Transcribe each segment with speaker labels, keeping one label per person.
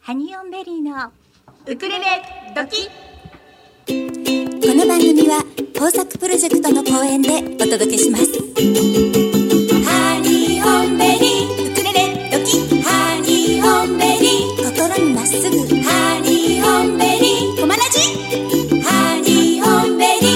Speaker 1: ハニオンベリーのウクレレドキ
Speaker 2: この番組は工作プロジェクトの公演でお届けしますハニーオンベリーウクレレドキハニーオンベリー心にまっすぐハニーオンベリーコマラジハニーオンベリ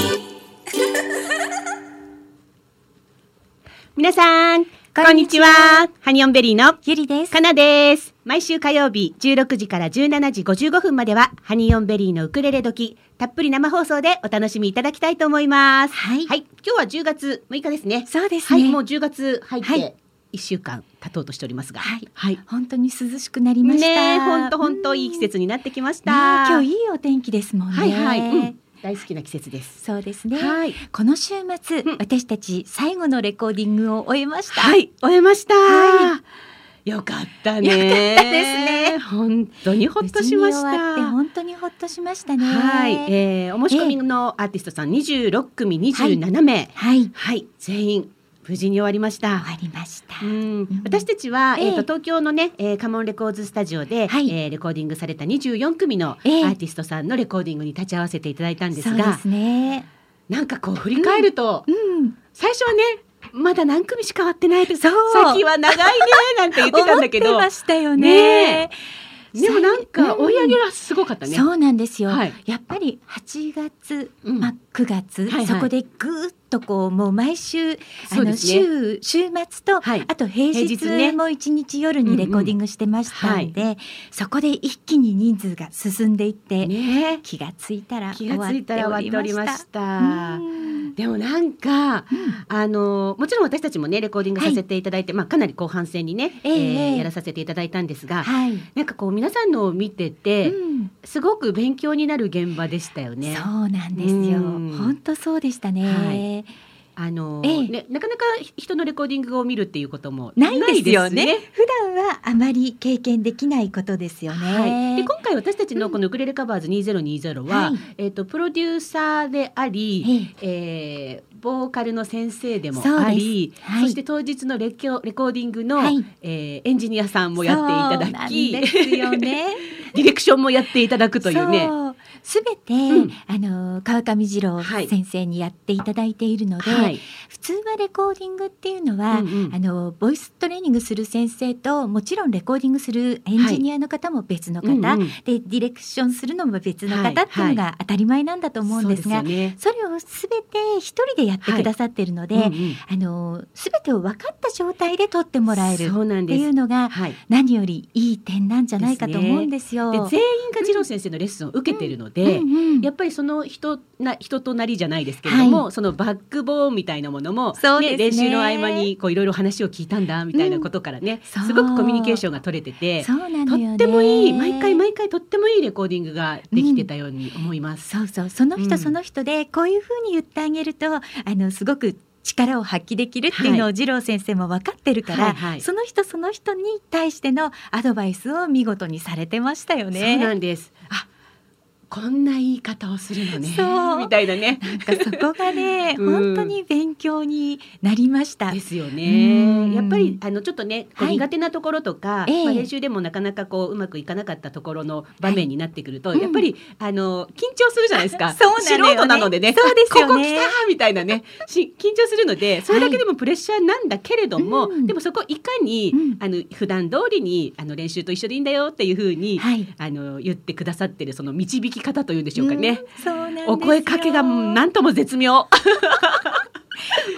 Speaker 3: 皆さん、こんにちは。ハニオンベリーの
Speaker 1: ゆりです
Speaker 3: かなです。毎週火曜日16時から17時55分までは、ハニオンベリーのウクレレ時、たっぷり生放送でお楽しみいただきたいと思います。
Speaker 1: はい
Speaker 3: 今日は10月6日ですね。
Speaker 1: そうです
Speaker 3: は
Speaker 1: ね
Speaker 3: い、もう10月入っ
Speaker 1: はい
Speaker 3: て1週間経とうとしておりますが。
Speaker 1: はい
Speaker 3: はい。
Speaker 1: 本当に涼しくなりま
Speaker 3: ね
Speaker 1: した
Speaker 3: え、ほんとほんといい季節になってきました。
Speaker 1: ねえ今日いいお天気ですもんね
Speaker 3: はいはい、うん大好きな季節です。
Speaker 1: そうですね、
Speaker 3: はい
Speaker 1: この週末、
Speaker 3: うん
Speaker 1: 私たち最後のレコーディングを終えました、
Speaker 3: はい、終えました。
Speaker 1: は
Speaker 3: よかったね。
Speaker 1: よかったですね
Speaker 3: 本当にほっとしました。
Speaker 1: 無事に終わって本当にほっとしましたね
Speaker 3: はい、えー、お申し込みのアーティストさん26組27名、はい、
Speaker 1: はい終
Speaker 3: 全員無事に終わりました。
Speaker 1: わりました、
Speaker 3: うん
Speaker 1: ん
Speaker 3: 私たちは、
Speaker 1: ええ
Speaker 3: えーと東京のね、えー、カモンレコーズスタジオで、
Speaker 1: はい
Speaker 3: えーレコーディングされた24組のア
Speaker 1: ええ
Speaker 3: ーティストさんのレコーディングに立ち会わせていただいたんです
Speaker 1: そうで
Speaker 3: が、
Speaker 1: すね
Speaker 3: なんかこう振り返ると、
Speaker 1: うん
Speaker 3: 最初はねまだ何組しか終わってないです
Speaker 1: そう
Speaker 3: 先は 長いねなんて言ってたんだけ
Speaker 1: 思
Speaker 3: ど
Speaker 1: ってましたよね
Speaker 3: ねでもなんか追い上げがすごかったね。
Speaker 1: そうなんですよ、
Speaker 3: はい
Speaker 1: やっぱり8月、
Speaker 3: うん
Speaker 1: まあ、9月、
Speaker 3: はいはい
Speaker 1: そこでぐーっとこうもう毎週、あ
Speaker 3: そう
Speaker 1: の
Speaker 3: ですね
Speaker 1: 週週末と、
Speaker 3: はい
Speaker 1: あと平
Speaker 3: 平日ね
Speaker 1: 日も一日夜にレコーディングしてましたんで、そこで一気に人数が進んでいって、
Speaker 3: ね
Speaker 1: 気がついたら
Speaker 3: 気
Speaker 1: 終
Speaker 3: が
Speaker 1: わっ
Speaker 3: ついた
Speaker 1: て
Speaker 3: ら
Speaker 1: お
Speaker 3: 終わ
Speaker 1: り
Speaker 3: ってお
Speaker 1: ま
Speaker 3: りま
Speaker 1: し。
Speaker 3: したた。
Speaker 1: うん
Speaker 3: でもなんかあのもちろん私たちもねレコーディングさせていただいて、まあ、かなり後半戦にね、
Speaker 1: ええええ
Speaker 3: やらさせていただいたんですが、
Speaker 1: はい、
Speaker 3: なんかこう皆さんのを見てて、
Speaker 1: うん
Speaker 3: すごく勉強になる現場でしたよね
Speaker 1: そ。うなんですよ
Speaker 3: うん
Speaker 1: 本当そうでしたね、
Speaker 3: はいあの
Speaker 1: ええ
Speaker 3: ね、なかなか人のレコーディングを見るっていうことも
Speaker 1: ないですよね
Speaker 3: ない
Speaker 1: 普段はあまり経験できないことですよね、
Speaker 3: はい、で今回私たちのこの「ウクレレカバーズ2020
Speaker 1: は
Speaker 3: は」
Speaker 1: い
Speaker 3: えー、とプロデューサーであり、えーボーカルの先生でもあり
Speaker 1: そうで
Speaker 3: そ,、
Speaker 1: すはい
Speaker 3: して当日のレキョレコーディングの、
Speaker 1: はい
Speaker 3: えーエンジニアさんもやっていただき、
Speaker 1: そうなんですよね。
Speaker 3: ディレクションもやっていただくというね。
Speaker 1: そう。すべて、
Speaker 3: うん
Speaker 1: あの川上二郎
Speaker 3: はい
Speaker 1: 先生にやっていただいているので、
Speaker 3: はい
Speaker 1: 普通はレコーディングっていうのは、
Speaker 3: うんうん
Speaker 1: あのボイストレーニングする先生ともちろんレコーディングするエンジニアの方も別の方、
Speaker 3: うんうん
Speaker 1: でディレクションするのも別の
Speaker 3: はい
Speaker 1: 方っていうのが当たり前なんだと思うんですが、
Speaker 3: そうよね
Speaker 1: それをすべて一人でやってくださっているので、
Speaker 3: うんうん
Speaker 1: あのすべてを分かった状態で撮ってもらえる
Speaker 3: そうなん
Speaker 1: って
Speaker 3: で
Speaker 1: い
Speaker 3: す
Speaker 1: うのが
Speaker 3: はい、で
Speaker 1: 何よりいい点なんじゃないかと思うんですよ。
Speaker 3: 全員が二郎先生のレッスンを受けているので、
Speaker 1: うんうん
Speaker 3: やっぱりその人な人となりじゃないですけれども、
Speaker 1: は
Speaker 3: そのバックボーンみたいなものも、
Speaker 1: そうですね
Speaker 3: 練習の合間にこういろいろ話を聞いたんだみたいなことからね、
Speaker 1: うん
Speaker 3: すごくコミュニケーションが取れてて、
Speaker 1: そうな
Speaker 3: と
Speaker 1: のよね
Speaker 3: ってもいい毎回毎回とってもいいレコーディングができてたように思います。
Speaker 1: そうそうその
Speaker 3: う
Speaker 1: 人
Speaker 3: ん
Speaker 1: その人でこういうふうに言ってあげると、あのすごく力を発揮できるっていうのを二郎先生も分かってるから、
Speaker 3: はいはい
Speaker 1: その人その人に対してのアドバイスを見事にされてましたよ
Speaker 3: そうな
Speaker 1: ね。
Speaker 3: んです。あ、こんな言い方をするのね
Speaker 1: そう
Speaker 3: みたいなね。
Speaker 1: なんかそこがね、
Speaker 3: うん
Speaker 1: 本当に勉強になりました。
Speaker 3: ですよ
Speaker 1: うん
Speaker 3: ね。やっぱりあのちょっとね、こう
Speaker 1: はい
Speaker 3: 苦手なところとか、
Speaker 1: ええ
Speaker 3: まあ練習でもなかなかこううまくいかなかったところの場
Speaker 1: はい
Speaker 3: 面になってくると、
Speaker 1: うん
Speaker 3: やっぱりあの緊張するじゃないですか。
Speaker 1: そうなのよね
Speaker 3: 素人なのでね、
Speaker 1: そうですよね
Speaker 3: ここ来たみたいなね、し緊張するので、それだけでもプレッシャーなんだけれども、
Speaker 1: うん
Speaker 3: でもそこいかに、
Speaker 1: うん
Speaker 3: あの普段通りにあの練習と一緒でいいんだよっていうふうに、
Speaker 1: はい。
Speaker 3: あの言ってくださってるその導き方というんでしょうかね。
Speaker 1: うん。そうなんですよ
Speaker 3: お声かけがなんとも絶妙。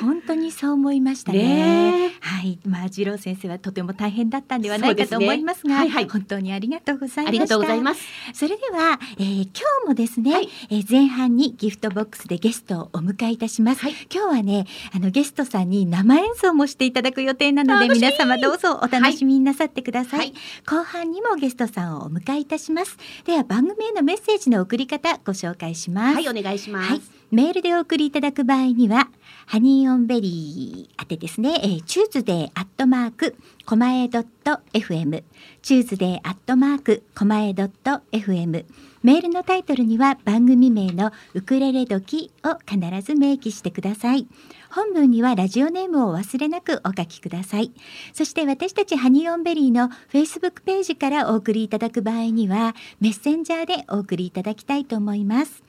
Speaker 1: 本当にそう思いましたね。
Speaker 3: ねえ
Speaker 1: はい、まあ次郎先生はとても大変だったんではない
Speaker 3: そ
Speaker 1: か
Speaker 3: うです
Speaker 1: と
Speaker 3: ね
Speaker 1: 思いますが、
Speaker 3: はいはい
Speaker 1: 本当にありがとうございました。
Speaker 3: ありがとうございます。
Speaker 1: それでは、えー、今日もですね、
Speaker 3: はい
Speaker 1: えー前半にギフトボックスでゲストをお迎えいたします。
Speaker 3: はい
Speaker 1: 今日はね、あのゲストさんに生演奏もしていただく予定なので、
Speaker 3: 楽しみ
Speaker 1: 皆様どうぞお楽しみになさってください,、
Speaker 3: はい
Speaker 1: 後半にもゲストさんをお迎えいたします。では番組へのメッセージの送り方ご紹介します。
Speaker 3: はい、お願いします。
Speaker 1: はい、メールでお送りいただく場合には、ハニーオンベリー宛てですね、えー、チューズデーアットマーク、コマエドット FM、チューズデーアットマーク、コマエドット FM、メールのタイトルには番組名のウクレレ時を必ず明記してください。本文にはラジオネームをお忘れなくお書きください。そして私たちハニーオンベリーの Facebook ページからお送りいただく場合にはメッセンジャーでお送りいただきたいと思います。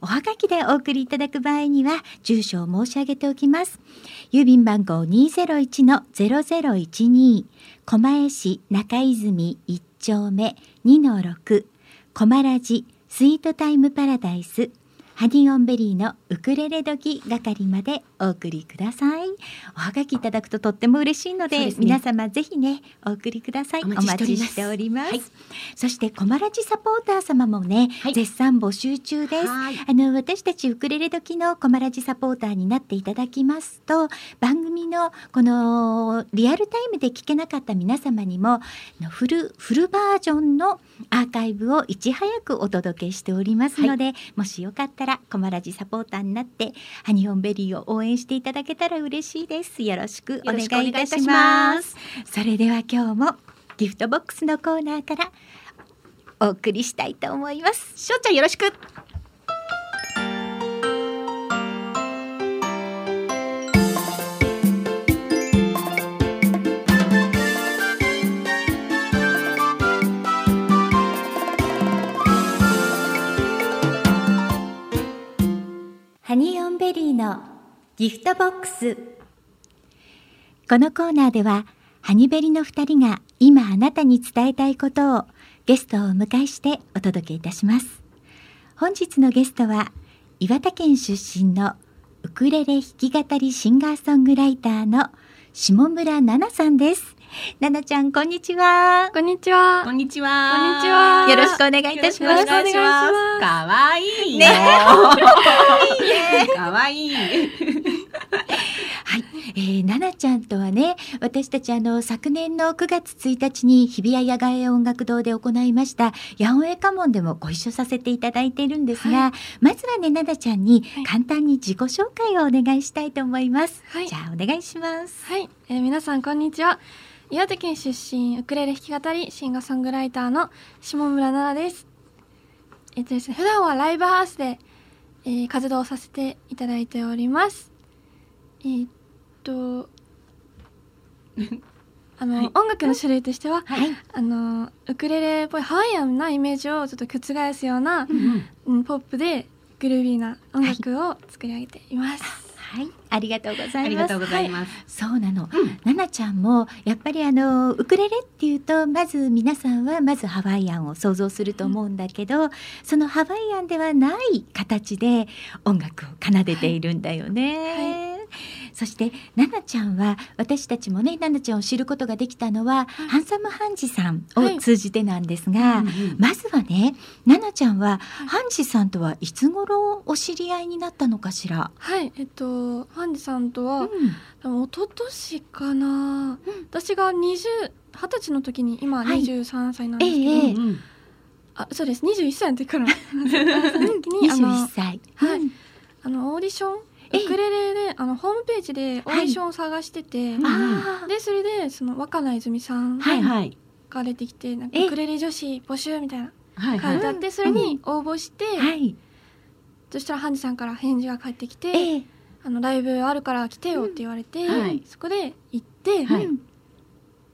Speaker 1: おはがきでお送りいただく場合には住所を申し上げておきます。郵便番号201-0012狛江市中泉1丁目2-6狛良寺スイートタイムパラダイスハニーオンベリーのウクレレ時係までお送りください。おはがきいただくととっても嬉しいので、
Speaker 3: そうですね
Speaker 1: 皆様ぜひねお送りください。
Speaker 3: お待ちしてお
Speaker 1: お待ちしております。
Speaker 3: はい
Speaker 1: そしてコマラジサポーター様もね、
Speaker 3: はい
Speaker 1: 絶賛募集中です。
Speaker 3: はい
Speaker 1: あの私たちウクレレ時のコマラジサポーターになっていただきますと番組のこのリアルタイムで聞けなかった皆様にもあのフルフルバージョンのアーカイブをいち早くお届けしておりますので、もしよかったらコマラジサポーターになってハニオンベリーを応援していただけたら嬉しいです。よろしくお願いいたします。それでは今日もギフトボックスのコーナーからお送りしたいと思います。
Speaker 3: しょうちゃんよろしく
Speaker 1: ハニーオンベリーのギフトボックス。このコーナーでは、ハニベリの2人が今あなたに伝えたいことをゲストをお迎えしてお届けいたします。本日のゲストは、岩手県出身のウクレレ弾き語りシンガーソングライターの下村奈々さんです。奈々ちゃん、こんにちは。
Speaker 4: こんにちは。
Speaker 3: こんにちは
Speaker 4: こんにちは
Speaker 1: よろしくお願いいたします。
Speaker 4: よろしくお願いします
Speaker 3: かわいい
Speaker 1: ね
Speaker 3: かわいい
Speaker 1: はい、えー、ななちゃんとはね私たちあの昨年の9月1日に日比谷野外音楽堂で行いました八百屋家門でもご一緒させていただいているんですが、まずはねななちゃんに
Speaker 4: い
Speaker 1: 簡単に自己紹介をお願いしたいと思います、
Speaker 4: はい
Speaker 1: じゃあお願いします
Speaker 4: はい、えー皆さんこんにちは。岩手県出身ウクレレ弾き語りシンガーソングライターの下村奈々です。えっとですね、普段はライブハウスで、えー活動させていただいております。えーっと、あの、音楽の種類としては、
Speaker 1: はい、
Speaker 4: あのウクレレっぽいハワイアンなイメージをちょっと覆すような、うん、ポップでグルービーな音楽を作り上げています。
Speaker 1: はい、ありがとうございます
Speaker 3: ありがとうございます
Speaker 1: そうなの、
Speaker 3: う
Speaker 1: な
Speaker 3: ん
Speaker 1: なちゃんもやっぱりあのウクレレっていうとまず皆さんはまずハワイアンを想像すると思うんだけど、そのハワイアンではない形で音楽を奏でているんだよね。そしてななちゃんは私たちもねななちゃんを知ることができたのは、ハンサムハンジさんを通じてなんですが、まずはねななちゃんは、ハンジさんとはいつ頃お知り合いになったのかしら、
Speaker 4: はい、えっと、ハンジさんと
Speaker 1: う
Speaker 4: は、
Speaker 1: ん
Speaker 4: でも一昨年かな、私が20、二十歳の時に、今
Speaker 1: はい
Speaker 4: 23歳なんですけど、
Speaker 1: ええ
Speaker 3: うんうん
Speaker 4: あ、そうです、21歳の 時から、その時に、あ
Speaker 1: 21
Speaker 4: の、
Speaker 1: 歳。
Speaker 4: はい
Speaker 1: うん
Speaker 4: あのオーディション、
Speaker 1: ええ
Speaker 4: ウクレレで、あの、ホームページでオーディションを探してて、
Speaker 3: うん
Speaker 1: あ
Speaker 4: で、それで、その、若菜泉さん
Speaker 1: はい
Speaker 3: はい
Speaker 4: が出てきて、なんか
Speaker 1: ええ
Speaker 4: ウクレレ女子募集みたいな
Speaker 3: はいは
Speaker 4: 書い
Speaker 3: い
Speaker 4: てあって、それに応募して、
Speaker 1: あ、はい、
Speaker 4: そしたらハンジさんから返事が返ってきて、
Speaker 1: ええ、
Speaker 4: あの、ライブあるから来てよって言われて、
Speaker 3: うんはい
Speaker 4: そこで行って、
Speaker 3: はい
Speaker 1: うん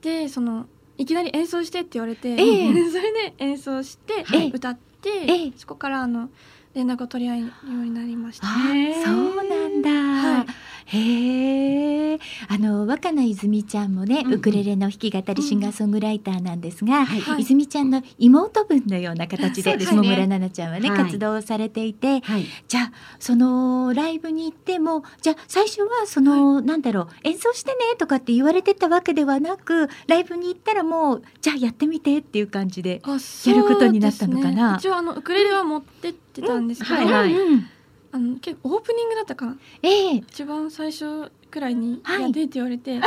Speaker 4: でそのいきなり演奏してって言われて、
Speaker 1: ええ
Speaker 4: それで演奏して、
Speaker 1: はい
Speaker 4: 歌って、
Speaker 1: ええ
Speaker 4: そこからあの連絡を取り合うようになりました。
Speaker 1: あ
Speaker 3: へえ
Speaker 1: そうなんだ。
Speaker 4: はい
Speaker 1: へえ、あの若菜泉ちゃんもね、
Speaker 3: うん
Speaker 1: ウクレレの弾き語りシンガーソングライターなんですが、
Speaker 3: はい
Speaker 4: はい
Speaker 1: 泉ちゃんの妹分のような形
Speaker 3: そう
Speaker 1: で
Speaker 3: です
Speaker 1: 下
Speaker 3: ね
Speaker 1: 村奈々ちゃんはね、
Speaker 3: はい
Speaker 1: 活動をされていて、
Speaker 3: はい
Speaker 1: じゃあそのライブに行っても、じゃあ最初はその、なんだろう演奏してねとかって言われてたわけではなく、ライブに行ったらもうじゃあやってみてっていう感じで。
Speaker 4: あそう
Speaker 1: やることになったのかな
Speaker 4: ですね一応あのウクレレは持ってってたんですけど、
Speaker 3: うんはいはい
Speaker 1: うんうん
Speaker 4: あの結構オープニングだったかな
Speaker 1: ええ、
Speaker 4: 一番最初くらいに
Speaker 1: はい
Speaker 4: やってって言われ て、
Speaker 3: す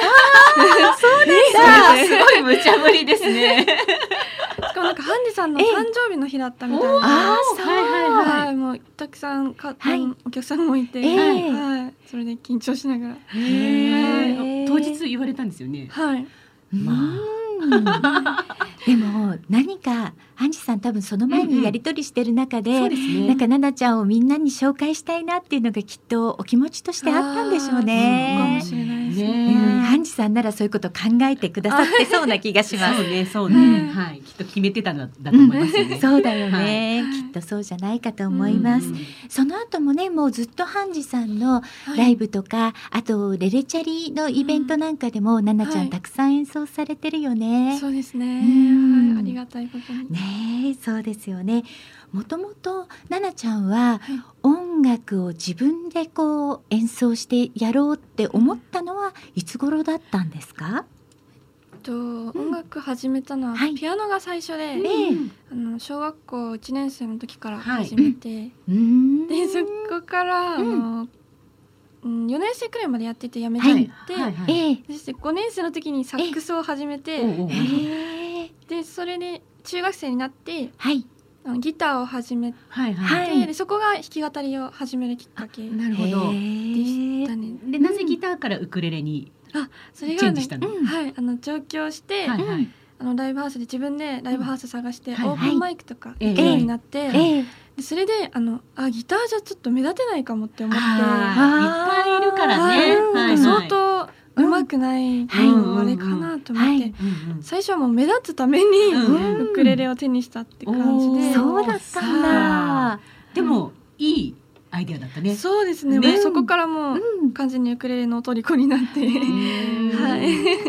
Speaker 3: ごい無茶ぶりですね
Speaker 4: しかもなんかハンジさんの
Speaker 1: え
Speaker 4: 誕
Speaker 1: え
Speaker 4: 生日の日だったみたい
Speaker 3: おー
Speaker 4: な。
Speaker 1: ああ、そう、
Speaker 3: はいはい
Speaker 4: はい、もうたくさんか、
Speaker 1: はい
Speaker 4: お客さんもいて、
Speaker 1: ええ
Speaker 4: はい、それで緊張しながら、
Speaker 1: へ
Speaker 3: へ
Speaker 1: ー
Speaker 3: え当日言われたんですよね
Speaker 4: はい、
Speaker 1: うん
Speaker 3: ま
Speaker 1: でも何かアンジさん多分その前
Speaker 3: うんう
Speaker 1: に
Speaker 3: ん
Speaker 1: やり取りしてる中で、
Speaker 3: そうですね
Speaker 1: なんか奈々ちゃんをみんなに紹介したいなっていうのがきっとお気持ちとしてあったんでしょう
Speaker 4: かも
Speaker 1: ね。
Speaker 4: しれないですね
Speaker 1: う
Speaker 3: ね
Speaker 1: ん、ハンジさんならそういうこと考えてくださってそうな気がします。
Speaker 3: そうね、そう
Speaker 4: うん
Speaker 3: ね、はい、きっと決めてたのだと思いますよね。
Speaker 1: そうだよね、
Speaker 4: はい
Speaker 1: きっとそうじゃないかと思います。
Speaker 3: うん
Speaker 1: その後もねもうずっとハンジさんの
Speaker 4: はい
Speaker 1: ライブとか、あとレレチャリのイベントなんかでも、ナナちゃ
Speaker 4: は
Speaker 1: ん
Speaker 4: い
Speaker 1: たくさん演奏されてるよね。
Speaker 4: そうですね、
Speaker 1: うん
Speaker 4: はい、ありがたいことに、
Speaker 1: ねえそうですよね。もともとナナちゃんは
Speaker 4: はい
Speaker 1: 音楽を自分でこう演奏してやろうって思ったのはいつ頃だったんですか？
Speaker 4: えっと音楽始めたのは、
Speaker 1: はい
Speaker 4: ピアノが最初で、
Speaker 1: ね
Speaker 4: あの小学校1年生の時から
Speaker 3: はい
Speaker 4: 始めて、
Speaker 1: え、うん
Speaker 4: でそこから、
Speaker 1: うん
Speaker 4: あのうん、4年生くらいまでやっててやめち
Speaker 1: は
Speaker 4: ゃっ
Speaker 1: い
Speaker 4: て、
Speaker 3: はいは
Speaker 1: え
Speaker 3: い
Speaker 1: え
Speaker 4: そして5年生の時にサックスを始め
Speaker 3: おう
Speaker 4: て
Speaker 3: おう
Speaker 1: ええ
Speaker 4: でそれで中学生になって
Speaker 1: はい。
Speaker 4: あのギターを始めて、
Speaker 3: はい
Speaker 1: は
Speaker 3: はい
Speaker 4: でそこが弾き語りを始めるきっかけ
Speaker 3: い。
Speaker 4: で
Speaker 3: なるほど。
Speaker 1: え
Speaker 4: したね。
Speaker 3: で、なぜギターからウクレレに。
Speaker 4: それ
Speaker 3: チェ
Speaker 4: が
Speaker 3: ンジ
Speaker 4: ね
Speaker 3: したの
Speaker 4: うんはい、あの上京して、
Speaker 3: はいはい。
Speaker 4: あのライブハウスで自分でライブハウス探して、
Speaker 3: うんはい
Speaker 4: オープンマイクとか
Speaker 3: ええ
Speaker 4: 行くようになって、
Speaker 1: えええ
Speaker 4: でそれであのあギターじゃちょっと目立てないかもって思って
Speaker 3: あーいっぱいいるから
Speaker 4: はい
Speaker 3: ね。
Speaker 4: なんか
Speaker 3: はい
Speaker 4: 相。当上手くないのはあれかな
Speaker 1: う
Speaker 4: と思って、
Speaker 1: んはい
Speaker 3: うんうん
Speaker 4: 最初はもう目立つために
Speaker 3: うん
Speaker 1: うん
Speaker 4: ウクレレを手にしたって感じ
Speaker 3: え
Speaker 4: で、
Speaker 3: え
Speaker 1: そうだったんだ。
Speaker 3: でも、いいアイデアだったね。
Speaker 4: そうですね
Speaker 3: ね
Speaker 4: もうそこからもう
Speaker 1: うん。
Speaker 4: 完全にウクレレの虜になって、
Speaker 3: は
Speaker 4: はい。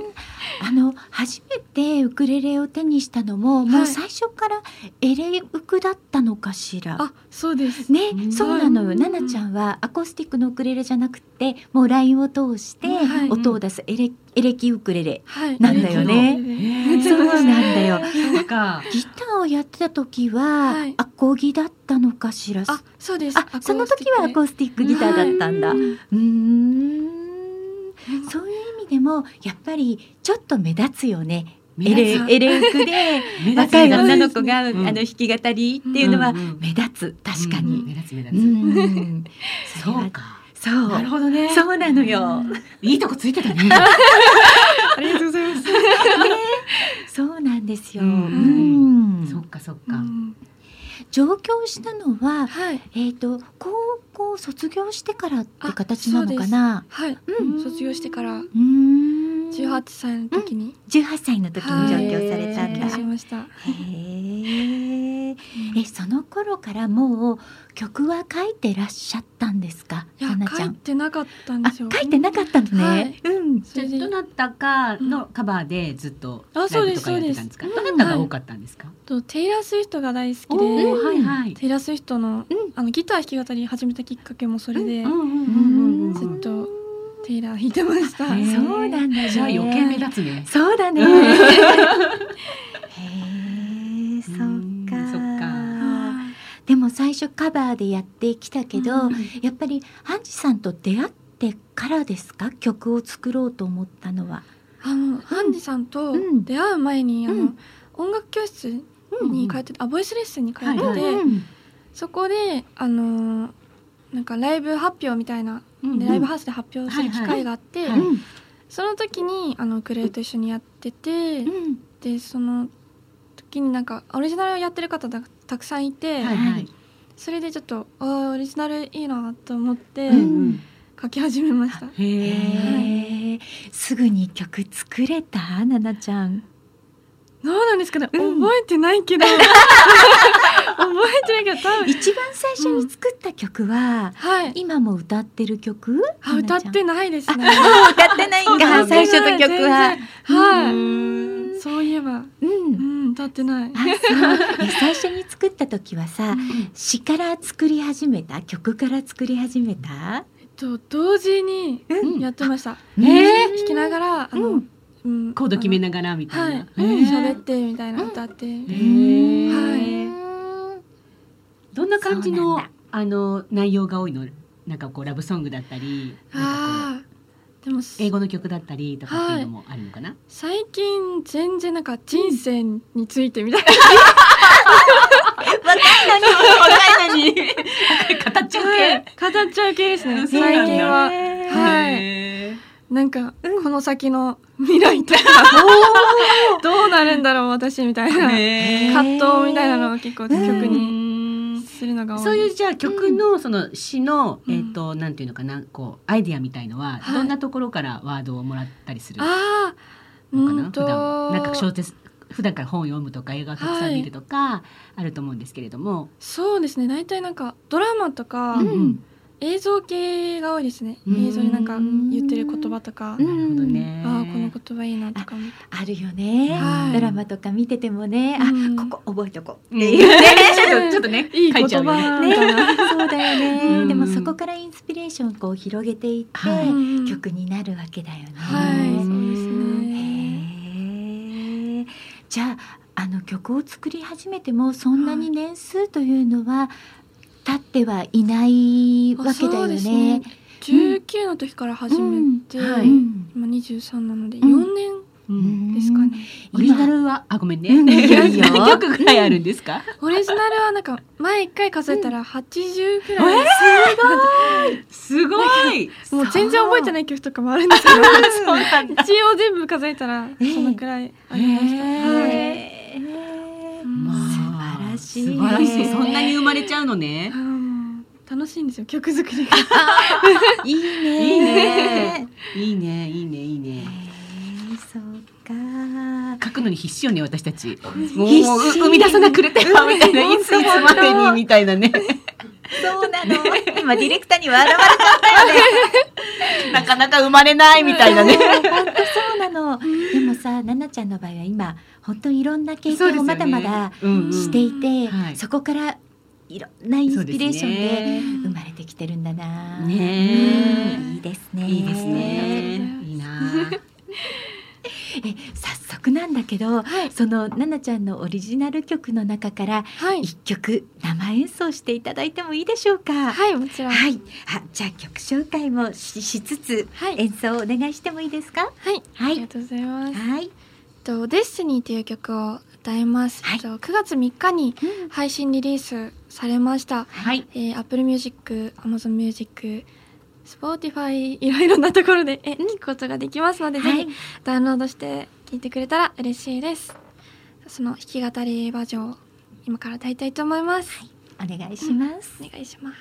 Speaker 1: あの初めてウクレレを手にしたのも、も
Speaker 4: は
Speaker 1: う
Speaker 4: い
Speaker 1: 最初からエレウクだったのかしら。
Speaker 4: あそうです、
Speaker 1: ね、
Speaker 3: ん
Speaker 1: そうなのよ。
Speaker 4: はい
Speaker 1: ななちゃんはアコースティックのウクレレじゃなくて、もうラインを通して
Speaker 4: はい
Speaker 1: 音を出すエレ,、エレキウクレレ。
Speaker 4: はい、
Speaker 1: なんだよね
Speaker 4: ウクレレ
Speaker 3: へー
Speaker 1: そうなんだよ。
Speaker 3: そうか。
Speaker 1: ギターをやってた時は、
Speaker 4: はい
Speaker 1: アコギだったのかしら。
Speaker 4: あそうです
Speaker 1: あその時はアコ
Speaker 4: う
Speaker 1: ースティックギターだったんだ。
Speaker 4: は
Speaker 1: う
Speaker 4: い
Speaker 1: ーん。そういう意味でもやっぱりちょっと目立つよね。エレエレウクで 若い女の子が、
Speaker 3: うん
Speaker 1: あの弾き語りっていうのは
Speaker 3: うんうん
Speaker 1: 目立つ確か
Speaker 3: うん目
Speaker 1: に。
Speaker 3: 立つ目立
Speaker 1: う
Speaker 3: つ。
Speaker 1: ん。それ
Speaker 3: そ
Speaker 1: は
Speaker 3: うか。
Speaker 1: そう。
Speaker 3: なるほどね。
Speaker 1: そうなのよ。
Speaker 3: いいとこついてたね。
Speaker 4: ありがとうございます、
Speaker 1: そうなんですよ。う
Speaker 3: うんんそっかそっ
Speaker 4: う
Speaker 3: か。
Speaker 4: ん
Speaker 1: 上京したのは、
Speaker 4: はい
Speaker 1: えっ、と高校卒業してからって形なのかな。
Speaker 4: はい、卒業してから
Speaker 1: うーん。
Speaker 4: 18歳の時に
Speaker 1: 18歳の時に上京されたん
Speaker 4: 上
Speaker 1: だ。
Speaker 4: 京しました、
Speaker 1: へえ。えその頃からもう曲は書いてらっしゃったんですか、
Speaker 4: いや
Speaker 1: かなち
Speaker 4: 書
Speaker 1: ゃ
Speaker 4: い
Speaker 1: ん。
Speaker 4: てなかったんで
Speaker 1: あ
Speaker 4: す
Speaker 1: 書
Speaker 4: よ
Speaker 1: いてなかったのね。
Speaker 4: はい
Speaker 1: うん。
Speaker 4: それ
Speaker 3: で
Speaker 4: で
Speaker 3: どなたかのカバーでずっとラ
Speaker 4: あ
Speaker 3: イ
Speaker 4: そう
Speaker 3: ブ
Speaker 4: で
Speaker 3: と
Speaker 4: す
Speaker 3: かやってたんですか。
Speaker 1: そう
Speaker 3: ど
Speaker 1: です
Speaker 3: なたが多かったんですか。
Speaker 4: とテイラー・スウィフトが大好きで、
Speaker 3: おーはいはい。
Speaker 4: テイラー・スウィフトの,、
Speaker 1: うん
Speaker 4: あのギター弾き語り始めたきっかけもそれで、
Speaker 3: うんうんうんうん
Speaker 4: ずっとテイラー弾いてました、
Speaker 3: へー
Speaker 1: そうなんだね。
Speaker 3: じゃあ余計目立つね。
Speaker 1: そうだね。へ
Speaker 3: うん
Speaker 1: え、そっか。
Speaker 3: そっか
Speaker 4: はい
Speaker 1: でも最初カバーでやってきたけど、
Speaker 4: うん
Speaker 1: やっぱりハンジさんと出会ってからですか曲を作ろうと思ったのは。
Speaker 4: あの、ハンジさんと
Speaker 1: うん
Speaker 4: 出会う前に、
Speaker 1: う
Speaker 4: あの
Speaker 1: ん
Speaker 4: 音楽教室に通っててあボイスレッスンに通ってて、
Speaker 3: はいはい
Speaker 4: そこであのーなんかライブ発表みたいな
Speaker 3: うん
Speaker 4: でライブハウスで発表する機会があって、
Speaker 3: はいはいはい
Speaker 4: その時にあのウクレレと一緒にやってて、
Speaker 1: うん
Speaker 4: でその時になんかオリジナルをやってる方がたくさんいて、
Speaker 3: はいはい。
Speaker 4: それでちょっとあーオリジナルいいなと思って
Speaker 1: うん
Speaker 4: 書き始めました、
Speaker 3: へえ。
Speaker 1: へえ、すぐに曲作れた、ななちゃん。
Speaker 4: どうなんですかね、
Speaker 1: うん
Speaker 4: 覚えてないけ ど覚えてないけど多分
Speaker 1: 一番最初に作った曲は、
Speaker 4: はい
Speaker 1: 今も歌ってる曲。
Speaker 4: あ歌って
Speaker 1: い。
Speaker 4: ないです ね
Speaker 1: 歌ってないん
Speaker 4: 歌
Speaker 1: だ。
Speaker 4: って
Speaker 1: 最
Speaker 4: ない
Speaker 1: 初の曲は
Speaker 4: 全。然はい、
Speaker 1: うん
Speaker 4: そういえば
Speaker 1: うん
Speaker 4: う。ん歌ってない
Speaker 1: あそうえ最初に作った時はさ詩から作り始めた曲から作り始めた、
Speaker 4: えっと同時に
Speaker 3: うん
Speaker 4: やってました、
Speaker 1: うん
Speaker 4: 弾きながらあの、
Speaker 1: うん
Speaker 4: うん
Speaker 3: コード決めながらみた
Speaker 4: はいい
Speaker 3: な。
Speaker 4: うん喋、
Speaker 3: へ
Speaker 4: っ
Speaker 3: ー
Speaker 4: てみたいな歌って、
Speaker 3: へ
Speaker 4: はい
Speaker 3: ー
Speaker 1: うん
Speaker 3: どんな感じ
Speaker 1: そう
Speaker 3: の
Speaker 1: なんだ
Speaker 3: あの内容が多いの？なんかこうラブソングだったり、なんかこ
Speaker 4: ああでもす
Speaker 3: う英語の曲だったりとかっていうのもあるのかな？
Speaker 4: 最近全然なんか人生についてみたいな、
Speaker 3: 若いのに 語っちゃう
Speaker 4: はい
Speaker 3: 系。
Speaker 4: 語っちゃう系ですね
Speaker 3: そうなんだ
Speaker 4: 最近は
Speaker 1: へー
Speaker 4: はい
Speaker 3: へー
Speaker 4: なんか、この先の未来とかどうなるんだろう私みたいな
Speaker 3: へ
Speaker 1: ー
Speaker 4: 葛藤みたいなのを結構曲に
Speaker 3: に
Speaker 4: するのが多い
Speaker 3: そういうじゃあ曲のその詩の、
Speaker 4: うん
Speaker 3: えっ、となんていうのかなこうアイディアみたいのは、
Speaker 4: はい
Speaker 3: どんなところからワードをもらったりするのか
Speaker 4: ああ
Speaker 3: な、
Speaker 4: うん
Speaker 3: 普
Speaker 4: と
Speaker 3: 段はなんか小説普段から本を読むとか映画をたくさん見るとか、あると思うんですけれども、
Speaker 4: そうですね大体なんかドラマとか、
Speaker 3: うんうん
Speaker 4: 映像系が多いですね
Speaker 3: うん
Speaker 4: 映像になんか言ってる言葉とか、
Speaker 1: うん
Speaker 3: なるほどね。
Speaker 4: ああこの言葉いいなとかも
Speaker 1: あるよね、
Speaker 4: はい
Speaker 1: ドラマとか見ててもね、
Speaker 4: うん
Speaker 1: あここ覚えとこうっ
Speaker 3: ね
Speaker 1: ていうね。
Speaker 3: ちょっとちょっとね
Speaker 4: いい
Speaker 3: 書
Speaker 4: 言
Speaker 3: いちゃ
Speaker 4: 葉
Speaker 3: うよね。
Speaker 4: みたいな、
Speaker 1: そうだよね、
Speaker 3: うん
Speaker 1: でもそこからインスピレーションをこう広げていって、
Speaker 3: はい
Speaker 4: うん
Speaker 1: 曲になるわけだよね。
Speaker 4: はいそうですね
Speaker 1: へえじゃああの曲を作り始めてもそんなに年数というのは経ってはいないわけだよ
Speaker 4: そうです
Speaker 1: ね。
Speaker 4: 19の時から始めて、
Speaker 3: うんは
Speaker 1: う
Speaker 3: い
Speaker 1: ん
Speaker 4: 今23なので
Speaker 1: うん
Speaker 4: 4年ですかね、
Speaker 3: オリジナルはあごめんね。
Speaker 1: うんいいよ
Speaker 3: 何曲ぐらいあるんですか？
Speaker 4: オリジナルはなんか前1回数えたら80くらい、
Speaker 3: すごい。
Speaker 4: もう全然覚えてない曲とかもあるんですけど
Speaker 3: そうなんだ。
Speaker 4: 一応全部数えたらそのくらいありました、はい
Speaker 1: へえ
Speaker 3: まあ
Speaker 1: 素晴らしい
Speaker 3: 素晴らしい。そんなに生まれちゃうのね
Speaker 4: あ。ー楽しいんですよ曲作りが
Speaker 1: いいね
Speaker 3: いいね。いいねいいねい
Speaker 1: へえ
Speaker 3: いね。
Speaker 1: そうか
Speaker 3: 書くのに必死よね私たち。もう
Speaker 1: 必死
Speaker 3: もう生み出さなくれ てよみたいな。いついつまでにみたいなね。
Speaker 1: そうなの 今ディレクターに笑われ
Speaker 3: なかなか生まれないみたいなね。
Speaker 1: 本当そうなの。でもさ、ななちゃんの場合は今、本当にいろんな経験をまだまだしていて、そ,、
Speaker 3: んはい
Speaker 1: こからいろんなインスピレーション
Speaker 3: そ
Speaker 1: で
Speaker 3: うですね
Speaker 1: 生まれてきてるんだな。
Speaker 3: ねえ
Speaker 1: うんいいですね。
Speaker 3: いいですね
Speaker 4: あ。
Speaker 3: い
Speaker 4: り
Speaker 3: い な。
Speaker 1: え、早速なんだけど、
Speaker 4: はい
Speaker 1: そのななちゃんのオリジナル曲の中から
Speaker 4: はい
Speaker 1: 一曲生演奏していただいてもいいでしょうか。はい。
Speaker 4: はいもちろん
Speaker 1: あじゃあ曲紹介もししつつ、
Speaker 4: はい
Speaker 1: 演奏をお願いしてもいいですか。
Speaker 4: はい
Speaker 1: は
Speaker 4: ありが。とうございます、
Speaker 1: はい。
Speaker 4: えっとデッスニーという曲を歌います、
Speaker 1: はい
Speaker 4: えっと9月3日に配信リリースされました、
Speaker 3: はい。
Speaker 4: えー、Apple Music、Amazon Music、Spotify いろいろなところでえ聞くことができますので、
Speaker 1: はい
Speaker 4: ぜひダウンロードして聞いてくれたら嬉しいです。その弾き語りバージョンを今から歌いたいと思います。
Speaker 1: お願いします。
Speaker 4: お願いします。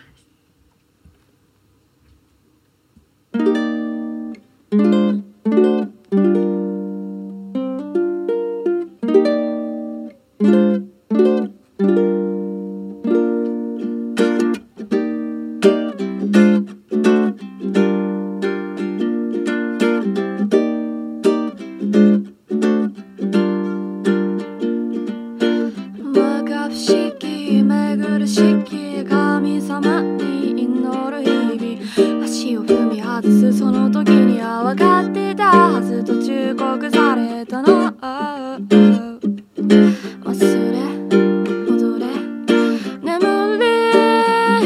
Speaker 4: 我が不思議巡る式神様に祈る日々足を踏み外すその時には分かってたはずと忠告されたの忘れ戻れ眠れ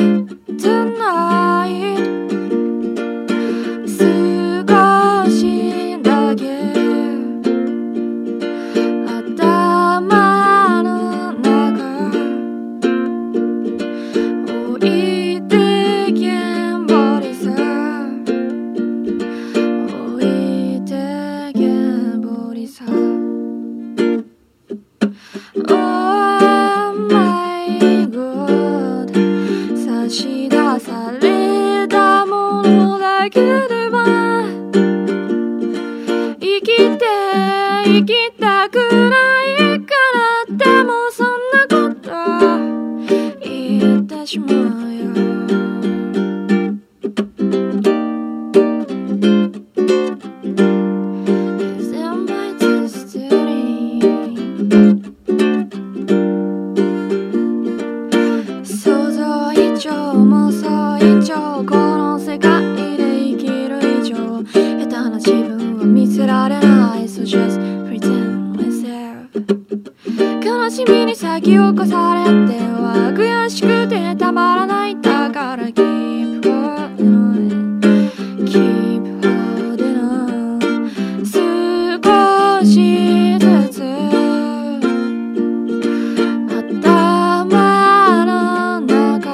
Speaker 4: tonight 少しだけ頭の中置いてけんぼりさ置いてけんぼりさ Oh my god 差し出されたものだけでは生きて生きたくないからでもそんなこと言ってしまうよ想像以上妄想以上この世界で生きる以上下手な自分は見せられない So just pretend myself 悲しみに先を越されては悔しくてたまらないだから Keep holding on Keep holding on 少しずつ頭の中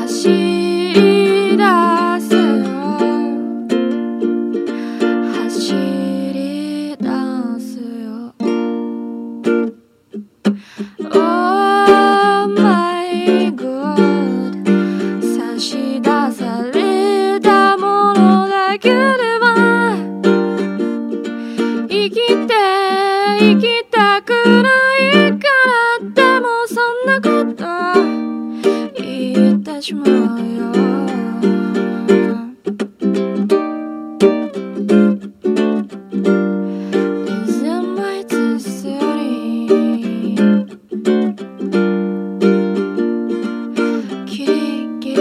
Speaker 4: 走り出すよしまうよリズムはいつすよりキリギリ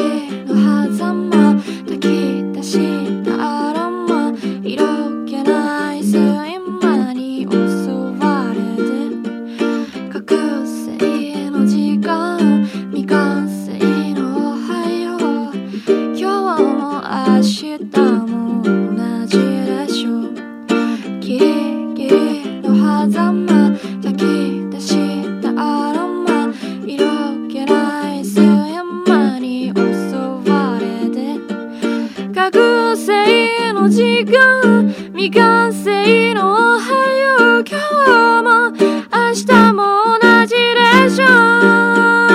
Speaker 4: の狭間炊き出したアロマ色気ない睡魔に襲われて覚醒の時間未完成のおはよう今日も明日も同じでしょうギリギリの狭間炊き出したアロマ色気ない睡魔に襲われて覚醒の時間未完成のおはよう今日も明日も同じでしょ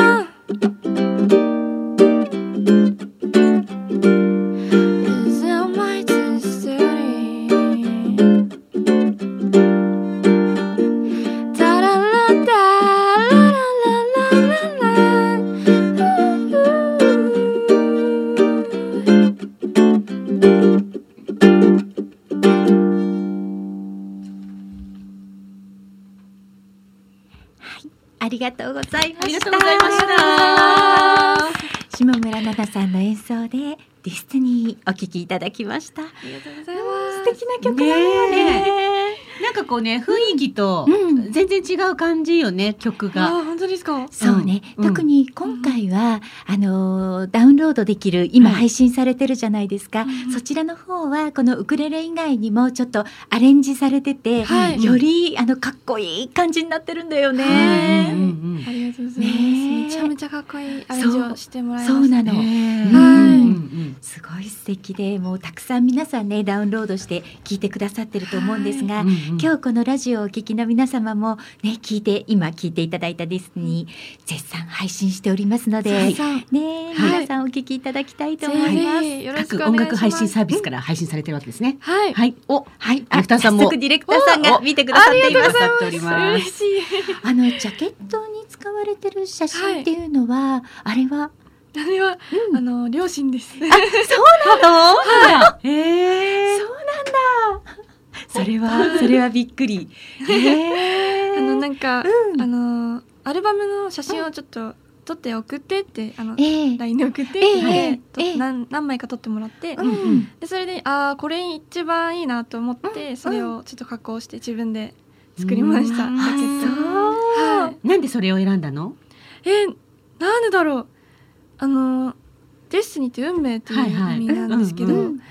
Speaker 4: う Is it my destiny? タララタラララララ
Speaker 1: ありがとうございました。
Speaker 5: ありがとうございました。
Speaker 1: 下村奈々さんの演奏でディスティニーお聞きいただきました。
Speaker 4: ありがとうございます。
Speaker 1: 素敵な曲だよね。
Speaker 5: なんかこうね、雰囲気と
Speaker 1: うん
Speaker 5: 全然違う感じよね、曲
Speaker 4: あ
Speaker 5: が。
Speaker 4: ー、本当ですか。
Speaker 1: そうね、
Speaker 5: うん
Speaker 1: 特に今回は、あのーダウンロードできる今配信されてるじゃないですか、
Speaker 4: うん
Speaker 1: そちらの方はこのウクレレ以外にもちょっとアレンジされてて、
Speaker 4: はい
Speaker 1: よりあのかっこいい感じになってるんだよね。
Speaker 5: うんうん
Speaker 4: ありがとうございま
Speaker 1: ね
Speaker 4: す。
Speaker 1: え
Speaker 4: めちゃめちゃかっこいいアレンジをしてもらいました。
Speaker 1: そうな
Speaker 5: う
Speaker 1: の
Speaker 5: ん。ね
Speaker 4: はい
Speaker 5: うんうん
Speaker 1: すごい素敵でもうたくさん皆さんねダウンロードして聞いてくださってると思うんですが、
Speaker 5: うんうん
Speaker 1: 今日このラジオをお聞きの皆様もね聞いて今聞いていただいたディスニー絶賛配信しておりますので、
Speaker 4: はい。
Speaker 1: ね、
Speaker 4: はい
Speaker 1: 皆さんお聞きいただきたいと
Speaker 4: ぜ
Speaker 1: 思います。
Speaker 4: ひよろしくお
Speaker 5: 各音
Speaker 4: 願いします。
Speaker 5: 楽配信サービスから配信されてるわけですね。
Speaker 4: はい。
Speaker 5: はい。お、
Speaker 1: はい、
Speaker 5: ディレクターさんも
Speaker 1: あ早速ディレクターさんが見てくださっています。
Speaker 5: ありがとうございま
Speaker 4: 嬉
Speaker 5: す。
Speaker 4: しい。
Speaker 1: あのジャケットに使われてる写真っていうのは、あれ は
Speaker 4: あれは、あの両親です。
Speaker 5: ええ。
Speaker 1: それはそれはびっくり。へー
Speaker 4: あのなんか、
Speaker 1: うん
Speaker 4: あのアルバムの写真をちょっと撮って送ってってあの
Speaker 1: ええ
Speaker 4: LINE で送ってって
Speaker 1: ええ
Speaker 4: 言って
Speaker 1: ええ
Speaker 4: と何何枚か撮ってもらって
Speaker 1: うん
Speaker 4: でそれでああこれ一番いいなと思ってそれをちょっと加工して自分で作りました。
Speaker 5: うん
Speaker 4: ジャケット
Speaker 1: あ
Speaker 4: はい。
Speaker 5: なんでそれを選んだの？
Speaker 4: えーなんでだろうあのディスティニーって運命っていう
Speaker 5: はいはい
Speaker 4: 意味なんですけど、
Speaker 5: うん
Speaker 1: うん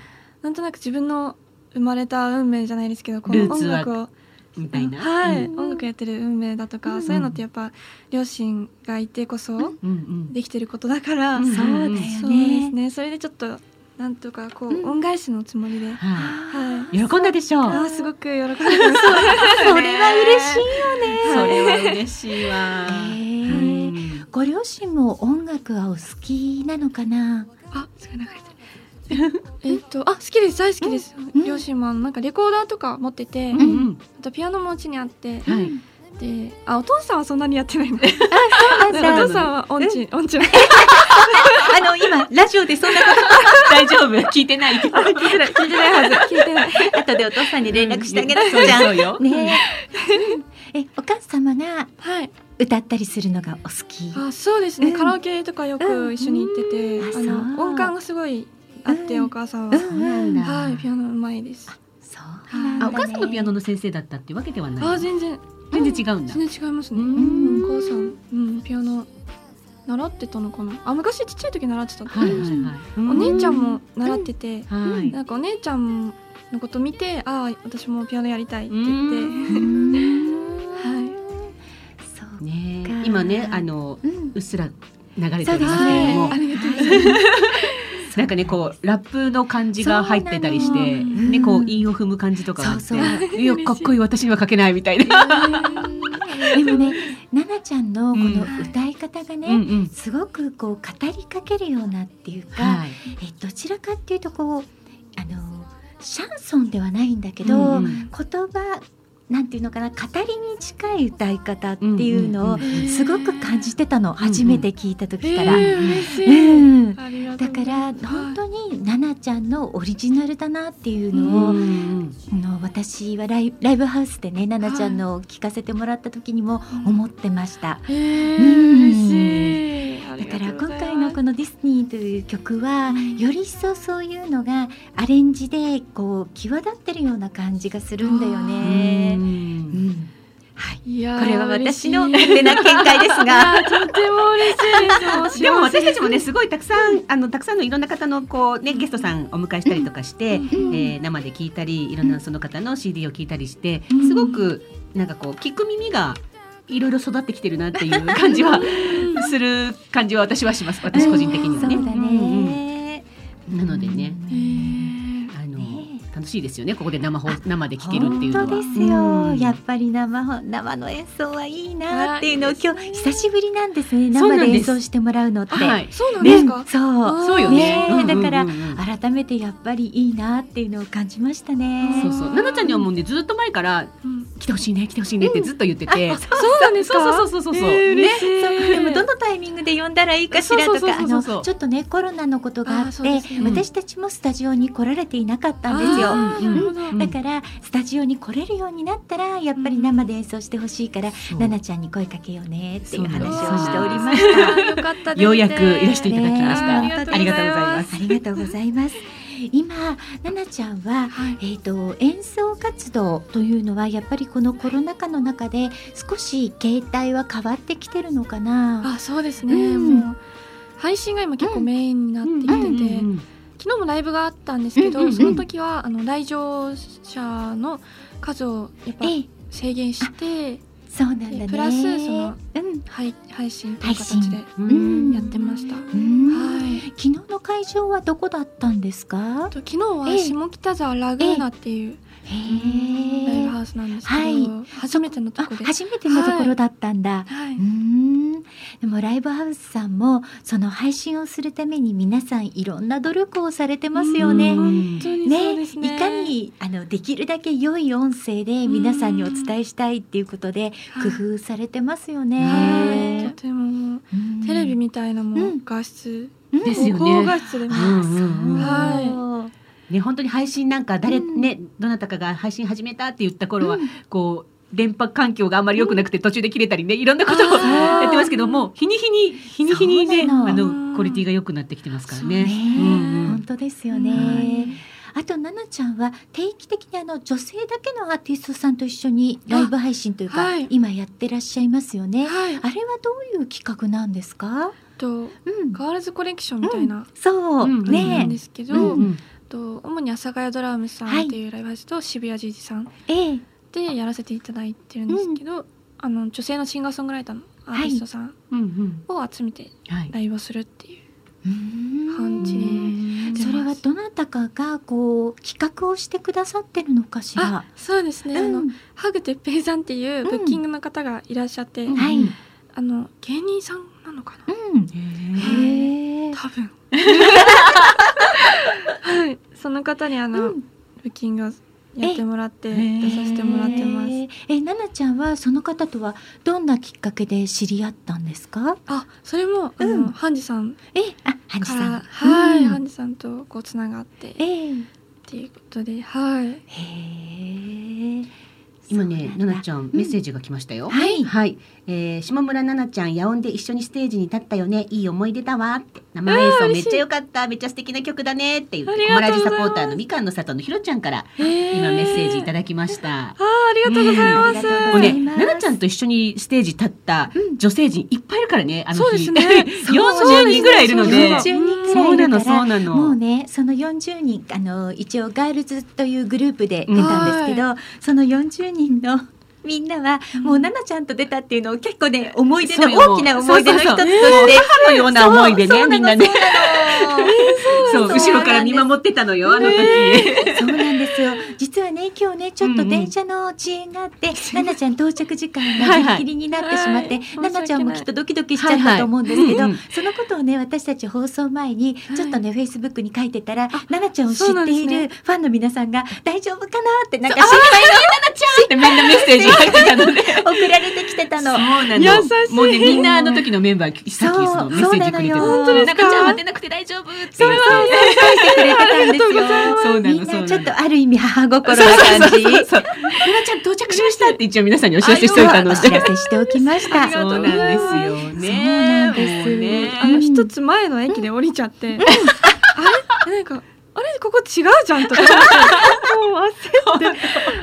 Speaker 4: なんとなく自分の生まれた運命じゃないですけどこの
Speaker 5: ルーツ
Speaker 4: 音
Speaker 5: は
Speaker 4: 楽を
Speaker 5: みたいな。
Speaker 4: はい、
Speaker 5: うん
Speaker 4: 音楽やってる運命だとか、
Speaker 5: うん
Speaker 4: そういうのってやっぱ両親がいてこそ
Speaker 5: うんうん。
Speaker 4: できてることだから、
Speaker 5: うん
Speaker 1: そうだよね。
Speaker 4: そうですねそれでちょっとなんとかこう、
Speaker 1: うん
Speaker 4: 恩返しのつもりで、はい
Speaker 5: は、い。喜んだでしょう。
Speaker 4: あーすごく喜んでます
Speaker 1: それは嬉しいよね。
Speaker 5: それは嬉しいわ。
Speaker 1: へ
Speaker 5: う
Speaker 1: ー
Speaker 5: ん
Speaker 1: ご両親も音楽はお好きなのかな。
Speaker 4: あすごい流れてるえっとあ好きです大好きです、
Speaker 1: うん
Speaker 4: 両親もあのなんかレコーダーとか持ってて、
Speaker 5: うんうん。
Speaker 4: あとピアノもうちにあって、
Speaker 5: はい。
Speaker 4: であお父さんはそんなにやってないのお
Speaker 1: あ
Speaker 5: そうなんだ
Speaker 4: 父さんは音痴音痴の
Speaker 1: あの今ラジオでそんなこと
Speaker 5: 大丈夫聞いてない。聞いてない。
Speaker 4: 聞いてないはず聞いてない
Speaker 1: 後でお父さんに連絡してあげな
Speaker 5: そう
Speaker 1: くちゃ。
Speaker 5: そうよ。
Speaker 1: ねえ。え、お母様が
Speaker 4: はい
Speaker 1: 歌ったりするのがお好き。
Speaker 4: あそうですね、
Speaker 1: うん
Speaker 4: カラオケとかよく一緒に行ってて、
Speaker 1: うんあ
Speaker 4: あの
Speaker 1: そう
Speaker 4: 音感がすごいあって、
Speaker 1: うん
Speaker 4: お母さんは、
Speaker 1: うんうん。
Speaker 5: ん
Speaker 4: はいピアノうまいです
Speaker 1: そうなんだ、
Speaker 5: あ、
Speaker 1: ね。
Speaker 5: お母さんのピアノの先生だったってわけではない。
Speaker 4: あ全然
Speaker 5: 全然違うんだ。
Speaker 4: 全然違いますね、
Speaker 5: うん
Speaker 4: お母さん、うん、ピアノ習ってたのかなあ昔ちっちゃい時習ってたって
Speaker 5: は
Speaker 4: 言
Speaker 5: い
Speaker 4: って
Speaker 5: は
Speaker 4: まし
Speaker 5: い
Speaker 4: たね
Speaker 5: はい。
Speaker 4: お姉ちゃんも習ってて、
Speaker 5: はい。
Speaker 4: なんかお姉ちゃんのこと見てああ私もピアノやりたいって言って、
Speaker 5: う
Speaker 1: はい。そう。
Speaker 5: ね
Speaker 1: か
Speaker 5: 今ねあの
Speaker 1: うん
Speaker 5: う。っすら流れて
Speaker 1: そ
Speaker 5: るん
Speaker 1: う
Speaker 5: で
Speaker 1: で
Speaker 5: すすけれ
Speaker 1: ね
Speaker 5: ども
Speaker 4: あ。りがとうござい
Speaker 5: なんかねこうラップの感じが入ってたりして、
Speaker 1: そうなの
Speaker 5: ねこ
Speaker 1: う
Speaker 5: うん韻を踏む感じとかがあって
Speaker 1: そうそ
Speaker 5: いやかっこいい私には書けないみたいな。
Speaker 1: でもね、奈々ちゃんのこの歌い方がね、
Speaker 5: うんうん。
Speaker 1: すごくこう語りかけるようなっていうか、
Speaker 5: はい。
Speaker 1: えどちらかっていうとこうあのシャンソンではないんだけど、
Speaker 5: うんうん
Speaker 1: 言葉なんていうのかな語りに近い歌い方っていうのを
Speaker 5: うん
Speaker 1: すごく感じてたの、
Speaker 5: ん
Speaker 1: 初めて聞いた時から。
Speaker 4: えー嬉し
Speaker 1: う
Speaker 4: い、
Speaker 1: ん
Speaker 4: ありがと
Speaker 1: だ
Speaker 4: うご
Speaker 1: か
Speaker 4: ざい
Speaker 1: ら
Speaker 4: ます
Speaker 1: 本
Speaker 4: は
Speaker 1: 当に奈々ちゃんのオリジナルだなっていう
Speaker 5: う
Speaker 1: のを、
Speaker 5: ん
Speaker 1: あの私はライライブハウスでね奈々ちゃんのを聞かせてもらった時にも思ってました。
Speaker 4: いえ
Speaker 1: う
Speaker 4: ー、
Speaker 1: ん
Speaker 4: 嬉しいあり
Speaker 1: だ
Speaker 4: が
Speaker 1: から
Speaker 4: とう
Speaker 1: 今
Speaker 4: ございます
Speaker 1: 回のこの「ディスニー」という曲はより一層そういうのがアレンジでこう際立ってるような感じがするんだよね。うんはい、
Speaker 4: いやー
Speaker 1: これは私の
Speaker 4: 嬉しい
Speaker 1: 勝 手な見解です
Speaker 4: いや
Speaker 1: が。
Speaker 4: ーとても嬉しいです。
Speaker 3: でも
Speaker 4: 幸せ
Speaker 3: 私たちもねすごいたくさんあのたくさんのいろんな方のこうねゲストさんお迎えしたりとかして、
Speaker 1: ん
Speaker 3: えー生で聞いたりいろんなその方の CD を聞いたりして
Speaker 1: うん
Speaker 3: すごくなんかこう聞く耳がいろいろ育ってきてるなっていう感じはする感じは私はします私個人的にはね。
Speaker 1: そうだね。
Speaker 3: うんうんなのでね
Speaker 4: えー
Speaker 3: あの
Speaker 1: ね
Speaker 3: 楽しいですよねここで生放
Speaker 1: あ
Speaker 3: 生で聞けるってい
Speaker 1: 本
Speaker 3: うのは。
Speaker 1: 当ですよ、
Speaker 3: うん
Speaker 1: やっぱり生ほ生の演奏はいいなっていうのを
Speaker 4: あいいです
Speaker 1: 今
Speaker 4: ね
Speaker 1: 日久しぶりなんですね
Speaker 3: そう
Speaker 1: 生
Speaker 3: な
Speaker 1: で
Speaker 3: んで
Speaker 1: 演
Speaker 3: す
Speaker 1: 奏してもらうのって。
Speaker 3: はい
Speaker 4: そうなん
Speaker 1: ね
Speaker 4: ですか。
Speaker 1: そう
Speaker 3: そうよね。
Speaker 1: ね
Speaker 3: うんうんうん
Speaker 1: だから改めてやっぱりいいなっていうのを感じましたね。
Speaker 3: そうそう奈々ちゃんにはもうねずっと前から
Speaker 4: うん
Speaker 3: 来てほしいね来てほしいねってずっと言ってて、
Speaker 4: そうなんですか。
Speaker 3: そうそうそうそうそう
Speaker 4: えー
Speaker 3: ね
Speaker 4: 嬉しい。
Speaker 1: でもどのタイミングで呼んだらいいかしらと
Speaker 3: そう
Speaker 1: かあ
Speaker 3: そうそう
Speaker 1: の
Speaker 3: そう
Speaker 1: ちょっとねコロナのことがあ
Speaker 4: あ
Speaker 1: っ
Speaker 4: そ
Speaker 1: て
Speaker 4: うですね
Speaker 1: 私たちもスタジオに来られていなかったんですよ。
Speaker 4: あーなるほど
Speaker 1: うんだからスタジオに来れるようになったらやっぱり生で演奏してほしいから
Speaker 3: そう
Speaker 1: 奈々ちゃんに声かけようねっていう
Speaker 3: そう
Speaker 1: 話
Speaker 3: な
Speaker 1: を
Speaker 3: んです
Speaker 1: しておりま
Speaker 4: し
Speaker 1: したた。
Speaker 4: よかったです。
Speaker 3: ようやくいらしていただきました。
Speaker 1: ね
Speaker 3: ありがとうございます
Speaker 1: あ。りがとうございます。今奈々ちゃんは
Speaker 4: はい。
Speaker 1: えー、と演奏活動というのはやっぱりこのコロナ禍の中で少し形態は変わってきてるのかな。
Speaker 4: あ、そうですね。
Speaker 1: うん
Speaker 4: もう配信が今結構メインになってきてて、
Speaker 3: うん
Speaker 4: 昨日もライブがあったんですけど、
Speaker 1: うんうんうん
Speaker 4: その時はあの来場者の数をやっぱ
Speaker 1: ええ
Speaker 4: 制限して、
Speaker 1: そうなんだね。
Speaker 4: でプラスその
Speaker 1: うん
Speaker 4: はい配信という形で
Speaker 1: 配
Speaker 3: うん
Speaker 1: うん
Speaker 4: やってました。は
Speaker 1: うん
Speaker 4: い。
Speaker 1: 昨日の会場はどこだったんですか
Speaker 4: と。昨日は
Speaker 1: ええ
Speaker 4: 下北沢ラグーナっていう
Speaker 1: へ
Speaker 4: ライブ
Speaker 1: え。
Speaker 4: ハウスなんですけど、
Speaker 1: は
Speaker 4: 初めてのと
Speaker 1: あ
Speaker 4: こで、
Speaker 1: 初めてのところだったんだ。
Speaker 4: はいう
Speaker 1: ー、んでもライブハウスさんもその配信をするために皆さんいろんな努力をされてますよね。
Speaker 3: うん
Speaker 4: 本当にそう
Speaker 1: ね
Speaker 4: ですね
Speaker 1: いかにあのできるだけ良い音声で皆さんにお伝えしたいっていうことで
Speaker 4: はい
Speaker 1: 工夫されてますよ
Speaker 4: はい
Speaker 1: ね
Speaker 4: と。てももう
Speaker 1: うん
Speaker 4: テレビみたいなも
Speaker 1: うん
Speaker 4: ん画質、
Speaker 1: うん
Speaker 3: ですよね
Speaker 4: 高画質でも、
Speaker 3: うんうんうん
Speaker 1: は
Speaker 3: ね本当に配信なんか誰
Speaker 1: うん
Speaker 3: ねどなたかが配信始めたって言った頃は
Speaker 1: うん
Speaker 3: こう電波環境があんまり良くなくて途中で切れたりねいろんなことを
Speaker 4: あー
Speaker 3: やってますけども日に日に日に日にね
Speaker 1: そうなの
Speaker 3: あのクオリティが良くなってきてますからね。
Speaker 1: い。ね
Speaker 3: う
Speaker 1: え
Speaker 3: んう
Speaker 1: 本
Speaker 3: ん
Speaker 1: 当ですよね。あと奈々ちゃんは定期的にあの女性だけのアーティストさんと一緒にライブ配信というか、
Speaker 4: あはい
Speaker 1: 今やってらっしゃいますよね。
Speaker 4: はい
Speaker 1: あれはどういう企画なんですか？
Speaker 4: と
Speaker 1: うん、
Speaker 4: ガールズコレクションみたいな、
Speaker 1: そう、
Speaker 3: うんうん
Speaker 4: な
Speaker 1: ね
Speaker 4: ん
Speaker 1: え
Speaker 4: ですけど、
Speaker 3: うんうん
Speaker 4: と主に阿佐ヶ谷ドラムさんっていうライブハウスと渋谷じいじさん
Speaker 1: ええ
Speaker 4: でやらせていただいてるんですけど、あの女性のシンガーソングライターのアーティストさん
Speaker 3: うんうん
Speaker 4: を集めて
Speaker 3: はい
Speaker 4: ライブをするっていう
Speaker 1: うーん
Speaker 4: 感じで
Speaker 1: それはどなたかがこう企画をしてくださってるのかし
Speaker 4: あ
Speaker 1: ら。
Speaker 4: そうですね、あ
Speaker 1: う
Speaker 4: の
Speaker 1: ん、
Speaker 4: ハグてっぺいさんっていうブッキングの方がいらっしゃって、
Speaker 3: うん
Speaker 1: はい
Speaker 4: あの芸人さんなのかな
Speaker 1: うん、へえ。
Speaker 4: 多分はいその方にあ
Speaker 1: う
Speaker 4: の、
Speaker 1: ん
Speaker 4: ブッキングをやってもらって
Speaker 3: ええ
Speaker 4: 出させてもらってま
Speaker 1: へ
Speaker 4: す
Speaker 1: ええ、ななちゃんはその方とはどんなきっかけで知り合ったんですか？
Speaker 4: あそれもあの、
Speaker 1: うん
Speaker 4: ハンジさんか
Speaker 1: え、あ、ハン
Speaker 4: ら
Speaker 1: ジさん。
Speaker 4: はい、
Speaker 1: うん
Speaker 4: ハンジさんとこうつながってっ
Speaker 1: ええ
Speaker 4: ていうことではい
Speaker 1: へえ。
Speaker 3: 今ね奈々ち
Speaker 1: ゃん
Speaker 3: ゃんメッセージが来ましたよ。
Speaker 1: はい
Speaker 3: はい、えー、下村奈々ちゃん野音で一緒にステージに立ったよねいい思い出だわって生演
Speaker 4: う
Speaker 3: 奏
Speaker 4: わ
Speaker 3: め
Speaker 4: 嬉
Speaker 3: っ
Speaker 4: しい
Speaker 3: ちゃ良かっためっちゃ素敵な曲だねって言って
Speaker 4: あり
Speaker 3: コマ
Speaker 4: がとう
Speaker 3: ラ
Speaker 4: ご
Speaker 3: ジ
Speaker 4: ざい
Speaker 3: サ
Speaker 4: ます
Speaker 3: ポーターのみかんの里のひろちゃんから
Speaker 4: 今
Speaker 3: 今メッセージいた
Speaker 4: だ
Speaker 3: だきました。
Speaker 4: あーありがとうございます、
Speaker 1: ねえありがとう
Speaker 3: も
Speaker 1: ご
Speaker 3: う
Speaker 1: ざ
Speaker 3: ね
Speaker 1: います
Speaker 3: 奈々ちゃんと一緒にステージ立った女性陣いっぱいいるからねあの日
Speaker 4: そうです ね
Speaker 3: 40人ぐらいいるので
Speaker 1: 40人ぐらい
Speaker 3: そ
Speaker 1: うい
Speaker 3: な
Speaker 1: る
Speaker 3: の
Speaker 1: から
Speaker 3: そうなの。
Speaker 1: もうねその40人あの一応ガールズというグループで出たんですけど、その40人のみんなはもう奈々ちゃんと出たっていうのを結構ね思い出
Speaker 3: そう
Speaker 1: の
Speaker 3: よ
Speaker 1: 大きな思い出の一つとして
Speaker 3: 母のような思いで
Speaker 1: そ
Speaker 3: ね、
Speaker 1: う
Speaker 3: みんなね。そう、
Speaker 1: そう
Speaker 3: 後ろから見守ってたのよ、あの時。
Speaker 1: そうなんですよ実はね今日ねちょっと電車の遅延があ って奈々、ちゃん到着時間がギリギリになってしまって
Speaker 4: はいはい
Speaker 1: 奈々、ちゃんもきっとドキドキしちゃったと思うんですけど、
Speaker 3: はいはいうんうん
Speaker 1: そのことをね私たち放送前にちょっとね、フェイスブックに書いてたら奈々ちゃんを知
Speaker 4: そうなん
Speaker 1: っ
Speaker 4: で
Speaker 1: て
Speaker 4: す
Speaker 1: い
Speaker 4: ね
Speaker 1: るファンの皆さんが大丈夫かなってなんか心配
Speaker 3: ってみんなメッセージ入ってたので。
Speaker 1: 送られてきてた
Speaker 3: そう
Speaker 1: の。
Speaker 3: な
Speaker 4: 優
Speaker 3: の
Speaker 4: しい
Speaker 3: もうね、みんなあの時のメンバー、さっきそのメッセージくれてた。
Speaker 1: そうそうなのよ
Speaker 3: なんかちゃんは出なくて大丈夫って
Speaker 1: そうそうそうそうしてくれてたんですよ。
Speaker 3: そうなの
Speaker 1: みん
Speaker 3: そうな
Speaker 1: な
Speaker 3: の
Speaker 1: ちょっとある意味母心な感じ。
Speaker 3: そうそうそうそう。なちゃん到着しましたって一応皆さんにお知らせし
Speaker 1: そ
Speaker 3: て
Speaker 1: う
Speaker 3: おいたの
Speaker 1: お
Speaker 3: で。そ
Speaker 1: 知らせしておきました。
Speaker 4: あ
Speaker 3: うなんですよね。もうね
Speaker 4: あの一つ前の駅で降りちゃって、あれ なんかあれここ違うじゃんとか思ってもう焦って焦り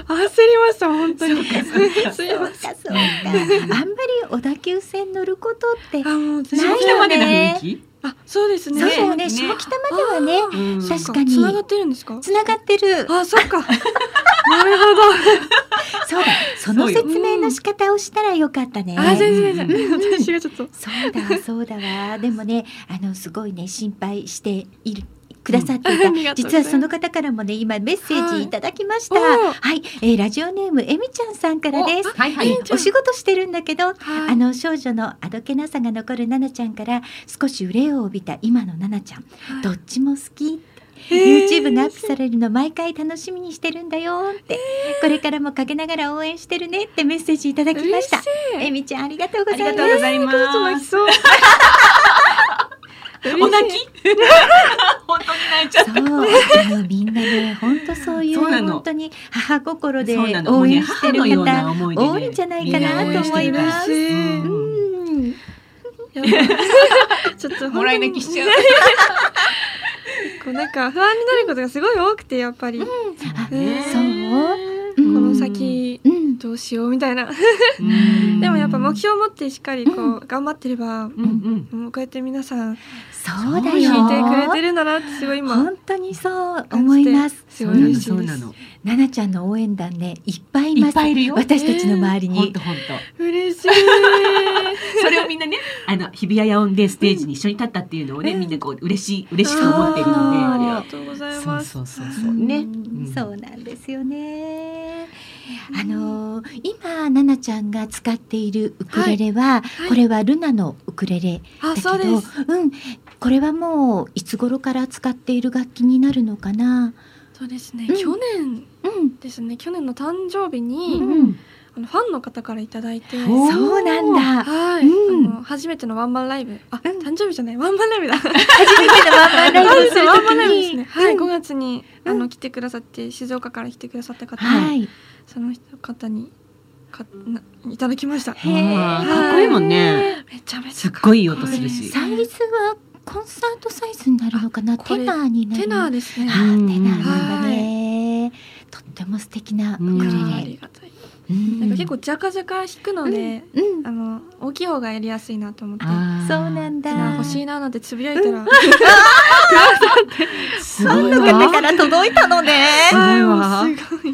Speaker 4: ました本当にすいま
Speaker 1: そうかそうか。あんまり小田急線乗ることって。
Speaker 4: せんあもう全
Speaker 1: な
Speaker 4: 然
Speaker 1: い
Speaker 3: 下までの雰囲気
Speaker 4: あそうですね
Speaker 1: そう
Speaker 3: ね
Speaker 1: ね、下北まではね、
Speaker 3: うん
Speaker 1: 確かに
Speaker 4: つながってるんですか
Speaker 1: つながってる。
Speaker 4: あそっ かなるほど
Speaker 1: そうだ、その説明の仕方をしたらよかったね。
Speaker 4: あ全然全然私がちょっと
Speaker 1: そうだ、そうだわ。でもね、あの、すごいね、心配している。くださってい
Speaker 4: うんあ
Speaker 1: た
Speaker 4: りがとうご
Speaker 1: 実は
Speaker 4: ざいます
Speaker 1: その方からもね今メッセージいただきました
Speaker 4: はいお
Speaker 1: は
Speaker 4: ー
Speaker 1: い、えーラジオネームえみちゃんさんからです
Speaker 3: はいはい。
Speaker 1: お仕事してるんだけど
Speaker 4: はい
Speaker 1: あの少女のあどけなさが残る奈々ちゃんから少し憂いを帯びた今の奈々ちゃん、
Speaker 4: い
Speaker 1: どっちも好き
Speaker 4: へー
Speaker 1: YouTube がアップされるの毎回楽しみにしてるんだよってこれからもかけながら応援してるねってメッセージいただきました
Speaker 4: 嬉しい
Speaker 1: えみちゃんありがとうご
Speaker 3: あり
Speaker 1: ざ
Speaker 3: が
Speaker 1: い
Speaker 3: と
Speaker 1: ま
Speaker 3: うご
Speaker 1: す
Speaker 3: ざいま
Speaker 4: ちょっと泣き
Speaker 3: す。
Speaker 4: そう
Speaker 3: お泣き本当に泣いちゃっ
Speaker 1: そ
Speaker 3: た
Speaker 1: う、。でもみんなね、本当そういう
Speaker 3: そうなの
Speaker 1: 本当に母心で
Speaker 3: そうなのも
Speaker 1: 応
Speaker 3: うね
Speaker 1: 援してる
Speaker 3: 母のような
Speaker 1: 方
Speaker 3: 思いでね
Speaker 1: 多いんじゃないかなと思います。
Speaker 4: み
Speaker 3: んな応援してるうん
Speaker 1: うん
Speaker 4: やばいちょっと本当に
Speaker 3: もらい泣きしちゃう。
Speaker 4: こうなんか不安になることがすごい多くてやっぱり、
Speaker 1: あ
Speaker 3: ね
Speaker 1: そう
Speaker 4: こ
Speaker 1: うん
Speaker 4: の先
Speaker 1: うん、
Speaker 4: どうしようみたいな
Speaker 3: うん
Speaker 4: でもやっぱ目標を持ってしっかりこう頑張ってれば、
Speaker 3: うんうん。
Speaker 4: もうこうやって皆さん
Speaker 1: そうだ
Speaker 4: 聞
Speaker 1: よ。
Speaker 4: いてくれてるんだなってすごい今
Speaker 1: 本当にそう
Speaker 4: 感
Speaker 1: 思
Speaker 4: じ
Speaker 1: い
Speaker 4: て
Speaker 1: ます。
Speaker 4: す
Speaker 3: そ
Speaker 4: ご
Speaker 3: う
Speaker 4: い
Speaker 3: なの
Speaker 4: 嬉し
Speaker 3: そ
Speaker 4: いうで
Speaker 3: な
Speaker 4: す
Speaker 3: の。
Speaker 1: 奈々ちゃんの応援団ね、いっぱいいます。
Speaker 3: いっぱいいるよ
Speaker 1: 私たちの周り
Speaker 3: 本
Speaker 1: に
Speaker 3: 当。本当。
Speaker 4: 嬉しい
Speaker 3: それをみんなね、あの日比谷野音でステージに一緒に立ったっていうのをね、みんなこう嬉しい嬉しく思ってる
Speaker 4: あーあ
Speaker 3: の
Speaker 4: りがとうござ
Speaker 3: で。
Speaker 4: い
Speaker 3: そう
Speaker 4: ます
Speaker 3: そうそうそうね。ん
Speaker 1: そうなんですよね。あのー今奈々ちゃんが使っているウクレレは、
Speaker 4: い
Speaker 1: これはルナのウクレレだ
Speaker 4: あ
Speaker 1: けど、
Speaker 4: そうです
Speaker 1: ん、これはもういつ頃から使っている楽器になるのかな。
Speaker 4: そうですね、
Speaker 1: うん
Speaker 4: 去年
Speaker 1: うん、
Speaker 4: ですね去年の誕生日に、
Speaker 3: うん。
Speaker 4: あのファンの方からいただいて
Speaker 3: おー
Speaker 1: そうなんだ。
Speaker 4: はい、
Speaker 1: うん
Speaker 4: あの初めてのワンマンライブあ、
Speaker 1: うん
Speaker 4: 誕生日じゃないワンマンライブだ
Speaker 1: 初めてのワンマンライブをする
Speaker 4: ワンマンライブで
Speaker 1: 時
Speaker 4: す
Speaker 1: に、
Speaker 4: ねはい、
Speaker 1: うん
Speaker 4: 5月にあ
Speaker 1: う
Speaker 4: の来てくださって静岡から来てくださった方、
Speaker 1: はい、
Speaker 4: その人方にかないただきました
Speaker 1: へー
Speaker 3: あーかっこいいもんね。
Speaker 4: めちゃめち
Speaker 3: す
Speaker 4: ゃ
Speaker 3: っごいいい音するし。
Speaker 1: サイズはコンサートサイズになるのかな、
Speaker 4: あこ
Speaker 1: テ
Speaker 4: れ
Speaker 1: ナーになる。
Speaker 4: テナーですね
Speaker 1: あーテナーなんだ
Speaker 4: は
Speaker 1: ね。とっても素敵なウ
Speaker 3: うん
Speaker 1: クレ
Speaker 4: い
Speaker 1: レ
Speaker 4: や。ーありがたい
Speaker 1: うん
Speaker 4: なんか結構ジャカジャカ弾くので、
Speaker 1: うん、
Speaker 4: あの大きい方がやりやすいなと思って
Speaker 3: あー
Speaker 1: そうなんだ
Speaker 4: テナー欲しいななんてつぶやいたら、
Speaker 3: す
Speaker 1: ファ
Speaker 3: ご
Speaker 1: ン
Speaker 3: いわ
Speaker 1: の方から届いたのね。
Speaker 3: すごい わ
Speaker 4: はいもうすごい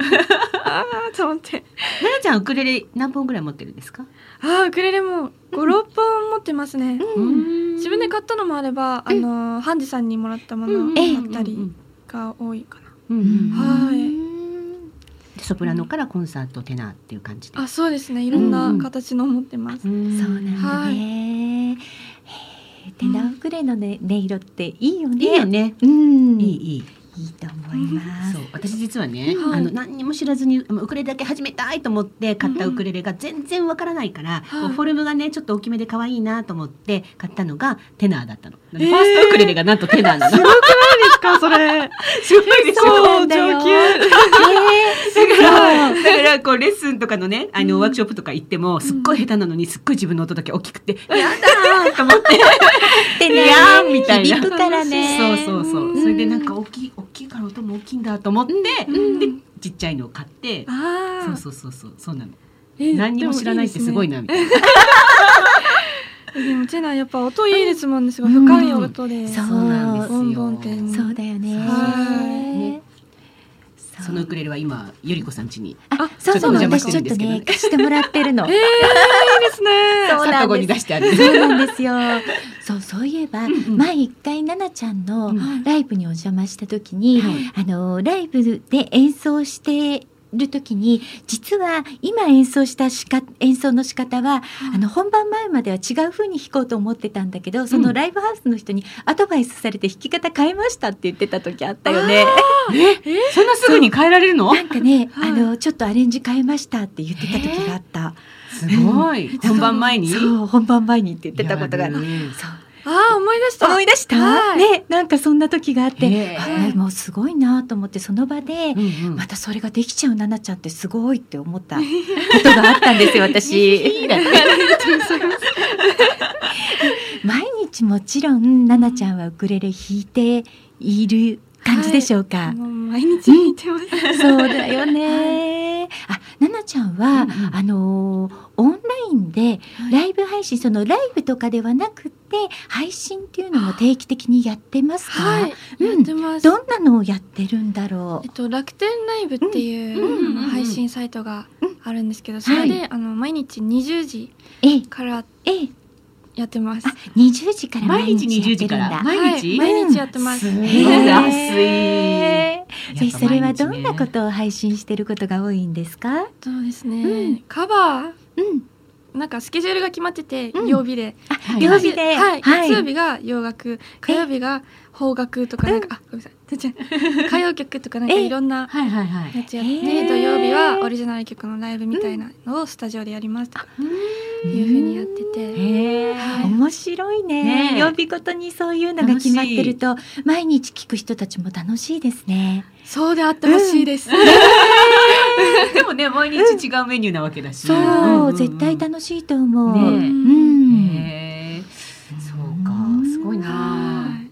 Speaker 4: あーと思って
Speaker 3: 奈々ちゃんウクレレ何本ぐらい持ってるんですか？
Speaker 4: あーウクレレも56本持ってますね、自分で買ったのもあれば、あのハンジさんにもらったもの
Speaker 1: ええ
Speaker 4: だったりが多いかな、
Speaker 3: うんうん
Speaker 4: はい
Speaker 3: でソプラノからコンサートテナーっていう感じで。
Speaker 4: あそうですねいろん
Speaker 3: う
Speaker 4: なん形の持ってます、
Speaker 3: うん
Speaker 1: そうなんだね。へーテナーウクレレのね音色っていいよね。
Speaker 3: いいよ。ね。
Speaker 1: うん。
Speaker 3: いい
Speaker 1: い
Speaker 3: いい。
Speaker 1: いと思います
Speaker 3: そう。私実はね、
Speaker 4: はい
Speaker 3: あの何にも知らずにあのウクレレだけ始めたいと思って買ったウクレレが全然わからないから、
Speaker 4: はい
Speaker 3: こうフォルムがねちょっと大きめで可愛いなと思って買ったのがテナーだったの。ファーストウクレレがなんとテナーなの。
Speaker 4: ですかそれ
Speaker 3: すごいでしょ。
Speaker 1: そうなんだよ。
Speaker 4: 上級
Speaker 1: ね
Speaker 3: だから、だからこうレッスンとかのね、あのワークショップとか行っても、すっごい下手なのに、すっごい自分の音だけ大きくて、 やだーと思って、
Speaker 1: テ
Speaker 3: いやーみたいな。
Speaker 1: 響くからね。
Speaker 3: そうそうそう。それでなんか大きい、大きいから音も大きいんだと思って、で、ちっちゃいのを買って、
Speaker 4: あ
Speaker 3: そう
Speaker 4: あ
Speaker 3: そうそうそう、そうなの。
Speaker 4: え
Speaker 3: 何にも知らないってすごいな、みたいな。
Speaker 4: でもいいですねでもテナーやっぱ音いいですもんねすごい深い音で、
Speaker 1: そう
Speaker 3: なんですよ。
Speaker 4: ボンボンって
Speaker 1: そうだよね
Speaker 4: は。
Speaker 1: そ
Speaker 5: そのウクレレは今ゆり子さん家に
Speaker 1: あ、そうそう、
Speaker 5: ちょっとお邪魔
Speaker 1: 私
Speaker 5: して
Speaker 1: ち
Speaker 5: る
Speaker 1: ょっ
Speaker 5: んで
Speaker 1: と
Speaker 5: すけどね
Speaker 1: ね、貸してもらってるの。
Speaker 4: えー、いいですね。
Speaker 1: そう
Speaker 5: サ
Speaker 1: な
Speaker 5: ッ
Speaker 1: ん
Speaker 5: ゴに
Speaker 1: で
Speaker 5: 出
Speaker 1: す。
Speaker 5: してある。
Speaker 1: そうなんですよ。 そう、そういえば、
Speaker 5: んうん
Speaker 1: 前一回奈々ちゃんの
Speaker 5: うん
Speaker 1: ライブにお邪魔した時に、
Speaker 5: はい
Speaker 1: あのライブで演奏して。る時に実は今演奏したしか演奏の仕方は、あの本番前までは違う風に弾こうと思ってたんだけどそのライブハウスの人にアドバイスされて弾き方変えましたって言ってた時あったよね。
Speaker 5: そんなすぐに変えられるの？
Speaker 1: なんかね、
Speaker 4: はい
Speaker 1: あのちょっとアレンジ変えましたって言ってた時があった。
Speaker 5: すごい。本番前に。
Speaker 1: そう本番前にって言ってたことがある。
Speaker 5: やるね
Speaker 1: そう
Speaker 4: ああ、思い出した。
Speaker 1: 思い出した、
Speaker 4: はい
Speaker 1: ねなんかそんな時があって
Speaker 5: へ
Speaker 4: ー
Speaker 1: あもうすごいなと思ってその場で、
Speaker 5: うんうん
Speaker 1: またそれができちゃうななちゃんってすごいって思 ったことがあったんですよ私。毎日もちろんななちゃんはウクレレ弾いている感じでしょうか。
Speaker 4: もう毎日見てます。
Speaker 1: そうだよね。あ、ななちゃんは、あのーオンラインでライブ配信、そのライブとかではなくて配信っていうのも定期的にやってますか。
Speaker 4: はい、や
Speaker 1: うん
Speaker 4: ってます。
Speaker 1: どんなのをやってるんだろ
Speaker 4: えっと、楽天ライブっていう、
Speaker 5: うんうんうんうん
Speaker 4: 配信サイトがあるんですけど、それで、
Speaker 1: は
Speaker 4: あの毎日20時
Speaker 1: う。ええ、
Speaker 4: から
Speaker 1: ええ、
Speaker 4: やってます。
Speaker 1: あ、二十時から毎
Speaker 5: 毎
Speaker 1: 日
Speaker 5: 日
Speaker 1: や
Speaker 5: 20
Speaker 1: って
Speaker 5: 時
Speaker 1: る
Speaker 5: か
Speaker 1: ん
Speaker 5: ら
Speaker 1: だ。
Speaker 5: 毎日。
Speaker 4: はい毎日やってます。
Speaker 5: すご
Speaker 1: へ
Speaker 5: い
Speaker 1: え
Speaker 5: 安い。
Speaker 1: それそれはどんなこ
Speaker 5: やっぱ毎日ね
Speaker 1: とを配信してることが多いんですか。
Speaker 4: そうですね、
Speaker 1: うん
Speaker 4: カバー
Speaker 1: うん、
Speaker 4: なんかスケジュールが決まってて、
Speaker 1: うん
Speaker 4: 曜日で
Speaker 1: あ、
Speaker 5: はい
Speaker 1: 曜日で、
Speaker 4: はい、
Speaker 1: はい
Speaker 4: 月曜日が洋楽火曜日が邦楽とかなんか、あごめんなさい 全然歌謡曲とかなんか
Speaker 1: ええ
Speaker 4: いろんな
Speaker 5: はいはいは
Speaker 4: や
Speaker 5: い。
Speaker 4: つやって、
Speaker 1: ええ
Speaker 4: 土曜日はオリジナル曲のライブみたいなのをスタジオでやりますとかいうふうにやってて、
Speaker 5: へえ。
Speaker 4: はい
Speaker 1: 面白いね
Speaker 5: ねえ
Speaker 1: 曜日ごとにそういうのが決まってると毎日聞く人たちも楽しいですね
Speaker 4: そうであってほしいです、
Speaker 5: でもね毎日違うメニューなわけだし。
Speaker 1: そう、
Speaker 5: んんん
Speaker 1: 絶対楽しいと思う、
Speaker 5: ねえ
Speaker 1: うん、
Speaker 5: へえそう
Speaker 1: うん
Speaker 5: か。すごいな
Speaker 4: は。い
Speaker 5: ね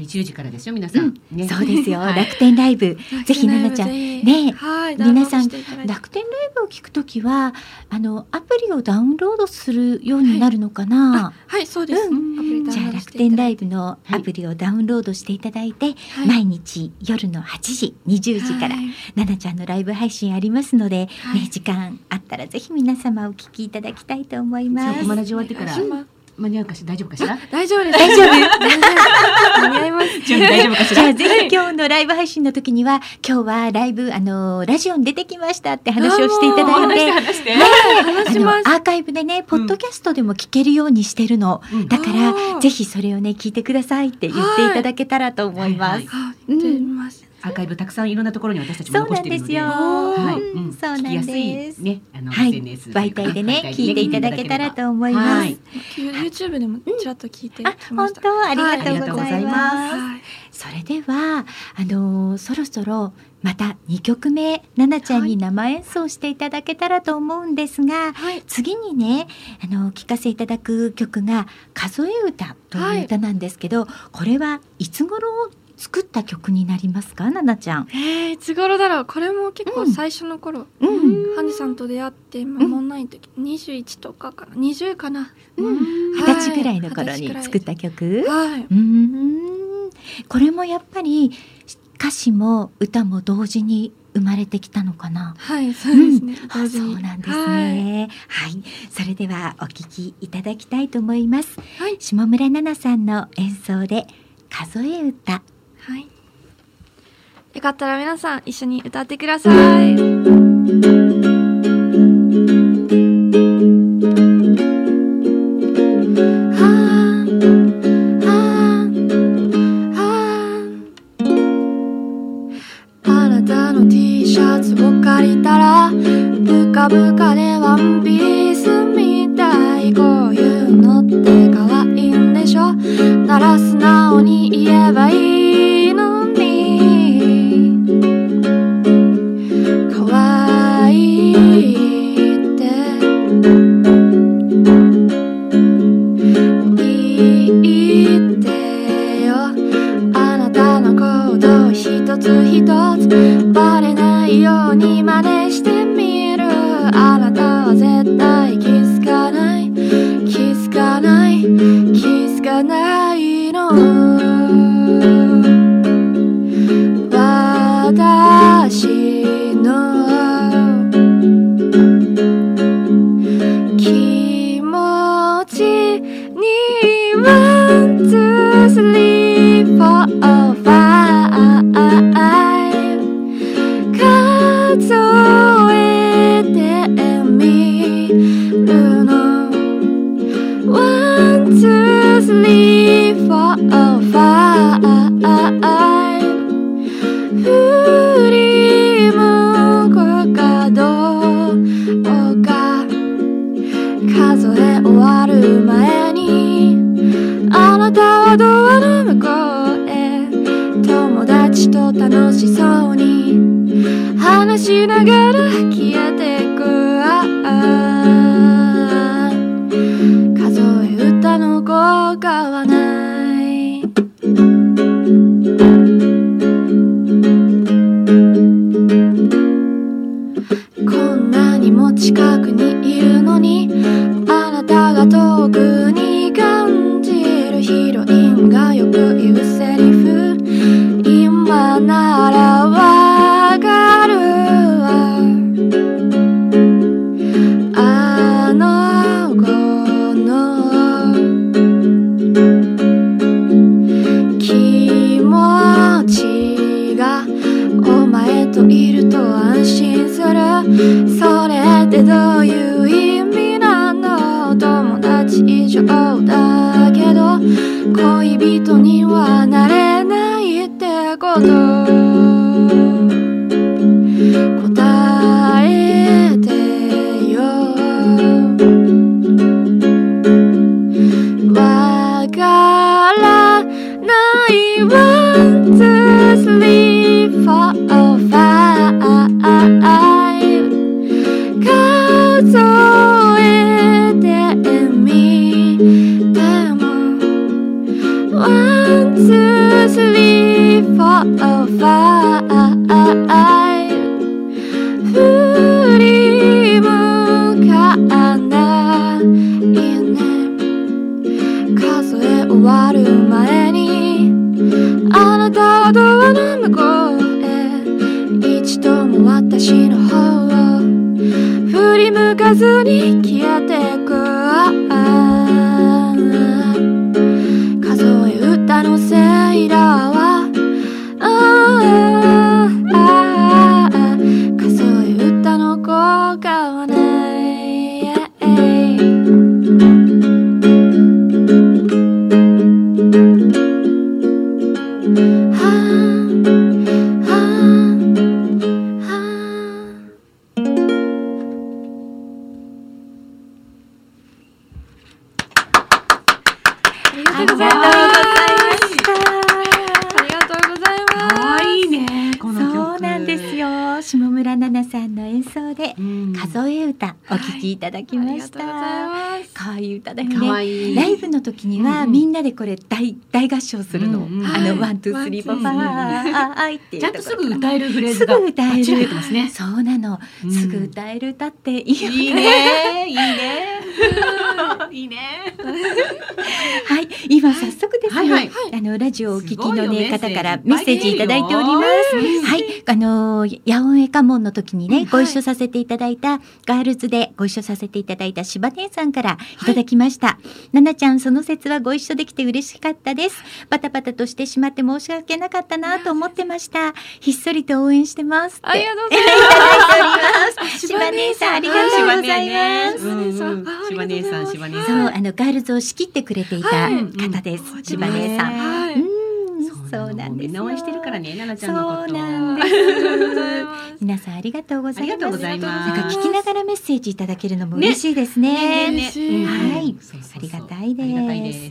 Speaker 5: 20時からですよ皆さん。ね
Speaker 1: そうですよ、
Speaker 5: はい
Speaker 1: 楽天ライブぜひ奈々ちゃんねえ
Speaker 4: はい
Speaker 1: 皆さん
Speaker 4: ダウンロードしていただいて
Speaker 1: 楽天ライブを聞くときはあのアプリをダウンロードするようになるのかな、
Speaker 4: はいそうです、
Speaker 5: うん
Speaker 4: アプリダウ
Speaker 1: じゃ
Speaker 4: ンロ
Speaker 1: あ
Speaker 4: ードし
Speaker 1: 楽
Speaker 4: て
Speaker 1: 天
Speaker 4: いただ
Speaker 1: ラ
Speaker 4: い
Speaker 1: イブのアプリをダウンロードしていただいて、
Speaker 4: てはい
Speaker 1: 毎日夜の8時20時から、
Speaker 4: はい
Speaker 1: ななちゃんのライブ配信ありますので、
Speaker 4: はい
Speaker 1: ね時間あったらぜひ皆様お聞きいただきたいと思いま
Speaker 5: じゃ
Speaker 1: す
Speaker 5: あ。コマラジ終わってから
Speaker 4: お願いします
Speaker 5: 間に合うかしら大丈夫かしら。
Speaker 4: 大丈夫です。大丈 夫。大丈夫。間に合います。
Speaker 5: じゃあ大丈夫かし
Speaker 1: じゃ
Speaker 5: ら
Speaker 1: あ。ぜひ今日のライブ配信の時には今日はライブあのラジオに出てきましたって話をしていた
Speaker 5: お
Speaker 1: だい
Speaker 5: 話して
Speaker 1: て。
Speaker 5: 話して。
Speaker 4: 話
Speaker 1: あ
Speaker 4: し
Speaker 1: の
Speaker 4: ます。
Speaker 1: アーカイブでね、ポッドキャストでも聞けるようにしてるの、
Speaker 5: うん
Speaker 1: だか
Speaker 4: あ
Speaker 1: ら
Speaker 4: ー
Speaker 1: ぜひそれをね聞いてくださいって言っていただけたらと思います。
Speaker 5: はいはい
Speaker 4: あ、行ってみます。
Speaker 5: アーカイブたくさんいろんなところに私たちも
Speaker 1: そう
Speaker 5: 残
Speaker 1: な
Speaker 5: し
Speaker 1: ん
Speaker 5: ている
Speaker 1: で
Speaker 5: の
Speaker 1: す
Speaker 5: で。
Speaker 1: よ。
Speaker 5: はい、
Speaker 1: う
Speaker 5: うんん、
Speaker 1: そうな
Speaker 5: 聞
Speaker 1: ん
Speaker 5: きや
Speaker 1: ですす
Speaker 5: い。ね、あの、
Speaker 1: はい
Speaker 5: SNS
Speaker 1: 媒体でね聞いていただけたらと思いま
Speaker 5: は
Speaker 1: す
Speaker 5: い。、
Speaker 4: YouTube でもちらっと聞いて
Speaker 1: あ
Speaker 4: き、ま
Speaker 1: 本
Speaker 4: した。
Speaker 1: 当ありが
Speaker 5: ありが
Speaker 1: と
Speaker 5: と
Speaker 1: う
Speaker 5: う
Speaker 1: ご
Speaker 5: ご
Speaker 1: ざ
Speaker 5: ざ
Speaker 1: い
Speaker 5: い
Speaker 1: ます。
Speaker 4: はい。
Speaker 1: それではあのーそろそろまた2曲目奈々ちゃんに生演奏していただけたらと思うんですが、
Speaker 4: はい。
Speaker 1: 次にねあの聴かせいただく曲が「数え歌」という歌なんですけど、これはいつ頃作った曲になりますか奈々ちゃん。
Speaker 4: えー、いつ頃だろう。これも結
Speaker 1: う
Speaker 4: 構
Speaker 1: ん
Speaker 4: 最初の頃、
Speaker 1: うん
Speaker 4: ハニさんと出会って間もない時、21とかかな、20かな。
Speaker 1: 二
Speaker 4: は
Speaker 1: 十
Speaker 4: い
Speaker 1: 歳ぐらいの頃に作っ。た曲、
Speaker 4: はい。
Speaker 1: うーんこれもやっぱり歌詞も歌も同時に生まれてきたのかな
Speaker 4: はい、そうですね。
Speaker 1: あ
Speaker 4: 同時
Speaker 1: そ
Speaker 4: に
Speaker 1: うなんです。ねはい、それではお聞きいただきたいと思います、
Speaker 4: はい
Speaker 1: 下村奈々さんの演奏で数え歌
Speaker 4: はい。はいよかったら皆さん一緒に歌ってください。「はあはあはあ」「あなたの T シャツを借りたら」「ブカブカでワンピースみたい」「こういうのって可愛いんでしょ」「なら素直に言えばいいのに」「可愛い歳以上だけど恋人にはなれないってこと答えてよわからない One, two, three, four, five 数えてみても One, two, three, four, five 振り向かないね数え終わる前にあなたはドアの向こうへ一度も私の方を振り向かずに消えてく数え歌のせいだわああ数え歌の効果はないはあはあはあありがとうございます。ありがとうございます。
Speaker 5: いいねこの曲
Speaker 1: そうなんですよ下村奈々さんの演奏で
Speaker 5: うん
Speaker 1: 数え歌お聞きいただき
Speaker 4: あ
Speaker 1: ま
Speaker 4: りが
Speaker 1: し
Speaker 4: と
Speaker 1: た、
Speaker 4: うございます。
Speaker 1: 可愛い歌だよ
Speaker 5: 可
Speaker 1: ね。
Speaker 5: 愛い
Speaker 1: ライブの時には、
Speaker 5: うんうん
Speaker 1: みんなでこれ大大合唱するの。
Speaker 5: うんうん
Speaker 1: あ
Speaker 4: はい
Speaker 1: のワンツースリーパ
Speaker 4: ワン
Speaker 1: パ
Speaker 4: ツースリ
Speaker 1: ーあいっていう
Speaker 5: ちゃんとすぐ歌えるフレーズ
Speaker 1: す
Speaker 5: が
Speaker 1: ぐ歌え
Speaker 5: バッチリ入って
Speaker 1: る。
Speaker 5: ますね
Speaker 1: そうなの、
Speaker 5: うん
Speaker 1: すぐ歌える歌っていいよね
Speaker 5: いいねいい ねいいね
Speaker 1: はい、今早速ですね、
Speaker 5: はいはい
Speaker 1: あのラジオをお聞きの、ね
Speaker 5: すごいよ
Speaker 1: 方から
Speaker 5: メ
Speaker 1: メ
Speaker 5: ッ
Speaker 1: ッ
Speaker 5: セ
Speaker 1: セ
Speaker 5: ー
Speaker 1: ー
Speaker 5: ジ
Speaker 1: ジ
Speaker 5: い
Speaker 1: い
Speaker 5: た
Speaker 1: た
Speaker 5: だ
Speaker 1: だ
Speaker 5: い
Speaker 1: い
Speaker 5: て
Speaker 1: て
Speaker 5: お
Speaker 1: お
Speaker 5: り
Speaker 1: り
Speaker 5: ま
Speaker 1: ますす。はい、あのヤオンエカモンの時にね、ご一緒させていただいたガールズでご一緒させていただいた柴姉さんからいただきました。ななちゃんその説はご一緒できて嬉しかったです。バタバタとしてしまって申し訳なかったなと思ってました。ひっそりと応援してますって。
Speaker 4: ありがとうござい
Speaker 1: いただいております。柴姉さんありがとうございます。
Speaker 5: す
Speaker 4: 柴
Speaker 5: 柴
Speaker 4: 姉
Speaker 5: 姉
Speaker 4: さ
Speaker 5: さ
Speaker 4: ん
Speaker 5: ん柴姉
Speaker 1: そう、
Speaker 5: さん
Speaker 1: あのガールズを仕切ってくれていた方です。
Speaker 5: はい
Speaker 1: 千葉姉さん。
Speaker 4: は
Speaker 1: う
Speaker 4: い。
Speaker 1: ん、そうな
Speaker 5: の
Speaker 1: んで
Speaker 5: みん
Speaker 1: すよ。
Speaker 5: な応援してるからね奈々ちゃ
Speaker 1: そ
Speaker 5: んの
Speaker 1: う
Speaker 5: こと
Speaker 1: なんで
Speaker 4: ありがとうござい
Speaker 1: す。
Speaker 4: ます。
Speaker 1: 皆さんありがとうござ
Speaker 5: あり
Speaker 1: い
Speaker 5: がとう
Speaker 1: ま
Speaker 5: ご
Speaker 1: す。
Speaker 5: ざい
Speaker 4: あり
Speaker 5: ま
Speaker 1: なん
Speaker 4: が
Speaker 1: か
Speaker 5: す
Speaker 4: とう
Speaker 1: 聞きながらメッセージいただけるのも嬉しいですね。
Speaker 4: ね
Speaker 1: はい
Speaker 5: そうそうそう
Speaker 1: ありがたいです
Speaker 5: ありがたいです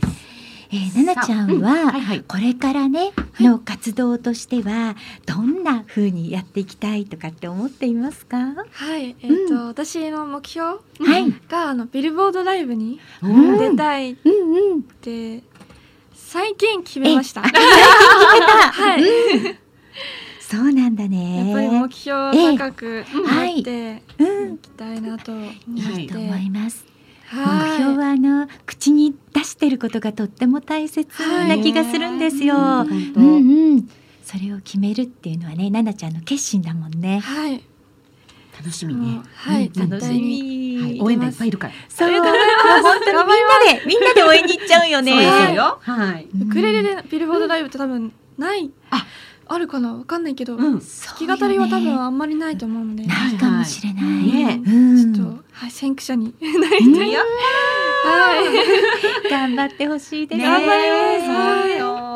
Speaker 1: えー、ななちゃんは、
Speaker 5: はいはい
Speaker 1: これからねの活動としてはどんな風にやっていきたいとかって思っていますか？は
Speaker 4: はい。えっ、
Speaker 1: う
Speaker 4: と、私の目標
Speaker 1: い。
Speaker 4: があのビルボードライブに
Speaker 1: うん
Speaker 4: 出たいっ
Speaker 1: うんうん。
Speaker 4: て最近決めました。
Speaker 1: えあ
Speaker 4: はい。
Speaker 1: そうなんだね。
Speaker 4: やっぱり目標を高く
Speaker 1: は
Speaker 4: 持
Speaker 1: い
Speaker 4: って
Speaker 1: うん
Speaker 4: い。きたいなと思って。
Speaker 1: いいと思います。
Speaker 4: はい
Speaker 1: 目標はあの口に出してることがとっても大切な気がするんですよ。
Speaker 4: は
Speaker 1: う
Speaker 5: 本
Speaker 1: んうん。それを決めるっていうのはね、ななちゃんの決心だもんね。
Speaker 4: はい。
Speaker 5: 当楽しみ
Speaker 4: もう
Speaker 5: ね
Speaker 4: はい。
Speaker 5: うん
Speaker 4: 絶対に。
Speaker 1: み
Speaker 5: はい応援団いっぱいいるから
Speaker 1: そう、もう本 当にみんなでみんなで応援に行っちゃうよね。
Speaker 5: そうですよはい
Speaker 1: うん
Speaker 4: ウクレレでビルボードライブって多分ない
Speaker 5: あ
Speaker 4: あるかなわかんないけど、
Speaker 5: う
Speaker 4: 弾
Speaker 5: ん
Speaker 1: そう
Speaker 4: き
Speaker 1: よね
Speaker 4: 語りは多分あんまりないと思うので、
Speaker 1: ないかもしれない。
Speaker 5: ね
Speaker 1: うん
Speaker 4: ちょっとはい先駆者になりたいよ。はい。
Speaker 1: 頑張ってほしいですね。
Speaker 5: 頑
Speaker 4: 張り
Speaker 5: ます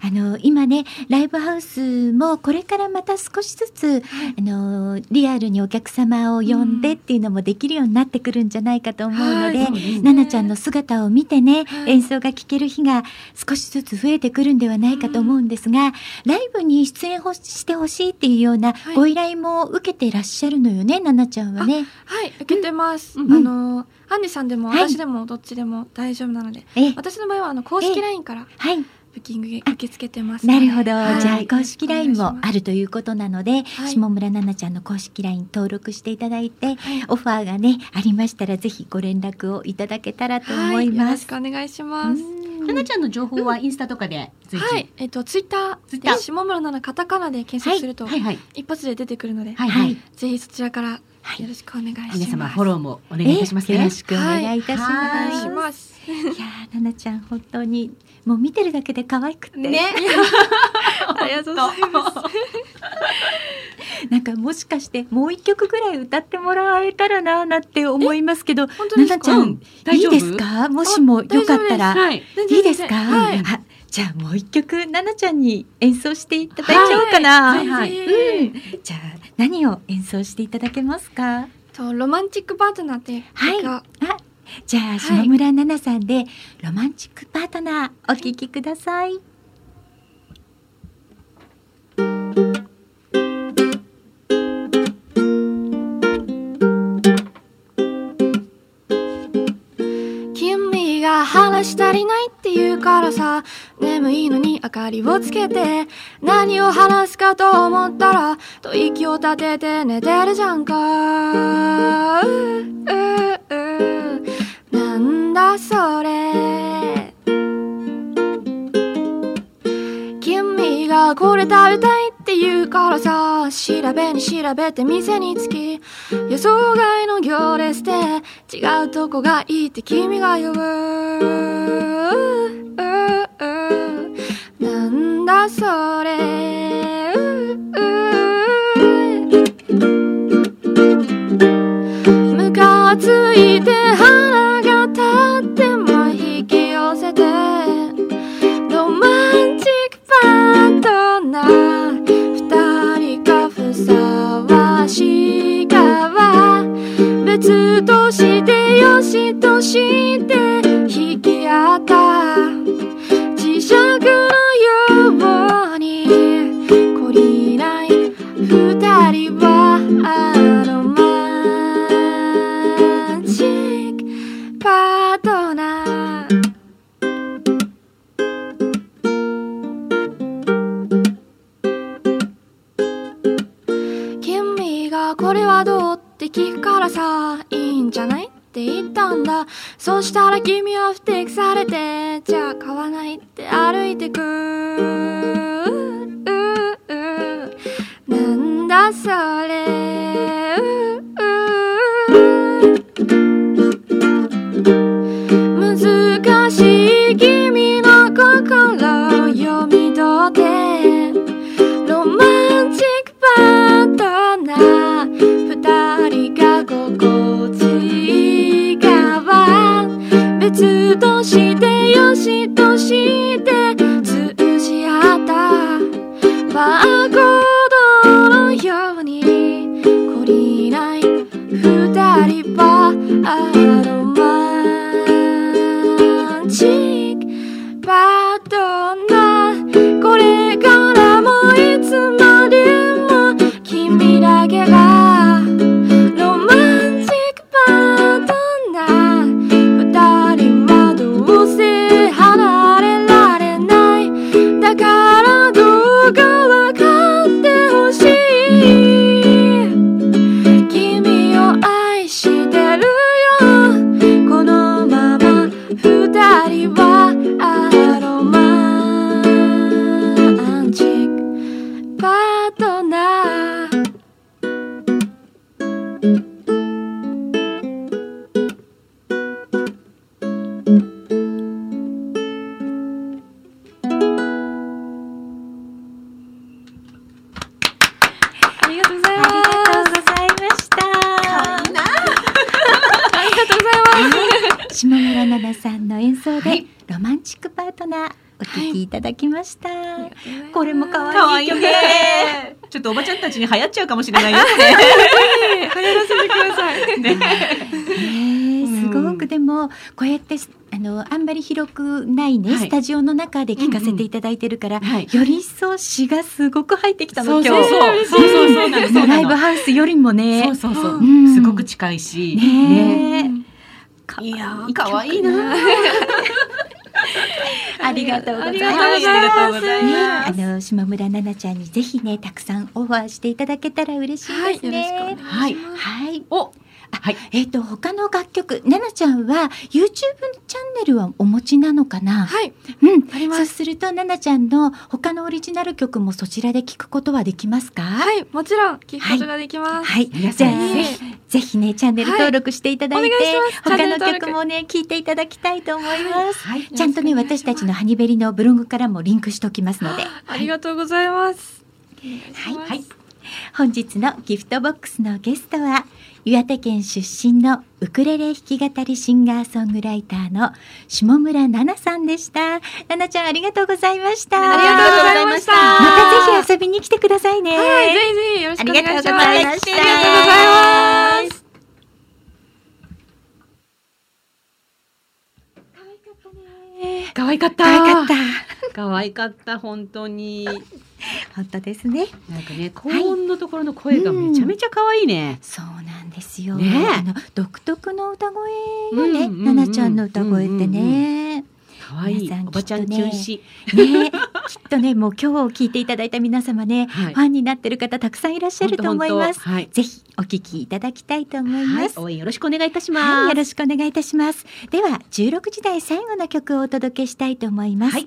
Speaker 1: あの今ねライブハウスもこれからまた少しずつあのリアルにお客様を呼んでっていうのもできるようになってくるんじゃないかと思うので、
Speaker 4: はい
Speaker 5: そうですね
Speaker 1: ななちゃんの姿を見てね、
Speaker 4: はい
Speaker 1: 演奏が聴ける日が少しずつ増えてくるんではないかと思うんですが、ライブに出演ほししてほしいっていうような
Speaker 4: はい
Speaker 1: ご依頼も受けてらっしゃるのよね、ななちゃんはね。
Speaker 4: はい受けてます。
Speaker 5: うん
Speaker 4: あのアンディさんでも
Speaker 1: はい
Speaker 4: 私でもどっちでも大丈夫なので、
Speaker 1: ええ
Speaker 4: 私の場合はあの公
Speaker 1: え
Speaker 4: 式
Speaker 1: え
Speaker 4: ラインから
Speaker 1: はい、
Speaker 4: ブッキング受け付けてますの
Speaker 1: な
Speaker 4: で。
Speaker 1: るほど、
Speaker 4: はい
Speaker 1: じゃあ公式 LINE もあ
Speaker 4: る。
Speaker 1: るということなので、
Speaker 4: はい
Speaker 1: 下村奈々ちゃんの公式 LINE 登録していただいて、
Speaker 4: はい
Speaker 1: オファーがねありましたらぜひご連絡をいただけたらと思
Speaker 4: はい
Speaker 1: い
Speaker 4: よろ
Speaker 1: ま
Speaker 4: し
Speaker 1: す。
Speaker 4: くお願いします。
Speaker 1: うん
Speaker 5: ななちゃんの情報はインスタとかで随時
Speaker 4: はい、えっ、とツイッターで
Speaker 5: Twitter
Speaker 4: 下村奈々カタカナで検索すると、
Speaker 5: はいはい
Speaker 4: 一発で出てくるので、
Speaker 5: はいはい
Speaker 4: ぜひそちらからよ
Speaker 1: はい
Speaker 4: ろしくお願いします。
Speaker 5: 皆様フォローもお願いいたします
Speaker 1: えよ
Speaker 5: ね
Speaker 1: ろしくお願いいたします。
Speaker 4: お願いし
Speaker 1: い
Speaker 4: ます。
Speaker 1: やー、ななちゃん、本当に、もう見てるだけで可愛くて。
Speaker 5: ね
Speaker 4: ありがとうございます。
Speaker 1: なんかもしかしてもう一曲ぐらい歌ってもらえたらななんて思いますけど、
Speaker 4: 本当
Speaker 1: な
Speaker 4: ですか
Speaker 1: なちゃ
Speaker 5: うんん、
Speaker 1: い
Speaker 5: 大
Speaker 1: い
Speaker 5: 丈夫
Speaker 1: ですか？もしもよかったら、
Speaker 5: はい。
Speaker 4: 全然
Speaker 1: いいですか？
Speaker 4: 全然はい
Speaker 1: あじゃあもう一曲ななちゃんに演奏していただいちゃおうかな。
Speaker 5: はいはい
Speaker 4: 全然
Speaker 1: うん。じゃあ何を演奏していただけますか？
Speaker 4: とロマンチックパートナーっていう曲が、
Speaker 1: じゃあ下村奈々さんでロマンチックパートナーお聞きください。
Speaker 4: 君が話足りないって言うからさ眠いのに明かりをつけて何を話すかと思ったらと息を立てて寝てるじゃんかうううなんだそれ君がこれ食べたいって言うからさ調べに調べて店に着き予想外の行列で違うとこがいいって君が呼ぶなんだそれムカついて腹が立っても引き寄せてロマンチックパートナー二人がふさわしいかは別としてよしとして引き合った磁石のように懲りない二人はロマンチックパートナー君がこれはどうって聞くからさいいんじゃないって言ったんだそしたら君は不適されてじゃあ買わないって歩いてくなんだそれ難しい君の心を読み取ってロマンチックパートナー二人が心地いいから別としてよしとして通じ合ったバーコードのように懲りない二人はロマンチックパートナーこれからもいつまでも君だけがロマンチックパートナー二人はどうせ離れられないだからどうかわかってほしい君を愛してるよこのまま二人はアロマンチックパートナーありがとうございます
Speaker 1: ざいました。
Speaker 4: ありがとうございます
Speaker 1: 下村奈々さんの演奏で、
Speaker 5: はい
Speaker 1: ロマンチックパートナーお聴きいただきました、これも可愛い
Speaker 5: 可愛いね。ちょっとおばちゃんたちに流行っちゃうかもしれ ないよね。流行らせてください。ね。
Speaker 1: ねえすご
Speaker 5: う
Speaker 1: く
Speaker 5: ん
Speaker 1: でもこうやってあのあんまり広くないね、
Speaker 5: はい
Speaker 1: スタジオの中で聞かせていただいてるから、
Speaker 5: はい。
Speaker 1: より一層詩がすごく入ってきたの
Speaker 5: そう
Speaker 1: 今
Speaker 5: そう
Speaker 1: 日
Speaker 5: そうそうそうそうなのそうなの
Speaker 1: ライブハウスよりもね
Speaker 5: そうそうそう
Speaker 1: う。ん
Speaker 5: すごく近いし。ね
Speaker 1: ねえ、か
Speaker 5: いや
Speaker 1: い
Speaker 5: ー、
Speaker 1: 曲
Speaker 5: 可愛いな。
Speaker 1: ありがとうございます
Speaker 5: はいありがとうござい
Speaker 1: ね、
Speaker 5: ま
Speaker 1: あ
Speaker 5: す。
Speaker 1: の島村奈々ちゃんにぜひねたくさんオファーしていただけたら嬉しいですね。
Speaker 4: はいよろしくお願いします
Speaker 5: はい。
Speaker 1: はい
Speaker 5: お、はい。
Speaker 1: えっ、と他の楽曲、奈々ちゃんは YouTube チャンネルはお持ちなのかな。
Speaker 4: はい
Speaker 1: うん。
Speaker 4: ありま
Speaker 1: そう
Speaker 4: す
Speaker 1: すると奈々ちゃんの他のオリジナル曲もそちらで聞くことはできますか。は
Speaker 4: はいもちろん聞くことができます、
Speaker 1: はい。
Speaker 5: 皆
Speaker 1: じ
Speaker 5: さ
Speaker 1: ゃ
Speaker 5: ん
Speaker 1: あ
Speaker 5: ぜ
Speaker 1: ぜひねチャンネル登録していただいて、
Speaker 4: はいお願いします
Speaker 1: 他の
Speaker 4: チャンネル
Speaker 1: 曲
Speaker 4: 登録
Speaker 1: もね聞いていただきたいと思います。
Speaker 5: はい。
Speaker 1: ちゃんとね
Speaker 4: よろしくお願い
Speaker 1: 私
Speaker 4: します
Speaker 1: たちのハニベリのブログからもリンクしておきますので。
Speaker 4: ありがとうございます、
Speaker 1: はい
Speaker 4: お願します
Speaker 5: はい
Speaker 1: 本日のギフトボックスのゲストは岩手県出身のウクレレ弾き語りシンガーソングライターの下村奈々さんでした奈々ちゃんありがとうございました
Speaker 4: ありがとうございました
Speaker 1: またぜひ遊びに来てくださいね
Speaker 4: はい、ぜひぜひよろしくお願いします。
Speaker 1: ありがとうございました
Speaker 4: ありがとうございます。
Speaker 3: 可愛かった。
Speaker 1: 可愛かった
Speaker 3: 可愛かった、本当に。
Speaker 1: 本当ですね
Speaker 3: なんかね、高音のところの声がめちゃめちゃ可愛いね。
Speaker 1: そうなんですよ、
Speaker 3: ねえ
Speaker 1: あの独特の歌声よね、
Speaker 3: うんうんうん
Speaker 1: 奈々ちゃんの歌声ってね、
Speaker 3: 可愛い
Speaker 1: 皆さん
Speaker 3: おばちゃん
Speaker 1: きっと
Speaker 3: 中
Speaker 1: ね
Speaker 3: 止。
Speaker 1: ね、きっとね、もう今日聞いていただいた皆様ね、
Speaker 3: はい
Speaker 1: ファンになってる方たくさんいらっしゃると思います。
Speaker 3: 本当本当はい。
Speaker 1: ぜひお聞きいただきたいと思い
Speaker 3: は
Speaker 1: ま
Speaker 3: い
Speaker 1: す。
Speaker 3: 応援よろしくお願いいたします。
Speaker 1: はい、よろしくお願いいたします。では、16時台最後の曲をお届けしたいと思います。
Speaker 3: はい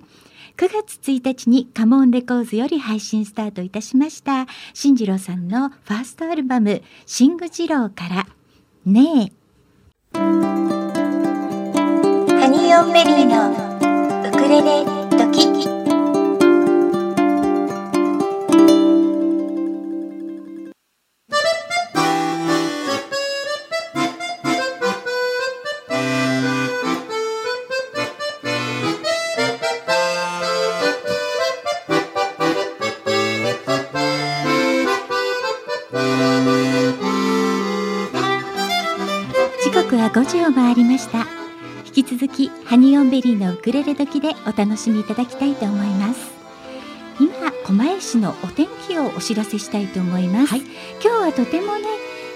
Speaker 1: 9月1日にカモンレコーズより配信スタートいたしました、進次郎さんのファーストアルバム、シング次郎から、ねえ、
Speaker 2: ハニーオンベリーのウクレレドキッ
Speaker 1: 時刻は5時を回りました。引き続きハニオンベリーのウクレレ時でお楽しみいただきたいと思います今狛江市のお天気をお知らせしたいと思います、
Speaker 3: はい
Speaker 1: 今日はとてもね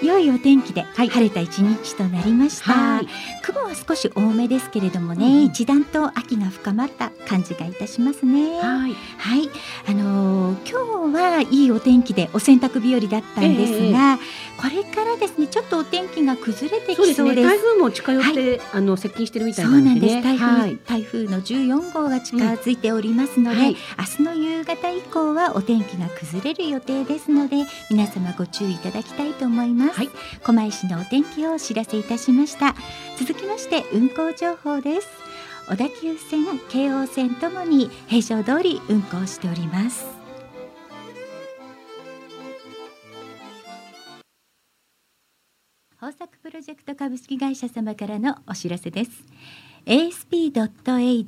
Speaker 1: 良いお天気で晴れた一日となりました、
Speaker 3: はい
Speaker 1: 雲は少し多めですけれどもね、
Speaker 3: うんうん
Speaker 1: 一段と秋が深まった感じがいたしますねはい、
Speaker 3: はい。
Speaker 1: あのー今日はいいお天気でお洗濯日和だったんですが、これからですねちょっとお天気が崩れて
Speaker 3: そうで
Speaker 1: き
Speaker 3: す
Speaker 1: そう
Speaker 3: ね。
Speaker 1: です
Speaker 3: 台風も近寄って、あの接近してるみたい
Speaker 1: そ
Speaker 3: な
Speaker 1: うんな
Speaker 3: で
Speaker 1: んです、
Speaker 3: ね。
Speaker 1: 台風、
Speaker 3: はい。
Speaker 1: 台風の14号が近づいておりますので、
Speaker 3: はい
Speaker 1: 明日の夕方以降はお天気が崩れる予定ですので皆様ご注意いただきたいと思います、
Speaker 3: はい
Speaker 1: 狛江市のお天気をお知らせいたしました続きまして運行情報です小田急線、京王線ともに平常通り運行しております豊作プロジェクト株式会社様からのお知らせです ASP.AID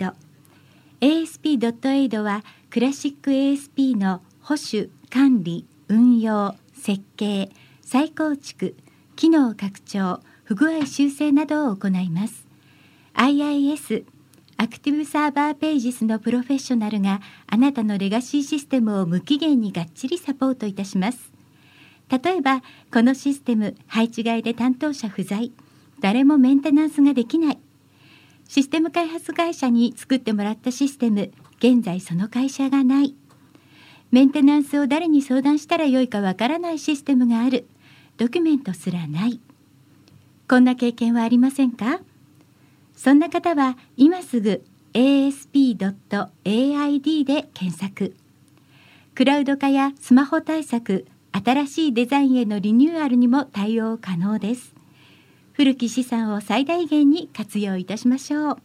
Speaker 1: ASP.AID はクラシック ASP の保守管理運用設計再構築機能拡張不具合修正などを行います IIS アクティブサーバーページスのプロフェッショナルがあなたのレガシーシステムを無期限にがっちりサポートいたします例えばこのシステム配置外で担当者不在誰もメンテナンスができないシステム開発会社に作ってもらったシステム現在その会社がないメンテナンスを誰に相談したらよいかわからないシステムがあるドキュメントすらないこんな経験はありませんかそんな方は今すぐ asp.aid で検索クラウド化やスマホ対策新しいデザインへのリニューアルにも対応可能です古き資産を最大限に活用いたしましょう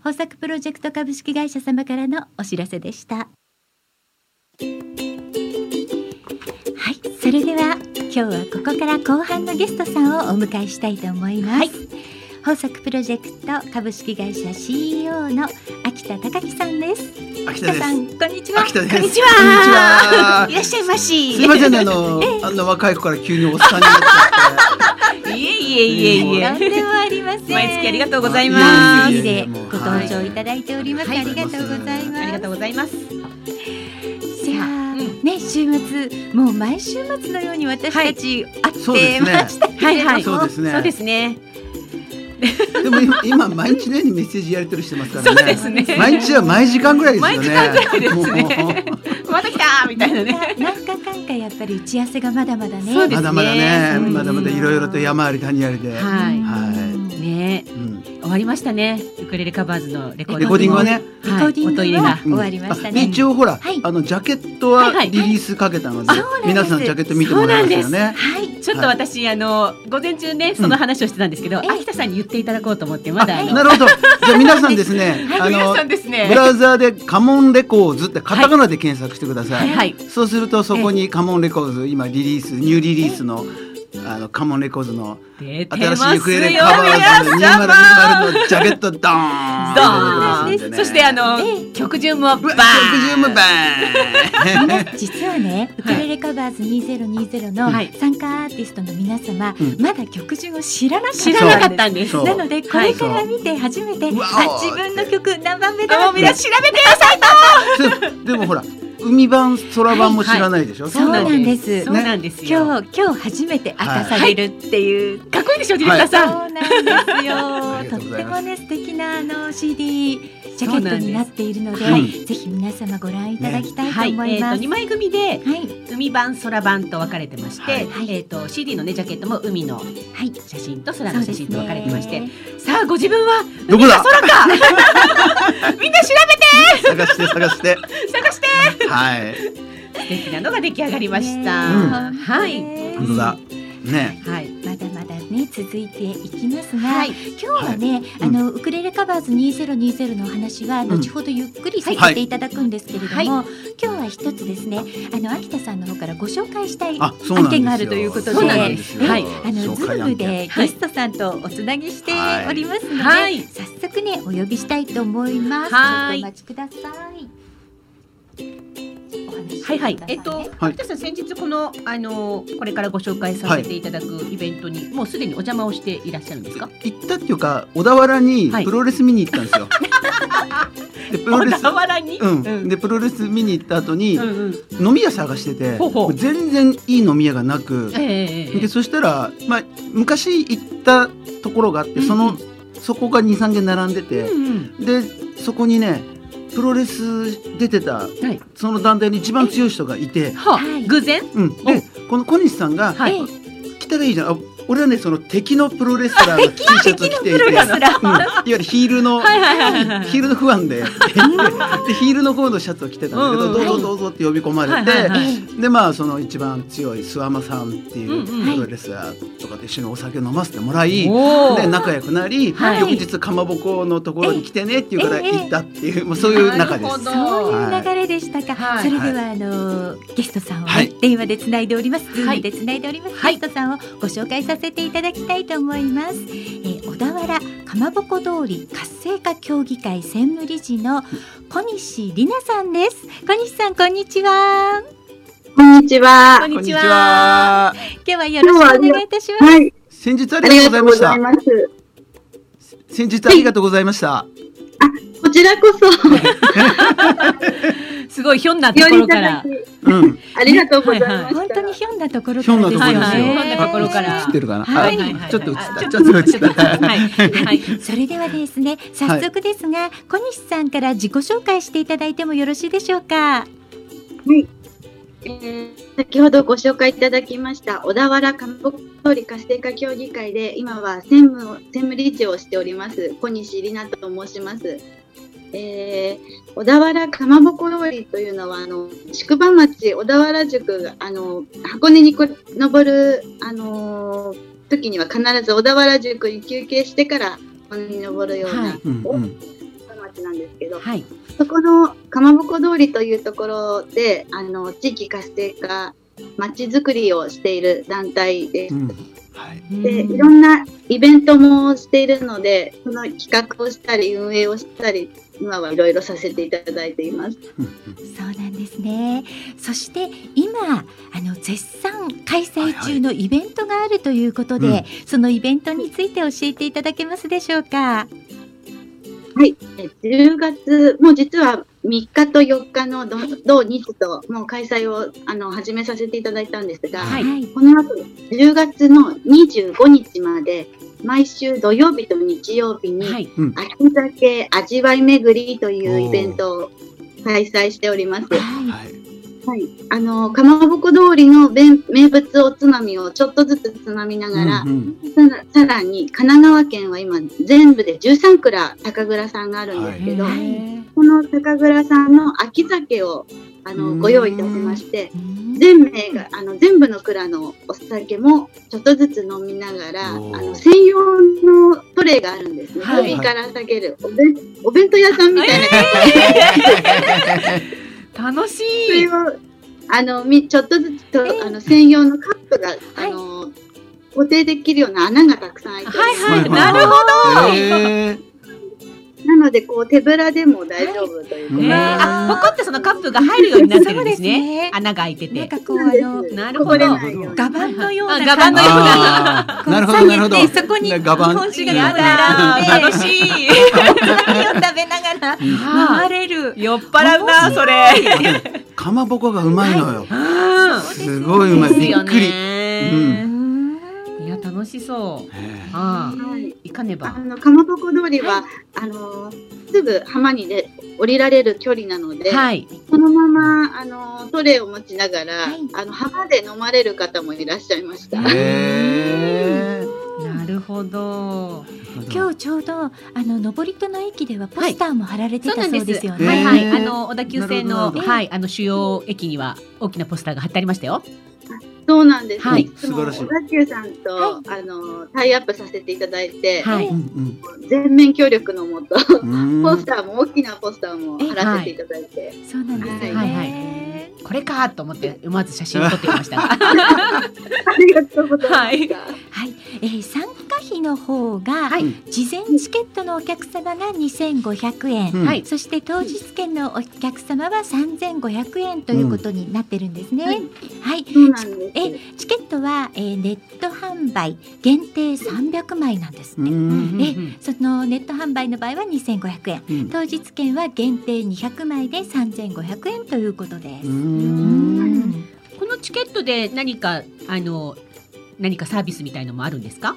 Speaker 1: 豊作プロジェクト株式会社様からのお知らせでしたはいそれでは今日はここから後半のゲストさんをお迎えしたいと思います、豊作プロジェクト株式会社 CEO の秋田隆樹さんです
Speaker 6: 秋
Speaker 1: 北
Speaker 6: 田
Speaker 1: さん
Speaker 6: で
Speaker 1: こんにち
Speaker 6: す。
Speaker 1: は。
Speaker 6: 秋田です。
Speaker 1: こんにち
Speaker 6: こんにち
Speaker 1: は。
Speaker 6: はい
Speaker 1: らっしゃいまし。
Speaker 6: すいませんね、あの、あんな若い子から急におっさんになっちゃって。
Speaker 3: いえいえいえいえ。
Speaker 1: なんでもありません。
Speaker 3: 毎月ありがとうご
Speaker 6: ご
Speaker 3: ざ
Speaker 6: ざ
Speaker 3: い
Speaker 6: い
Speaker 3: ま。
Speaker 6: ますす
Speaker 1: いいでご登場いただいております。
Speaker 3: はい
Speaker 1: ありがとうございます。
Speaker 3: ありがとうございます。
Speaker 1: じゃあ、ね週末もう毎週末のように私たち会っ
Speaker 6: そう
Speaker 1: て
Speaker 6: ですね
Speaker 1: ましたけれども、
Speaker 3: はい
Speaker 6: そうですね
Speaker 3: そうですね。
Speaker 6: でも今今毎日のようにメッセージやり取りしてますからね。
Speaker 3: そうですね
Speaker 6: 毎日は毎時間ぐらいですよ
Speaker 3: 毎
Speaker 6: ね。
Speaker 3: 時間ぐらいですね
Speaker 6: もう
Speaker 3: また来たみたいなね。
Speaker 1: 何かかんかやっぱり打ち合わせがまだまだね。
Speaker 3: そうですね
Speaker 6: まだまだね、
Speaker 3: うん
Speaker 6: まだまだいろいろと山あり谷ありで。は。
Speaker 3: はいい。ね
Speaker 6: うん
Speaker 3: おわりましたね。ウクレレカバーズのレコーディング
Speaker 6: レコーディングはね。
Speaker 1: レコーディン
Speaker 3: 音入
Speaker 1: グ
Speaker 3: れ
Speaker 1: は
Speaker 3: が。
Speaker 1: 終わりました
Speaker 6: で
Speaker 1: ね。
Speaker 6: 一応ほら、
Speaker 1: はい
Speaker 6: あのジャケットは
Speaker 3: はいはい
Speaker 6: リリースかけたので、
Speaker 3: あそう
Speaker 1: なんです
Speaker 6: 皆さんジャケット見てもらいましたよね。
Speaker 1: はい。
Speaker 3: ちょっと私、あの午前中ねその話をしてたんですけど、
Speaker 1: んええ
Speaker 3: 秋田さんに言っていただこうと思ってまだあ
Speaker 6: あ
Speaker 3: の、
Speaker 6: なるほど。じゃあ皆さんですね、あの
Speaker 3: 皆さんですね
Speaker 6: ブラウザーでカモンレコーズってカタカナで検索してくださ。
Speaker 3: はいいはい
Speaker 6: そうするとそこにカモンレコーズ今リリースニューリリースのあのカモンレコーズの
Speaker 3: 出て
Speaker 6: 新
Speaker 3: ます
Speaker 6: しいウクレレ
Speaker 3: よ
Speaker 6: カバーズの
Speaker 3: 皆様
Speaker 6: 2020のジャケットドーン。
Speaker 3: ドーン
Speaker 6: ということで
Speaker 3: そ
Speaker 6: ね
Speaker 3: してあの、曲順もバーン
Speaker 6: うわ60もバーン。
Speaker 1: 実はね、ウクレレカバーズ2020の
Speaker 3: はい
Speaker 1: 参加アーティストの皆様、
Speaker 6: うん
Speaker 1: まだ曲順を知らなかったんです
Speaker 3: 知らなかったんです
Speaker 6: そう
Speaker 1: なのでこれから見て初めて、
Speaker 6: うわ
Speaker 1: あ自分の曲何番目だろう
Speaker 3: 皆調べて
Speaker 6: ででもほら海版空版も知らないでしょ、
Speaker 1: いそうなんです
Speaker 3: そうなんですよ、
Speaker 1: 今日今日初めて明かされるっていう、
Speaker 3: かっこいいでしょディレクターさ
Speaker 1: そ
Speaker 3: ん、
Speaker 1: うな
Speaker 6: あ
Speaker 1: んで
Speaker 6: り
Speaker 1: すよ
Speaker 6: が
Speaker 1: と
Speaker 6: と
Speaker 1: っ
Speaker 6: うござ
Speaker 1: て
Speaker 6: い
Speaker 1: も
Speaker 6: ます
Speaker 1: ね素敵なあの CD ジャケットになっているので
Speaker 6: そうなんで
Speaker 1: ぜひ皆様ご覧いただきたい
Speaker 3: はい
Speaker 1: と思い
Speaker 3: えー
Speaker 1: ま
Speaker 3: と
Speaker 1: す、
Speaker 3: 二枚組で
Speaker 1: はい、
Speaker 3: 海版空版と分かれてまして、
Speaker 6: はい
Speaker 1: はい
Speaker 3: えっ、と CD のねジャケットも海の
Speaker 1: はい
Speaker 3: 写真と空
Speaker 1: そ
Speaker 3: の
Speaker 1: うで
Speaker 3: 写
Speaker 1: すね
Speaker 3: 真と分かれてまして、さあご自分は
Speaker 6: どこだ
Speaker 3: 海か空か みんな調
Speaker 6: 探して探して
Speaker 3: べ探して
Speaker 6: はい
Speaker 3: 素敵なのが出来上がりました、
Speaker 6: うん
Speaker 3: はい、
Speaker 1: ね
Speaker 6: 本当だね
Speaker 3: はい
Speaker 1: まだまだね続いていきますが、
Speaker 3: はい
Speaker 1: 今日はね、あのウクレレカバーズ2020のお話は後ほどゆっくりさ
Speaker 6: は
Speaker 1: せて
Speaker 6: い
Speaker 1: いただくんですけれども、
Speaker 3: はい
Speaker 1: 今日は一つですねあの秋田さんの方からご紹介したい
Speaker 6: あそうなんですよ
Speaker 1: 案件があるということで
Speaker 3: そうなんです
Speaker 1: ね
Speaker 6: よ
Speaker 1: はいあのズ
Speaker 6: 紹介
Speaker 1: ー
Speaker 6: 案
Speaker 1: ム
Speaker 6: 件
Speaker 1: でゲストさんとおつなぎしておりますので、
Speaker 3: はいはい
Speaker 1: 早速ねお呼びしたいと思います。
Speaker 3: はい
Speaker 1: ちょっとお待ちください。お話しして
Speaker 3: はいはい
Speaker 1: くださね
Speaker 3: えっと、
Speaker 6: はい
Speaker 3: 有田さん先日このあのこれからご紹介させていただくイベントに、もうすでにお邪魔をしていらっしゃるんですか？
Speaker 6: 行ったっていうか小田原に
Speaker 3: はい
Speaker 6: プロレス見に行った んですよ、でプ
Speaker 3: 小
Speaker 6: ロレス
Speaker 3: 田原に、
Speaker 6: う
Speaker 3: うん
Speaker 6: ん、でプロレス見に行った後に
Speaker 3: うんうん
Speaker 6: 飲み屋探してて、
Speaker 3: ほうほう
Speaker 6: 全然いい飲み屋がなく、
Speaker 3: えええ
Speaker 6: で
Speaker 3: え
Speaker 6: そしたら、まあ、昔行ったところがあってその、
Speaker 3: うん
Speaker 6: そこが23軒並んでて、
Speaker 3: うんうん
Speaker 6: でそこにねプロレス出てた
Speaker 3: はい
Speaker 6: その団体に一番強い人がいて、
Speaker 3: はあ
Speaker 1: はい
Speaker 3: 偶然
Speaker 6: うん、でこの小西さんが、
Speaker 3: はい
Speaker 6: 来たらいいじゃんあ俺はねその敵のプロレスラ ーの T シャツ着ていて、うん、いわゆるヒールの、
Speaker 3: はいはいはいはい
Speaker 6: ヒールの不安 ででヒールの方のシャツを着てたんだけど、
Speaker 3: うんうんうん
Speaker 6: どうぞどうぞって呼び込まれて、
Speaker 3: はいはいはい
Speaker 6: でまあその一番強い諏訪間さんってい
Speaker 3: うんうん
Speaker 6: うプロレスラーとかと一緒にお酒を飲ませてもら い、
Speaker 3: お
Speaker 6: で
Speaker 3: ー
Speaker 6: 仲良くなり、
Speaker 3: はい
Speaker 6: 翌日かまぼこのところに来てねっていうから
Speaker 1: ええええ
Speaker 6: 行ったっていう、まあ、そういう中です。
Speaker 3: なるほ
Speaker 1: そう
Speaker 3: ど
Speaker 1: いう流れでしたか。
Speaker 3: はい
Speaker 1: それではあのゲストさんをね、
Speaker 6: はい
Speaker 1: 電話でつないでおります。ズー
Speaker 3: は
Speaker 1: ム
Speaker 3: い
Speaker 1: でつないでおります。
Speaker 3: はい
Speaker 1: ゲストさんをご紹介させていただきたいと思います。えー小田原かまぼこ通り活性化協議会専務理事の小西里奈さんです。小西さんこんにちは。
Speaker 7: こんにちは。
Speaker 3: こんにちは
Speaker 1: 今日はよろしくお願いいたします。
Speaker 7: はい、
Speaker 6: 先日あ
Speaker 7: あ
Speaker 6: り
Speaker 7: り
Speaker 6: がと
Speaker 7: がと
Speaker 6: う
Speaker 7: う
Speaker 6: ご
Speaker 7: ご
Speaker 6: ざい
Speaker 7: ざい
Speaker 6: まし
Speaker 7: ます。
Speaker 6: た。先日ありがとうございました。
Speaker 7: こちらこそ、
Speaker 3: すごいひょんなと
Speaker 7: よ
Speaker 3: こ
Speaker 7: り
Speaker 3: ろ
Speaker 7: いた
Speaker 3: か
Speaker 7: だ
Speaker 3: ら
Speaker 7: き、
Speaker 6: うん、
Speaker 7: ありがとうございました。
Speaker 1: 本当にひょんなところ
Speaker 6: ひ
Speaker 1: か
Speaker 6: ょんな
Speaker 1: ら
Speaker 6: と
Speaker 1: です
Speaker 6: こ
Speaker 1: よ
Speaker 6: ろ
Speaker 1: ね。
Speaker 6: です
Speaker 3: はいはいひょんな
Speaker 6: よ
Speaker 3: ところから
Speaker 6: 知ってるかな。
Speaker 1: はい
Speaker 6: あちょっと映っ
Speaker 3: は
Speaker 6: た。
Speaker 3: い
Speaker 6: ちょっと映った。
Speaker 3: はい はい
Speaker 1: それではですね、早速ですが、小西さんから自己紹介していただいてもよろしいでしょうか。
Speaker 7: えー 先ほどご紹介いただきました小田原韓国通り活性化協議会で今は専務を専務理事をしております小西里奈と申します。えー小田原かまぼこ通りというのはあの宿場町小田原宿があの箱根にこ登るあのー時には必ず小田原塾に休憩してから箱根に登るよう
Speaker 3: は
Speaker 7: ない
Speaker 6: うんうん。
Speaker 7: 宿場町なんですけど、
Speaker 3: はい
Speaker 7: そこのかまぼこ通りというところで、あの地域活性化、まちづくりをしている団体で
Speaker 6: う、ん。はい。
Speaker 7: で
Speaker 3: うん
Speaker 7: いろんなイベントもしているので、その企画をしたり、運営をしたり、今はいろいろさせていただいています。
Speaker 6: うん
Speaker 1: そうなんですね。そして今あの絶賛開催中のイベントがあるということで、
Speaker 6: はいはい
Speaker 1: そのイベントについて教えていただけますでしょうか。
Speaker 7: はい、え10月、もう実は3日と4日のど同日と、もう開催をあの始めさせていただいたんですが、
Speaker 3: はい
Speaker 7: この後10月の25日まで、毎週土曜日と日曜日に、
Speaker 3: はい
Speaker 6: うん。
Speaker 7: 秋酒味わい巡りというイベントを開催しております。
Speaker 1: はい。
Speaker 6: はい。
Speaker 7: はい、あのかまぼこ通りの名名物おつまみをちょっとずつつまみながら、
Speaker 6: うんうん
Speaker 7: さらさらに神奈川県は今全部で13蔵高倉さんがあるんですけど、
Speaker 1: はい
Speaker 7: この高倉さんの秋酒をあ
Speaker 6: う
Speaker 7: の
Speaker 6: ん
Speaker 7: ご用意いたしまして
Speaker 1: うん
Speaker 7: 全名があの全部の蔵のお酒もちょっとずつ飲みながらあ
Speaker 6: おー
Speaker 7: の専用のトレイがあるんですね、
Speaker 8: はい
Speaker 7: 首から下げるお弁お弁当屋さんみたいな感じで、
Speaker 3: 楽し
Speaker 7: それ
Speaker 3: い。
Speaker 7: をあのみちょっとずつと、あの専用のカップが、あの固定できるような穴がたくさん開いてる
Speaker 3: はいなる
Speaker 6: ほど。へー
Speaker 7: なので、こう手ぶらでも大丈夫ということ
Speaker 6: うん
Speaker 7: で、
Speaker 3: ねあ、ポコってそのカップが入るようになってるんですね。
Speaker 1: そうですね
Speaker 3: 穴が開いて
Speaker 1: なん
Speaker 3: て。
Speaker 1: かこうあの
Speaker 7: です
Speaker 3: なるほ
Speaker 7: こぼれ
Speaker 3: ど。
Speaker 7: ないように
Speaker 1: ガバンのような
Speaker 3: あガバンのような
Speaker 6: あーなるほどなるほど。
Speaker 1: 下げてそこに
Speaker 6: ガバン。
Speaker 1: 本州が
Speaker 3: や
Speaker 1: や
Speaker 3: だ
Speaker 1: だ
Speaker 3: ー楽しい。
Speaker 1: 何を食べながら
Speaker 3: は
Speaker 1: 回れる。
Speaker 3: い酔っ払うな、それ。
Speaker 6: かまぼこがうまいのよ。
Speaker 3: う
Speaker 6: すごいうまい。
Speaker 3: ん。
Speaker 6: びっくり。へ
Speaker 3: ね
Speaker 1: うーん
Speaker 3: いや、楽しそう。
Speaker 6: ー
Speaker 3: ああ、
Speaker 7: はい
Speaker 3: 行かねば
Speaker 7: あ。のかまぼこ通りは、あのすぐ浜にで降りられる距離なので、
Speaker 3: はい。
Speaker 7: そのままあのトレイを持ちながら、
Speaker 1: はい
Speaker 7: あの浜で飲まれる方もいらっしゃいました。
Speaker 6: へー
Speaker 3: なるほど。
Speaker 1: 今日ちょうどあの登戸の駅ではポスターも貼られて
Speaker 3: そう
Speaker 1: た
Speaker 3: な
Speaker 1: そ
Speaker 3: んで
Speaker 1: う
Speaker 3: す。
Speaker 1: ですよ
Speaker 3: は
Speaker 1: ね。
Speaker 3: いはい。
Speaker 6: へ
Speaker 3: あ
Speaker 6: ー
Speaker 3: の小田急線の
Speaker 6: なるほどなるほど
Speaker 3: はいあの主要駅には大きなポスターが貼ってありましたよ。
Speaker 7: そうなんです。
Speaker 3: はい
Speaker 7: つ
Speaker 6: 素
Speaker 7: も
Speaker 6: 晴らしい
Speaker 7: 小田急さんと、あのタイアップさせていただいて、
Speaker 3: はい。
Speaker 6: うん
Speaker 7: 全面協力のもと、
Speaker 6: うんう
Speaker 7: ポ
Speaker 6: ー
Speaker 7: ス
Speaker 6: ん
Speaker 7: ターも大きなポスターも貼らせていただいて、
Speaker 1: そうなんですよね。
Speaker 3: はいはこれかと思って思わず写真撮ってみましたが。
Speaker 7: ありがとうございました。
Speaker 1: はい、えー参加費の方が、
Speaker 3: はい
Speaker 1: 事前チケットのお客様が2500円、
Speaker 6: うん
Speaker 3: はい
Speaker 1: そして当日券のお客様は3500円ということになってるんですね。はい、
Speaker 7: そうなんです。
Speaker 1: えチケットは、えーネット販売限定300枚なんです
Speaker 6: う
Speaker 1: ね。
Speaker 6: ん
Speaker 1: えそのネット販売の場合は2500円
Speaker 6: うん
Speaker 1: 当日券は限定200枚で3500円ということです。う
Speaker 6: う
Speaker 1: んん
Speaker 3: このチケットで何かあの何かサービスみたいのもあるんですか？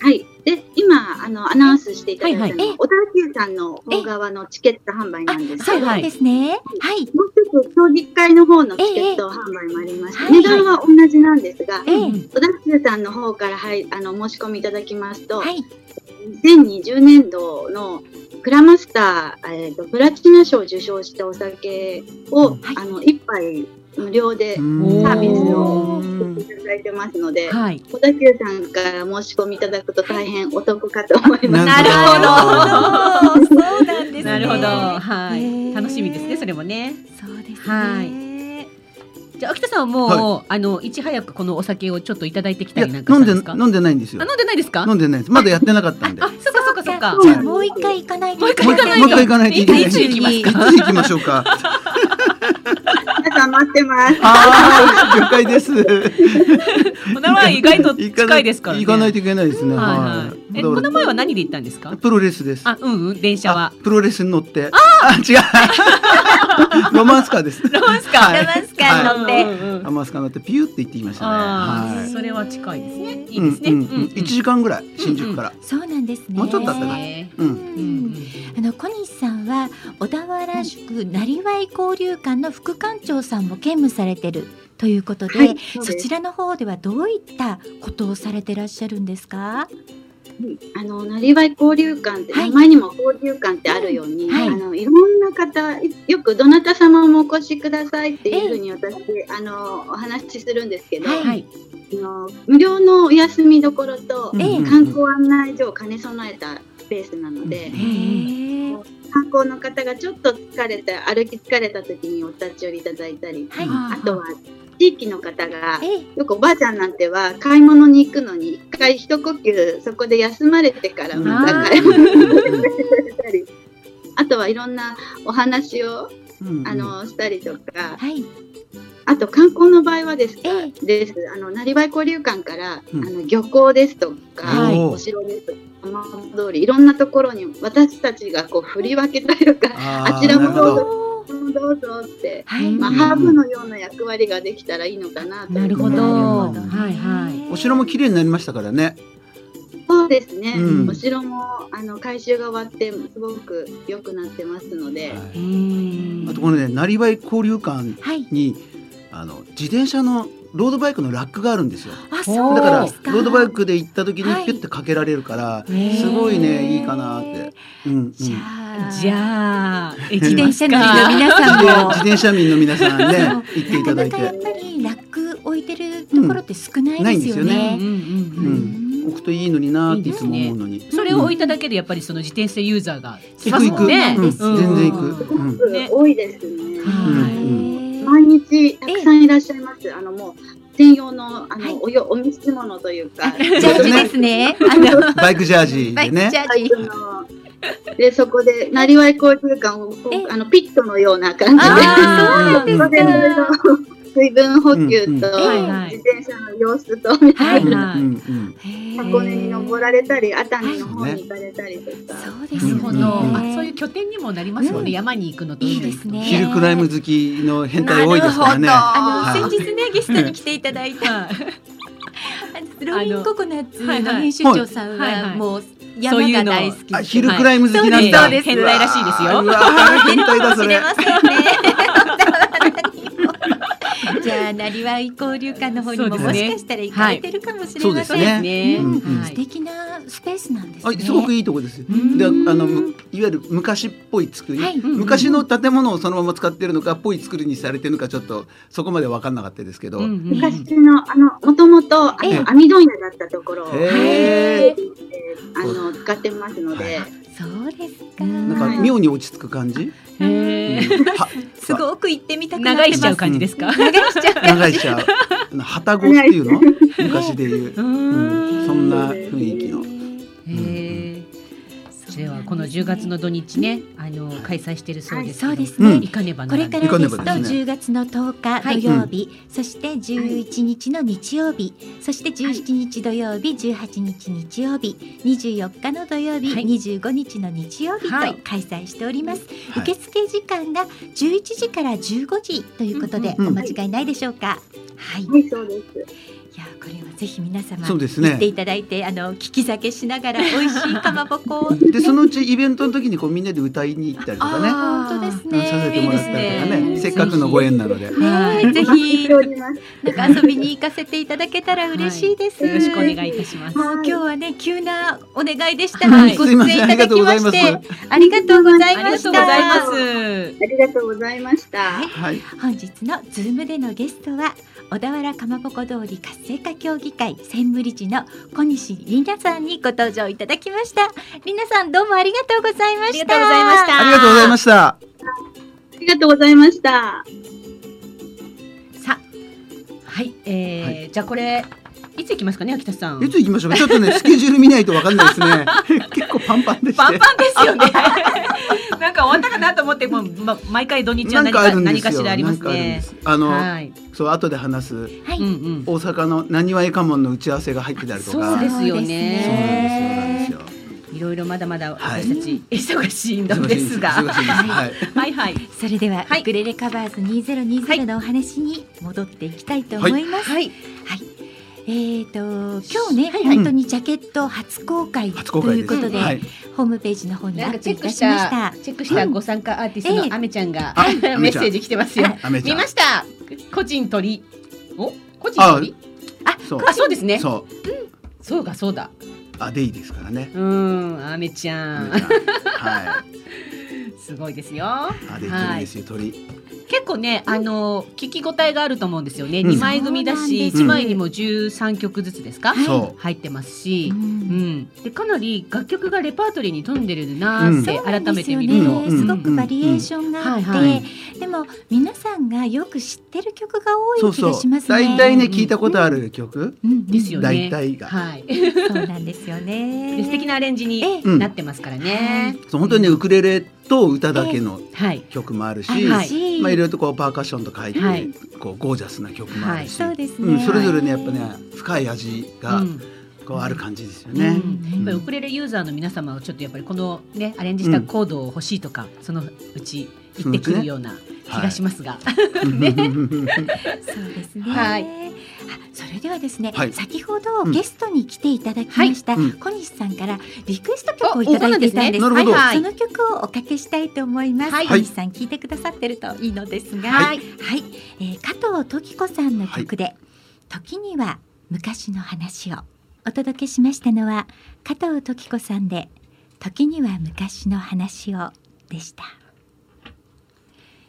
Speaker 7: はい。で、今、あの、アナウンスしていただいたのは、
Speaker 3: はい
Speaker 1: はいえ
Speaker 7: 小田急さんの方側のチケット販売なんです
Speaker 1: そ
Speaker 7: け
Speaker 1: う
Speaker 7: ど、
Speaker 1: なんですね。はい、
Speaker 7: もう一つ、競技会の方のチケット販売もありまして、
Speaker 1: ええ
Speaker 7: 値段は同じなんですが、
Speaker 1: ええ
Speaker 7: 小田急さんの方から、はい、あの、申し込みいただきますと、
Speaker 1: はい、
Speaker 7: 2020年度のクラマスター、えーと、プラチナ賞を受賞したお酒を、
Speaker 1: はい
Speaker 7: あの、一杯無料で
Speaker 6: う
Speaker 7: い
Speaker 6: ん
Speaker 7: サービス
Speaker 3: を
Speaker 6: うん
Speaker 7: ただいてますので、
Speaker 3: はい。
Speaker 7: 小田急さんから申し込みいただくと大変お得かと思います。
Speaker 6: なるほ
Speaker 1: なるほど。そうなんですね。
Speaker 3: なるほど。は
Speaker 1: へ
Speaker 3: い。
Speaker 1: ー
Speaker 3: 楽しみですね。それもね。
Speaker 1: そうですね。
Speaker 3: はいじゃあ秋田さんはもう、あのいち早くこのお酒をちょっといただいてき
Speaker 6: い
Speaker 3: た
Speaker 6: や
Speaker 3: りなんかした
Speaker 6: 飲ん
Speaker 3: ん
Speaker 6: で
Speaker 3: ですか？
Speaker 6: 飲んでないんですよ
Speaker 3: あ飲んでないですか？
Speaker 6: 飲んでないですまだやってなかったんで
Speaker 3: あ、そっかそっかそっか。
Speaker 1: じゃあもう一回行かないと。
Speaker 3: もう一回行かないと
Speaker 6: もう一回行かないといけない
Speaker 3: いつ行きますか
Speaker 6: いつ行きましょうか
Speaker 7: 皆さん 待ってます。
Speaker 6: あー了解です
Speaker 3: お名前意外と近いですからね。
Speaker 6: 行かない
Speaker 3: と。
Speaker 6: といけないですね
Speaker 3: はい
Speaker 6: は
Speaker 3: はい。え
Speaker 6: い
Speaker 3: この
Speaker 6: だか？
Speaker 3: 前は何で行ったんですから
Speaker 6: プロレスです
Speaker 3: あ、うんうん電車は
Speaker 6: あ。プロレスに乗ってあ違 うロマンスカーです
Speaker 3: ロマンスカ
Speaker 6: はい
Speaker 1: ロマンスカー乗って。
Speaker 3: うん
Speaker 6: ロマンスカーに乗ってピューって行ってきましたね
Speaker 3: ああ、
Speaker 6: はい
Speaker 3: それは近いですね。いい
Speaker 6: うん
Speaker 3: ですね。
Speaker 6: うんうん一時間ぐらい新宿から
Speaker 1: そうなんですね。
Speaker 6: もうちょっとだったかな
Speaker 3: ね。
Speaker 6: う
Speaker 1: うんんあの小西さんは小田原宿なりわい交流館の副館長さんも兼務されてるということで、
Speaker 7: はいそう
Speaker 1: そ
Speaker 7: です
Speaker 1: ちらの方ではどういったことをされてらっしゃるんですか。
Speaker 7: あの、なりわい交流館って、
Speaker 1: はい
Speaker 7: 名前にも交流館ってあるように、
Speaker 1: はい
Speaker 7: い、あの、いろんな方、いよくどなた様もお越しくださいっていうふうに私、あの、お話しするんですけど、
Speaker 1: はい
Speaker 3: はい。
Speaker 7: あの無料のお休みどころと、
Speaker 6: うんうん
Speaker 7: 観光案内所を兼ね備えたスペースなので、
Speaker 1: へえ。
Speaker 7: 観光の方がちょっと疲れて、歩き疲れた時にお立ち寄りいただいたり、
Speaker 1: はい。
Speaker 7: あとは、地域の方が、
Speaker 1: ええ
Speaker 7: よくおばあちゃんなんては買い物に行くのに一回一呼吸そこで休まれてからまた買い物に行ったりあとはいろんなお話を あのしたりとか
Speaker 1: はい。
Speaker 7: あと観光の場合はですか
Speaker 1: え
Speaker 7: ですあの成り交流館から、
Speaker 6: うん
Speaker 7: あの漁港ですとか、
Speaker 3: はい
Speaker 7: お城ですとか浜通りいろんなところに私たちがこう振り分けたりとか
Speaker 6: あ
Speaker 7: あちらも
Speaker 6: どうぞ
Speaker 1: おー
Speaker 7: どうぞって、
Speaker 1: はい。
Speaker 7: まあ、ハーブのような役割ができたらいいのかなと
Speaker 3: なるほ
Speaker 6: なる
Speaker 3: ど。
Speaker 6: ほど
Speaker 3: はいはい。
Speaker 6: お城も綺麗になりましたからね。
Speaker 7: そうですね、
Speaker 6: うん
Speaker 7: お城もあの改修が終わってすごく良くなってますので、
Speaker 6: あとこのねなりわい交流館
Speaker 1: はい。
Speaker 6: にあの自転車のロードバイクのラックがあるんですよ
Speaker 1: あ、そう
Speaker 6: だから
Speaker 1: で
Speaker 6: ロ
Speaker 1: すか。
Speaker 6: ードバイクで行った時
Speaker 1: は
Speaker 6: に
Speaker 1: い
Speaker 6: ピュッてかけられるから、
Speaker 1: へー
Speaker 6: すごいねいいかなって、うんうん、
Speaker 1: じゃあ、
Speaker 9: じゃあ、
Speaker 1: 自転車乗りの皆
Speaker 6: 自
Speaker 1: さん
Speaker 6: 転
Speaker 1: も。
Speaker 6: 自転車民の皆さんね行っていた
Speaker 1: なか
Speaker 6: だ、
Speaker 1: ないかやってぱりラック置いてるところって少ないですよ
Speaker 6: うんな
Speaker 9: うんんうん
Speaker 1: ね。
Speaker 6: いう
Speaker 9: うん
Speaker 6: ん、置くといいのになーっていつも思うのに、
Speaker 3: それを置いただけでやっぱりその自転車ユーザーが来ます
Speaker 6: 行
Speaker 3: も
Speaker 6: く
Speaker 3: ん
Speaker 6: 行
Speaker 3: ね
Speaker 6: く、。
Speaker 1: う
Speaker 6: うんん、全然行く、うん、
Speaker 7: すごく多いですね。
Speaker 6: うん
Speaker 7: 毎日たくさんいらっしゃいます。あのもう専用のあの、
Speaker 1: はい
Speaker 7: およお見せ物という か、
Speaker 1: へージャージですね。あの、
Speaker 6: バイクジャージ
Speaker 1: バイ
Speaker 6: で
Speaker 1: クジ
Speaker 6: ね
Speaker 1: ャー
Speaker 7: はい
Speaker 1: ジ。
Speaker 7: そのでそこでなりわい交流館を
Speaker 1: え
Speaker 7: あのピットのような感じで
Speaker 1: あー、そう
Speaker 7: そ
Speaker 1: なん
Speaker 7: こ
Speaker 1: で
Speaker 7: ですいろい
Speaker 1: か
Speaker 7: ろ。水分補給と、
Speaker 1: はい
Speaker 9: はい
Speaker 7: 自転車の様子とみたいな
Speaker 1: はい
Speaker 6: うん
Speaker 9: は
Speaker 6: う
Speaker 9: い
Speaker 6: んうん
Speaker 7: 箱根に登られたり熱海の方
Speaker 6: はい
Speaker 7: に行かれたりとか、
Speaker 1: そうで
Speaker 3: な
Speaker 1: す
Speaker 3: る
Speaker 1: よ
Speaker 3: ほ
Speaker 1: ね。
Speaker 3: ど、
Speaker 6: うん
Speaker 3: あそういう拠点にもなりますもんね、
Speaker 1: うん
Speaker 3: 山に行くのと
Speaker 1: いいですね
Speaker 6: ヒルクライム好きの変態多いですからね
Speaker 1: あ
Speaker 6: は
Speaker 1: の
Speaker 6: い
Speaker 1: 先日 ねゲストに来ていただいた
Speaker 3: はい
Speaker 1: あのローリンココナッツの
Speaker 3: はいはい
Speaker 1: 編集長さん
Speaker 3: はいは
Speaker 1: はいもう山が大好き
Speaker 6: あヒルクライム好きなんだ、
Speaker 1: そうですそうです
Speaker 6: うわー
Speaker 1: 変態ら
Speaker 3: しいですよ
Speaker 6: うわー変態だそ
Speaker 1: 知
Speaker 6: れ
Speaker 1: れませんね。 じゃあなりわい交流館の方にも、
Speaker 3: そう
Speaker 1: も
Speaker 3: ですね
Speaker 1: しかしたら行かれてるかもしれ
Speaker 6: そう
Speaker 1: ま
Speaker 6: で
Speaker 1: せ
Speaker 6: す
Speaker 1: ん。
Speaker 6: ね
Speaker 3: ね
Speaker 1: うん
Speaker 6: うん
Speaker 1: 素敵なスペースなんです
Speaker 6: あ
Speaker 1: ね。
Speaker 6: すごくいいとこですよ
Speaker 1: ん
Speaker 6: であのむいわゆる昔っぽい作り、
Speaker 1: はい
Speaker 6: 昔の建物をそのまま使ってるのかっぽい作りにされてるのかちょっとそこまで分かんなかったですけど、
Speaker 9: うんうん
Speaker 7: 昔のあのもともとあ
Speaker 6: ええ
Speaker 7: の網問屋だったところを、
Speaker 6: へえ
Speaker 7: あの使ってますので、
Speaker 1: そうですか。
Speaker 6: なんか妙に落ち着く感じ、
Speaker 3: へー
Speaker 6: うんは
Speaker 1: すごく行ってみたくなって
Speaker 3: 長
Speaker 1: ます。
Speaker 3: いしちゃう感じですか、
Speaker 1: 長いしちゃう
Speaker 6: 長いしちゃうあの旗子っていうの昔 で言う、うん、そんな雰囲気の
Speaker 3: へーではこの10月の土日ねあの開催してるそうですけど、
Speaker 1: はいそうですね
Speaker 3: 行かねば
Speaker 1: こ
Speaker 3: なら
Speaker 1: れ
Speaker 3: な
Speaker 1: から
Speaker 3: い
Speaker 1: ですと
Speaker 6: 行かねばですね
Speaker 1: 10月の10日土
Speaker 3: はい
Speaker 1: 曜日、そして11日の日曜日、そして17日土曜日、18日日曜日、24日の土曜日、
Speaker 3: はい
Speaker 1: 25日の日曜日と
Speaker 3: はい
Speaker 1: 開催しております。
Speaker 6: はい
Speaker 1: 受付時間が11時から15時ということで
Speaker 6: うん
Speaker 1: お間違いないでしょうか。はい。い
Speaker 7: はい、そうです。
Speaker 1: やこれはぜひ皆様
Speaker 6: そうですね
Speaker 1: 行っていただいてあの聞き酒しな がら美味しいかまぼこを
Speaker 6: でそのうちイベントの時にこうみんなで歌いに行ったりとかね
Speaker 1: 本当です
Speaker 6: うん
Speaker 1: ね。
Speaker 6: させてもらったりとか
Speaker 3: いい
Speaker 6: ね
Speaker 3: ですね
Speaker 6: せっかくのご縁なので。
Speaker 1: ねえぜ
Speaker 7: お待ち
Speaker 1: ひ
Speaker 7: しております。
Speaker 1: なんか遊びに行かせていただけたら嬉しいです。
Speaker 3: よろしくお願いいたします。
Speaker 1: もう今日はね急なお願いでした
Speaker 3: は
Speaker 1: が
Speaker 3: い
Speaker 1: ご出演いただきましてありがとうござい
Speaker 3: あり
Speaker 1: ま
Speaker 3: が
Speaker 1: した。
Speaker 3: とうございます。
Speaker 7: ありがとうございました。
Speaker 6: はい、
Speaker 1: 本日のズームでのゲストは小田原かまぼこ通り活性化協議会専務理事の小西里奈さんにご登場いただきました。里奈さんどうもありがとうございました。
Speaker 3: ありがとうございました。
Speaker 6: ありがとうございました。
Speaker 7: ありがとうございました。
Speaker 3: さあ、はい、えーじゃあこれいつ行きますかね、秋田さん。
Speaker 6: いつ行きましょうか。ちょっとね、スケジュール見ないとわかんないで すね。結構パンパンでして。
Speaker 3: パンパンですよね。 なんか終わったかなと思って、もうま毎回土日は
Speaker 6: な
Speaker 3: 何
Speaker 6: んか
Speaker 3: か
Speaker 6: あるんで
Speaker 3: 何
Speaker 6: すよ。
Speaker 3: かしらありますね。
Speaker 6: なんかあるんです。あの、
Speaker 3: はい、
Speaker 6: そう後で話す
Speaker 1: はい
Speaker 3: うんうん。
Speaker 6: 大阪のなにわえかもんの打ち合わせが入ってたりとか。
Speaker 3: そうですよね
Speaker 6: そうなんですよ。
Speaker 3: いろいろまだまだ
Speaker 6: はい
Speaker 3: 私たち忙しい
Speaker 6: そうなん
Speaker 3: の
Speaker 6: ですよ。
Speaker 3: ですが、
Speaker 6: 忙しいです。はい。
Speaker 3: はいはい。
Speaker 1: それでは、
Speaker 3: はい
Speaker 1: ウクレレカバーズ2020のお話に戻っていきたいと思います。はい。えー、と今日ね、本当にジャケット初公開
Speaker 6: 初公
Speaker 1: とい
Speaker 6: 開で
Speaker 1: う
Speaker 6: す。
Speaker 1: ことで、
Speaker 6: はい。
Speaker 1: ホームページの方にア
Speaker 3: なんか
Speaker 1: ップ
Speaker 3: チェ
Speaker 1: い
Speaker 3: ック
Speaker 1: た
Speaker 3: し
Speaker 1: しました
Speaker 3: た、チェックしたご参加アーティスト
Speaker 1: ええ
Speaker 3: のアメちゃんが、
Speaker 6: あ
Speaker 3: メッセージ来てますよ。
Speaker 6: アメち
Speaker 3: 見
Speaker 6: ゃん
Speaker 3: ま。した。個人鳥。お、個人鳥。
Speaker 6: そう。
Speaker 3: あ、そうですね。
Speaker 6: そう。
Speaker 3: そうかそうだ。
Speaker 6: あデイですからね。
Speaker 3: うーん、アメち
Speaker 6: ア
Speaker 3: ゃ
Speaker 6: メ
Speaker 3: ん
Speaker 6: ち。ゃんはい。
Speaker 3: すごいですよ。
Speaker 6: あデイ鳥ですよ鳥。
Speaker 3: 結構ね、あの聞き応えがあると思うんですよね。
Speaker 6: うん
Speaker 3: 二、枚組だし、
Speaker 1: そう
Speaker 3: 一
Speaker 6: なんです
Speaker 3: 枚にも十三曲ずつですか、
Speaker 6: そ
Speaker 3: 入ってますし
Speaker 1: う。
Speaker 3: うんん、でかなり楽曲がレパートリーに富んでるなーって
Speaker 1: そうな
Speaker 3: 改
Speaker 1: んで
Speaker 3: め
Speaker 1: す
Speaker 3: て
Speaker 1: よ
Speaker 3: 見
Speaker 1: ね
Speaker 3: ると、
Speaker 6: うん
Speaker 1: すごくバリエーションがあって、
Speaker 3: うんうんうんはいは
Speaker 1: でも皆さんがよく知ってる曲が多
Speaker 6: そう
Speaker 1: い気
Speaker 6: そ
Speaker 1: がし
Speaker 6: う
Speaker 1: ま。すね。
Speaker 6: 大体ね聞いたことある曲。
Speaker 1: うんうん
Speaker 3: ですよね。
Speaker 6: 大体が
Speaker 3: はい。
Speaker 1: そうなんですよね。
Speaker 3: で素敵なアレンジ
Speaker 1: ええ
Speaker 3: に
Speaker 6: うん
Speaker 3: なってますからね。
Speaker 6: そう本当にねウクレレと歌だけの
Speaker 3: はい。
Speaker 6: 曲もあるし。
Speaker 3: はい
Speaker 1: 嬉しい
Speaker 6: まあ、いろいろとこうパーカッションとか入って、
Speaker 3: はい
Speaker 6: こうゴージャスな曲もあるし、
Speaker 1: そうですね、
Speaker 6: うん、それぞれねやっぱね深い味が、
Speaker 3: うん
Speaker 6: こうある感じですよね。
Speaker 3: うんやっぱりウクレレユーザーの皆様はちょっとやっぱりこのねアレンジしたコードを欲しいとか、そのうち行ってくるような気がしますが、
Speaker 1: そうですね。
Speaker 3: はい
Speaker 1: あそれではですね、
Speaker 6: はい
Speaker 1: 先ほど
Speaker 6: うん
Speaker 1: ゲストに来ていただきました、
Speaker 6: はいうん
Speaker 1: 小西さんからリクエスト曲をいただいていたんです。
Speaker 6: おそうなんですねなるほど
Speaker 1: はいその曲をおかけしたいと思います。
Speaker 3: はい
Speaker 1: 小西さん聞いてくださってるといいのですが、、
Speaker 6: はい
Speaker 1: はいえー加藤時子さんの曲で、時には昔の話をお届けしましたのは加藤時子さんで時には昔の話をでした。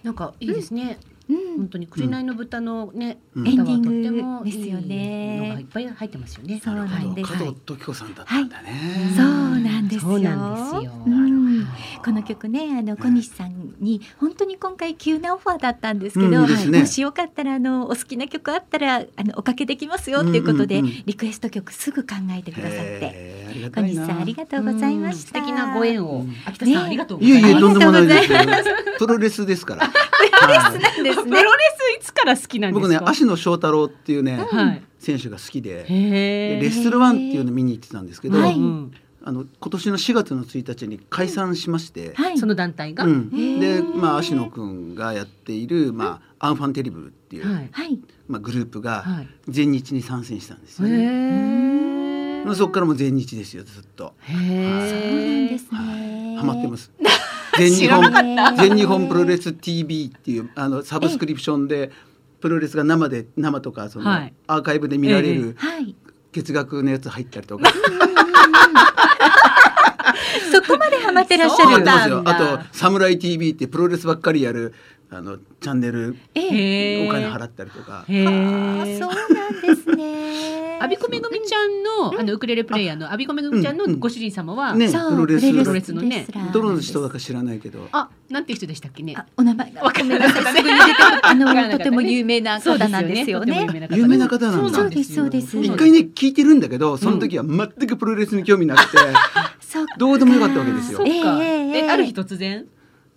Speaker 3: なんかいいですね、
Speaker 1: うん
Speaker 3: 本当に紅の豚のね、
Speaker 6: うん
Speaker 1: エン
Speaker 3: 歌は
Speaker 1: デ
Speaker 3: と
Speaker 1: ィ
Speaker 3: っ
Speaker 1: ン
Speaker 3: て
Speaker 1: グ
Speaker 3: もいい
Speaker 1: ですよね
Speaker 3: のがいっぱい入ってますよね。
Speaker 1: そうなんです
Speaker 6: 加藤時子さんだったんだね。
Speaker 1: そうなんですよ。
Speaker 3: そうなんですよ
Speaker 1: うんこの曲ね、あの小西さんに本当に今回急なオファーだったんですけど、
Speaker 6: うんいいですね
Speaker 1: もしよかったらあのお好きな曲あったらあのおかけできますよっていうことで、
Speaker 6: うんうんうん
Speaker 1: リクエスト曲すぐ考えてくださって、
Speaker 6: へーありが
Speaker 1: 小
Speaker 6: たい
Speaker 1: 西
Speaker 6: な
Speaker 1: さんありがとうございました。
Speaker 3: 素敵なご縁を、
Speaker 6: うん
Speaker 3: 秋田さん、
Speaker 1: ね
Speaker 3: ありがとうご
Speaker 6: い
Speaker 3: ざ
Speaker 6: や
Speaker 3: い
Speaker 6: い
Speaker 3: ます。
Speaker 6: やとんでもないですよ。プロレスで すから。はい
Speaker 3: プロレスいつから好きなんです
Speaker 6: 僕
Speaker 3: か。
Speaker 6: ね芦野翔太郎っていうね
Speaker 3: はい。
Speaker 6: 選手が好きで。
Speaker 3: へ
Speaker 6: で
Speaker 3: ー
Speaker 6: レッスルワンっていうの見に行ってたんですけど、
Speaker 1: はい
Speaker 3: うん
Speaker 6: あの今年の4月の1日に解散しまして、
Speaker 1: はい。
Speaker 3: その団体が、
Speaker 6: うん、
Speaker 1: へ
Speaker 6: で、
Speaker 1: ー
Speaker 6: まあ、芦野くんがやっている、まあ、アンファンテリブルっていう、
Speaker 3: はい
Speaker 1: はい。
Speaker 6: まあ、グループが
Speaker 3: はい。
Speaker 6: 全日に参戦したんです
Speaker 3: へ
Speaker 6: よね。
Speaker 3: え。
Speaker 6: そこからもう全日ですよずっと
Speaker 1: そう
Speaker 3: へ
Speaker 1: なん
Speaker 3: え
Speaker 1: です。ね。
Speaker 6: ハマってます。全日
Speaker 1: 知らなかっ
Speaker 6: 本
Speaker 1: た
Speaker 6: 全日本プロレス TV っていうあのサブスクリプションでプロレスが生で生とかその
Speaker 3: はい
Speaker 6: アーカイブで見られる
Speaker 1: はい。
Speaker 6: 月額のやつ入ったりとか
Speaker 1: そこまでハマってらっし
Speaker 3: そ
Speaker 1: ゃ
Speaker 3: う
Speaker 1: る
Speaker 3: な
Speaker 6: や
Speaker 3: ん
Speaker 6: って
Speaker 3: だ
Speaker 6: ますよ。あと「サムライ TV」ってプロレスばっかりやるあのチャンネル
Speaker 1: ええ。
Speaker 3: へえ。
Speaker 6: お金払ったりとか。
Speaker 3: へ
Speaker 1: あー
Speaker 3: え
Speaker 1: そ。うなんですね。
Speaker 3: アビコメ組ちゃんの、あのウクレレプレイヤーのアビコメ組ちゃんのご主人様は、
Speaker 6: ね
Speaker 1: そう
Speaker 6: プロレス
Speaker 1: プ
Speaker 3: プ
Speaker 1: ロ
Speaker 3: ロ
Speaker 1: レ
Speaker 3: レ
Speaker 1: ス
Speaker 3: ス
Speaker 1: の
Speaker 3: の
Speaker 1: ね
Speaker 3: ね。
Speaker 6: どの人だか知らないけど
Speaker 3: あ、なんて人でしたっけね。
Speaker 1: あお名前が
Speaker 3: わかんない
Speaker 1: ごめんさいすぐに出てくるあ
Speaker 3: わからなかった
Speaker 1: の
Speaker 3: ね
Speaker 1: とても有名な方なんですよね。
Speaker 3: とても
Speaker 6: 有名な方なんだ
Speaker 1: そうですそうです
Speaker 6: 一回ね聞いてるんだけどその時は全くプロレスに興味な くて、
Speaker 1: そうか
Speaker 6: どうでもよかったわけです
Speaker 3: そ
Speaker 6: よ
Speaker 3: うか。
Speaker 1: ええええ
Speaker 3: え、ある日突然。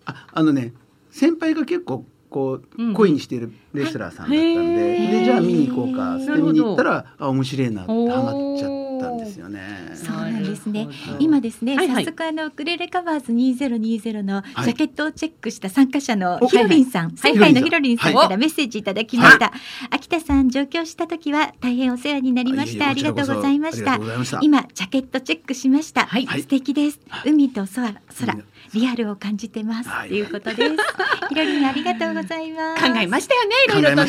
Speaker 6: ああのね先輩が結構こ
Speaker 3: う
Speaker 6: うん恋にしてるレスラーさんだったんで,、
Speaker 3: へー
Speaker 6: でじゃあ見に行こうかっ
Speaker 1: な
Speaker 6: て
Speaker 3: るほど
Speaker 6: 見に行ったらあ面白いなってハマっちゃったんですよね。
Speaker 1: そうなんですね
Speaker 3: なるほど
Speaker 1: 今ですね、
Speaker 3: はいはい
Speaker 1: 早速あのウクレレカバーズ2020のジ
Speaker 6: は
Speaker 1: ャ
Speaker 6: い
Speaker 1: ケットをチェックした参加者の
Speaker 6: お
Speaker 1: ひろりんさん、
Speaker 6: い
Speaker 1: 前回のひろりんさんからメッセージいただきました、秋田さん上京した時は大変お世話になりましたあ
Speaker 6: いえ
Speaker 1: り
Speaker 6: いえ
Speaker 1: が
Speaker 6: ことちらこそう
Speaker 1: ございました
Speaker 6: ありがとうございました
Speaker 1: 今ジャケットチェックしました、
Speaker 3: はい
Speaker 6: はい
Speaker 1: 素敵です海と空空リアルを感じてます、
Speaker 6: はい
Speaker 1: ということです ひろりんありがとうございます
Speaker 3: 考えましたよね、い
Speaker 6: 考
Speaker 3: ろいろ
Speaker 6: え
Speaker 3: と
Speaker 6: ま
Speaker 3: ね。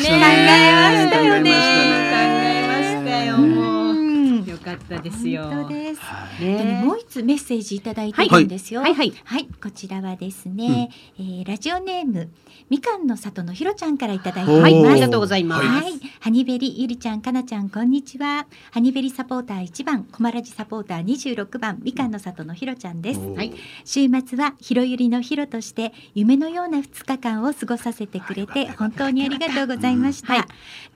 Speaker 1: 考えまし
Speaker 6: したね。
Speaker 1: たよね
Speaker 3: 考えましたよ。もう
Speaker 1: うん
Speaker 3: よかったですよ。
Speaker 1: 本当です
Speaker 6: はい
Speaker 1: えっとね
Speaker 3: ね
Speaker 1: もう一つメッセージいただいて
Speaker 6: は
Speaker 1: る
Speaker 6: い
Speaker 1: んですよ。
Speaker 3: はいはい
Speaker 1: はいこちらはですね、えーラジオネームみかんの里のひろちゃんからいただいてお
Speaker 3: はい、
Speaker 1: り
Speaker 6: おー
Speaker 3: あ
Speaker 1: ま
Speaker 3: り
Speaker 1: す。
Speaker 3: がとうございま
Speaker 1: は
Speaker 3: す。
Speaker 1: い、ハニベリゆりちゃんかなちゃんこんにちは。ハニベリサポーター一番、コマラジサポーター二十六番みかんの里のひろちゃんです。
Speaker 6: おー
Speaker 3: はい
Speaker 1: 週末はひろゆりのひろとして夢のような2日間を過ごさせてくれ
Speaker 6: あよ
Speaker 1: て
Speaker 6: かった
Speaker 1: 本当にありがとうございました、
Speaker 3: うんはい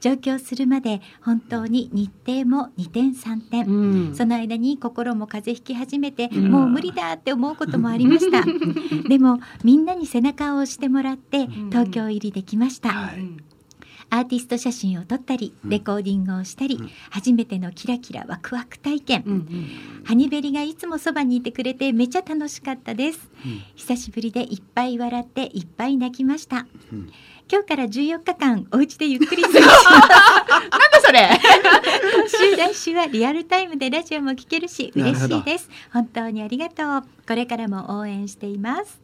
Speaker 1: 上京するまで本当に日程も2点3点、
Speaker 3: うん
Speaker 1: その間に心も風邪ひき始めて、
Speaker 3: ん
Speaker 1: もう無理だって思うこともありましたでもみんなに背中を押してもらって東京入りできました、
Speaker 6: は
Speaker 3: うん
Speaker 1: アーティスト写真を撮ったり
Speaker 6: うん
Speaker 1: レコーディングをしたり、
Speaker 6: うん
Speaker 1: 初めてのキラキラワクワク体験、
Speaker 3: うんうん
Speaker 1: ハニベリがいつもそばにいてくれてめちゃ楽しかったです、
Speaker 6: うん
Speaker 1: 久しぶりでいっぱい笑っていっぱい泣きました
Speaker 6: うん
Speaker 1: 今日から14日間お家でゆっくり過 ごし
Speaker 3: なんだそれ。
Speaker 1: 週来週はリアルタイムでラジオも聞けるし嬉しいです本当にありがとうこれからも応援しています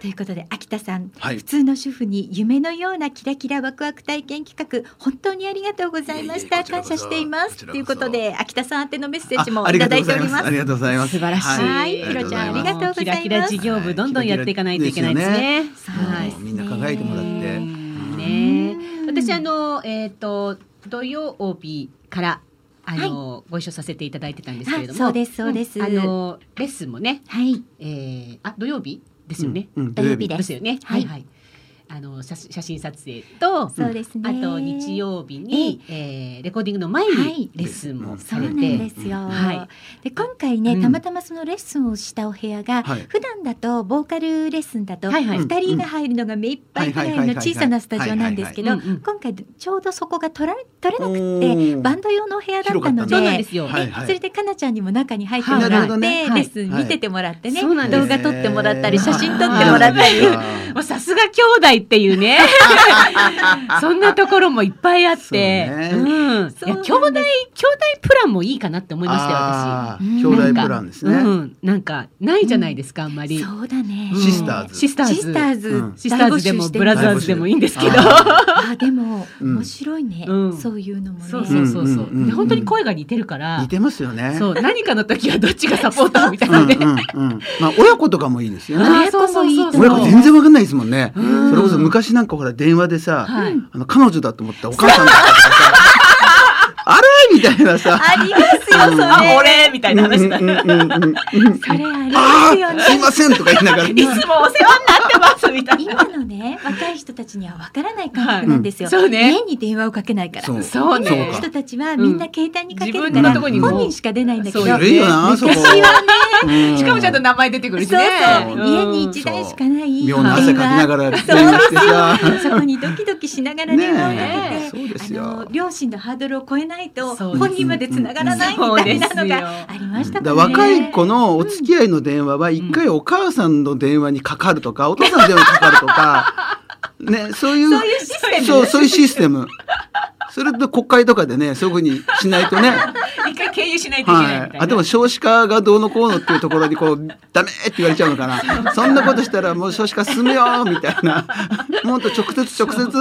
Speaker 1: ということで秋田さん
Speaker 6: はい
Speaker 1: 普通の主婦に夢のようなキラキラワクワク体験企画本当にありがとうございました
Speaker 6: いえいえこちら
Speaker 1: 感
Speaker 6: こそ
Speaker 1: 謝していま
Speaker 6: こ
Speaker 1: す
Speaker 6: ち
Speaker 1: と
Speaker 6: らこそ
Speaker 1: いうことで秋田さん宛てのメッセージ
Speaker 6: あ
Speaker 1: も
Speaker 6: あ
Speaker 1: い
Speaker 6: り
Speaker 1: た
Speaker 6: が
Speaker 1: だ
Speaker 6: と
Speaker 1: いて
Speaker 6: うご
Speaker 1: お
Speaker 6: ざい
Speaker 1: り
Speaker 6: ま
Speaker 1: ます
Speaker 6: す。ありがとうございます。
Speaker 3: 素晴らしい。
Speaker 1: はい
Speaker 6: ひろちゃんあ
Speaker 1: がとう
Speaker 6: り
Speaker 1: ございます
Speaker 3: キラキラ事業部どんどんやっていかないといけないですね。
Speaker 1: そう
Speaker 6: も
Speaker 1: で
Speaker 6: う
Speaker 1: すね
Speaker 6: みんな輝いてもらって。うん
Speaker 3: ね
Speaker 1: うん
Speaker 3: 私あのえっ、と土曜日からあの、ご一緒させていただいてたんですけれども、
Speaker 1: あそうですそうです
Speaker 3: んあのレッスンもね、
Speaker 1: はい
Speaker 3: えー、あ土曜日ですよね。
Speaker 6: うんうん
Speaker 1: 土曜日で
Speaker 3: ですよね。
Speaker 1: はい
Speaker 3: はい。あの写写真撮影と、
Speaker 1: そうですね。
Speaker 3: あと日曜日に、えーレコーディングの前にレッスンも
Speaker 1: そ
Speaker 3: さ
Speaker 1: う
Speaker 3: れ
Speaker 1: な
Speaker 3: て、
Speaker 1: んですよ。
Speaker 3: は
Speaker 1: で今回ね、
Speaker 6: うん
Speaker 1: たまたまそのレッスンをしたお部屋が、
Speaker 6: はい
Speaker 1: 普段だとボーカルレッスンだと
Speaker 3: はいはい
Speaker 1: 2人が入るのが目いっぱいぐらいの小さなスタジオなんですけど
Speaker 3: はいはいはいはい
Speaker 1: 今回ちょうどそこが取られ取れな
Speaker 6: お
Speaker 1: くて
Speaker 6: ー
Speaker 1: バンド用のお部屋だったの
Speaker 6: 広かった
Speaker 3: そうなん
Speaker 1: で
Speaker 3: ですよ。
Speaker 6: はいはい
Speaker 1: それでかなちゃんにも中に入っても
Speaker 3: はいな
Speaker 1: ら
Speaker 3: る
Speaker 1: っ
Speaker 3: ほ
Speaker 1: て、
Speaker 6: どね
Speaker 1: レッスン
Speaker 6: はい
Speaker 1: 見ててもらってね、
Speaker 3: そうなんです
Speaker 1: 動画撮ってもらったり
Speaker 6: へー
Speaker 1: 写真撮ってもらったり。
Speaker 6: あー
Speaker 3: もうさすが兄弟っていうね そんなところもいっぱいあって
Speaker 6: そううね
Speaker 3: ん、いや兄弟兄弟プランもいいかなって思いましたよ
Speaker 6: あ
Speaker 3: 私
Speaker 6: ー兄弟プランですね。
Speaker 3: うん、なんかないじゃないですか、あんまり
Speaker 1: そうだね。
Speaker 3: うん
Speaker 6: シスターズ
Speaker 3: シスターズ
Speaker 1: シスターズ、
Speaker 6: うん
Speaker 3: シスターズでもブラザーズでもいいんですけど
Speaker 6: あ
Speaker 1: あでも
Speaker 6: うん
Speaker 1: 面白いね、
Speaker 3: うん
Speaker 1: そういうのもね。
Speaker 3: そうそうそうそう,、
Speaker 6: うんうんうんうん
Speaker 3: で本当に声が似てるか
Speaker 6: ー
Speaker 3: ら
Speaker 6: 似てますよね。
Speaker 3: そう何かの時はどっちがサポーターみたい
Speaker 6: うんう
Speaker 3: なんね、
Speaker 6: うん。まあ親子とかもいいですよね。
Speaker 3: あーそうそうそうそう
Speaker 6: 親子全然わかんないですもんね。そ
Speaker 3: うん
Speaker 6: れこそ昔なんかほら電話でさ、
Speaker 3: はい
Speaker 6: あの彼女だと思ったらお母さんだったと かさ、あれみたいなさ。
Speaker 1: ありますよ、それ。
Speaker 3: あ俺みたいな話だ、
Speaker 6: うんうんうんうんう
Speaker 1: そ
Speaker 6: ん
Speaker 1: れありま
Speaker 6: あ
Speaker 1: すよ
Speaker 6: ーすい
Speaker 1: ね。
Speaker 6: ませんとか言いながら。
Speaker 3: いつもお世話になってますみたいな
Speaker 1: 今のね、若い人たちにはわからない感覚なんですよ。
Speaker 3: うんそうね
Speaker 1: 家に電話をかけないから。
Speaker 6: そう
Speaker 3: そうね
Speaker 6: そうか
Speaker 1: 人たちはみんな携帯にかける
Speaker 3: 自
Speaker 1: か
Speaker 3: 分の
Speaker 1: ら、
Speaker 3: とこにも
Speaker 1: 本人しか出ないんだけど
Speaker 3: そう。
Speaker 6: 古いよな、そこ。
Speaker 1: 昔はね、
Speaker 6: うん
Speaker 3: しかもちゃんと名前出てくるし
Speaker 1: そう
Speaker 3: ね
Speaker 1: そう、
Speaker 3: うん
Speaker 1: 家に一台しかない
Speaker 6: 妙な汗かきながら電話してさ。
Speaker 1: そこにドキドキしながら電話をか
Speaker 6: ねえそう
Speaker 1: け
Speaker 6: で
Speaker 1: て、
Speaker 6: すよ
Speaker 1: あの両親のハードルを超えないと
Speaker 3: そうです
Speaker 1: 本人まで繋がらないみたいなのがありました
Speaker 6: だ
Speaker 1: もん
Speaker 6: か
Speaker 1: ね。
Speaker 6: ら若い子のお付き合いの電話は一回お母さんの電話にかかると か、お父さんの電話にかかるとか、ね、そういう、
Speaker 1: そういうシステムね
Speaker 6: そう、そういうシステム。それと国会とかでね、そういうふうにしないと ね、
Speaker 3: 一回経由しないといけない
Speaker 6: は
Speaker 3: みた
Speaker 6: い。
Speaker 3: いな。
Speaker 6: あ、でも少子化がどうのこうのっていうところにこう、ダメって言われちゃうのかな。そんなことしたらもう少子化進むよみたい な。もっと直接直接って。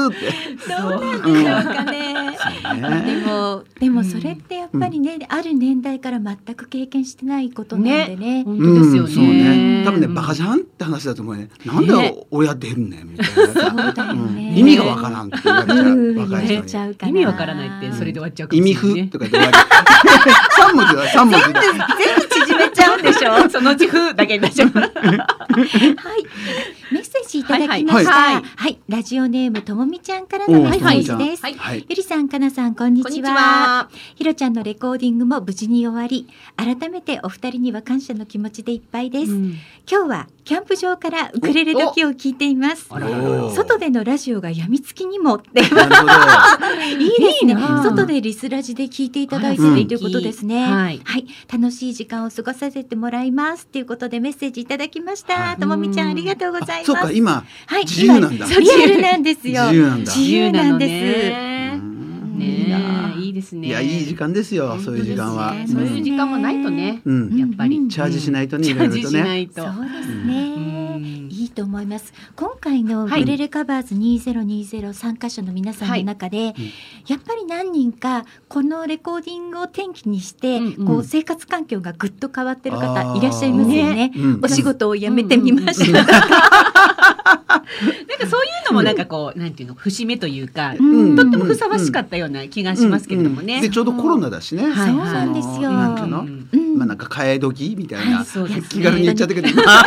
Speaker 1: そうなんでしょうかね。で
Speaker 6: ね
Speaker 1: もでもそれってやっぱりね、ある年代から全く経験してないことなんでね。
Speaker 3: 本当ですよ
Speaker 6: うん、そうね。多分ね、バカ
Speaker 3: じ
Speaker 6: じゃんって話だと思うね。なんで親出るねんみたいな。
Speaker 1: そうだよね。
Speaker 6: うん意味がわからんって言われちゃ
Speaker 1: うん
Speaker 6: う若い
Speaker 1: 言わ
Speaker 6: 人
Speaker 1: れち
Speaker 6: に。
Speaker 1: ゃうかな。
Speaker 3: 意味わからないってそれで終わっちゃうかも
Speaker 6: 意
Speaker 3: しれ
Speaker 6: 味
Speaker 3: ない、ね。
Speaker 6: 不とか言われる。三文字だ三文字だ。
Speaker 3: 縮めちゃうんでしょ。そのうち不だけになっちゃう。
Speaker 1: はい。メッセージいただきました。は
Speaker 6: はいい
Speaker 3: はいはい
Speaker 1: ラジオネームともみちゃんからのメッセージです。
Speaker 6: はいはい
Speaker 1: ゆりさん、かなさん、こんにちは。ひろちゃんのレコーディングも無事に終わり、改めてお二人には感謝の気持ちでいっぱいです。今日はキャンプ場からウクレレ時を聞いています。
Speaker 6: あらららら
Speaker 1: 外でのラジオがやみつきにも って。
Speaker 6: なるほど。
Speaker 1: いいですね。
Speaker 3: な
Speaker 1: 外でリスラジで聞いていただいて
Speaker 6: あ
Speaker 1: る
Speaker 6: ら素
Speaker 1: とい
Speaker 3: 敵
Speaker 1: うことですね。は
Speaker 3: はいい、
Speaker 1: 楽しい時間を過ごさせてもらいますということでメッセージいただきました。
Speaker 6: はい
Speaker 1: ともみちゃんありがとうござい
Speaker 6: あ
Speaker 1: ます。
Speaker 6: そうか、今、
Speaker 1: はい、
Speaker 6: 自由なんだ
Speaker 1: 今リアルなんですよ。
Speaker 6: 自由なんだ
Speaker 1: 自由なんです。
Speaker 6: う
Speaker 3: ね
Speaker 6: ん
Speaker 3: え、いいですね。
Speaker 6: いや、いい時間ですよ、そういう時間は。
Speaker 3: 本当です
Speaker 6: う
Speaker 3: ねそういうん時間もないとね。
Speaker 6: う
Speaker 1: うん
Speaker 6: ん。
Speaker 3: やっぱり
Speaker 1: うん
Speaker 6: チャージしないとね、
Speaker 3: チ
Speaker 6: い
Speaker 3: ャ
Speaker 6: ろい
Speaker 3: ー
Speaker 6: ろ
Speaker 3: ジ
Speaker 6: と
Speaker 3: し
Speaker 6: ね。
Speaker 3: ない
Speaker 1: そ
Speaker 3: と。
Speaker 1: うです
Speaker 3: うん
Speaker 1: ね。いいと思います。今回のウクレレカバーズ2020参加者の皆さんの中で、やっぱり何人かこのレコーディングを転機にして、
Speaker 3: うんうん
Speaker 1: こう生活環境がぐっと変わってる方いらっしゃいますよね。
Speaker 6: うん
Speaker 1: お仕事を辞めてみました。
Speaker 3: なんかそういうのもなんかこう、なんていうの節目というか、
Speaker 1: う
Speaker 3: と
Speaker 1: ん
Speaker 3: ってもふさわしかったような気がしますけれども
Speaker 6: うんう
Speaker 3: ね
Speaker 6: んで、。ちょうどコロナだしね。
Speaker 3: はいそうなん
Speaker 6: の
Speaker 1: ですよ
Speaker 6: なんていうの
Speaker 3: うん
Speaker 1: うん
Speaker 6: まあなんか替え時みたい
Speaker 1: は。
Speaker 6: ない
Speaker 3: そうです
Speaker 6: 気軽に言っちゃったけど、まあ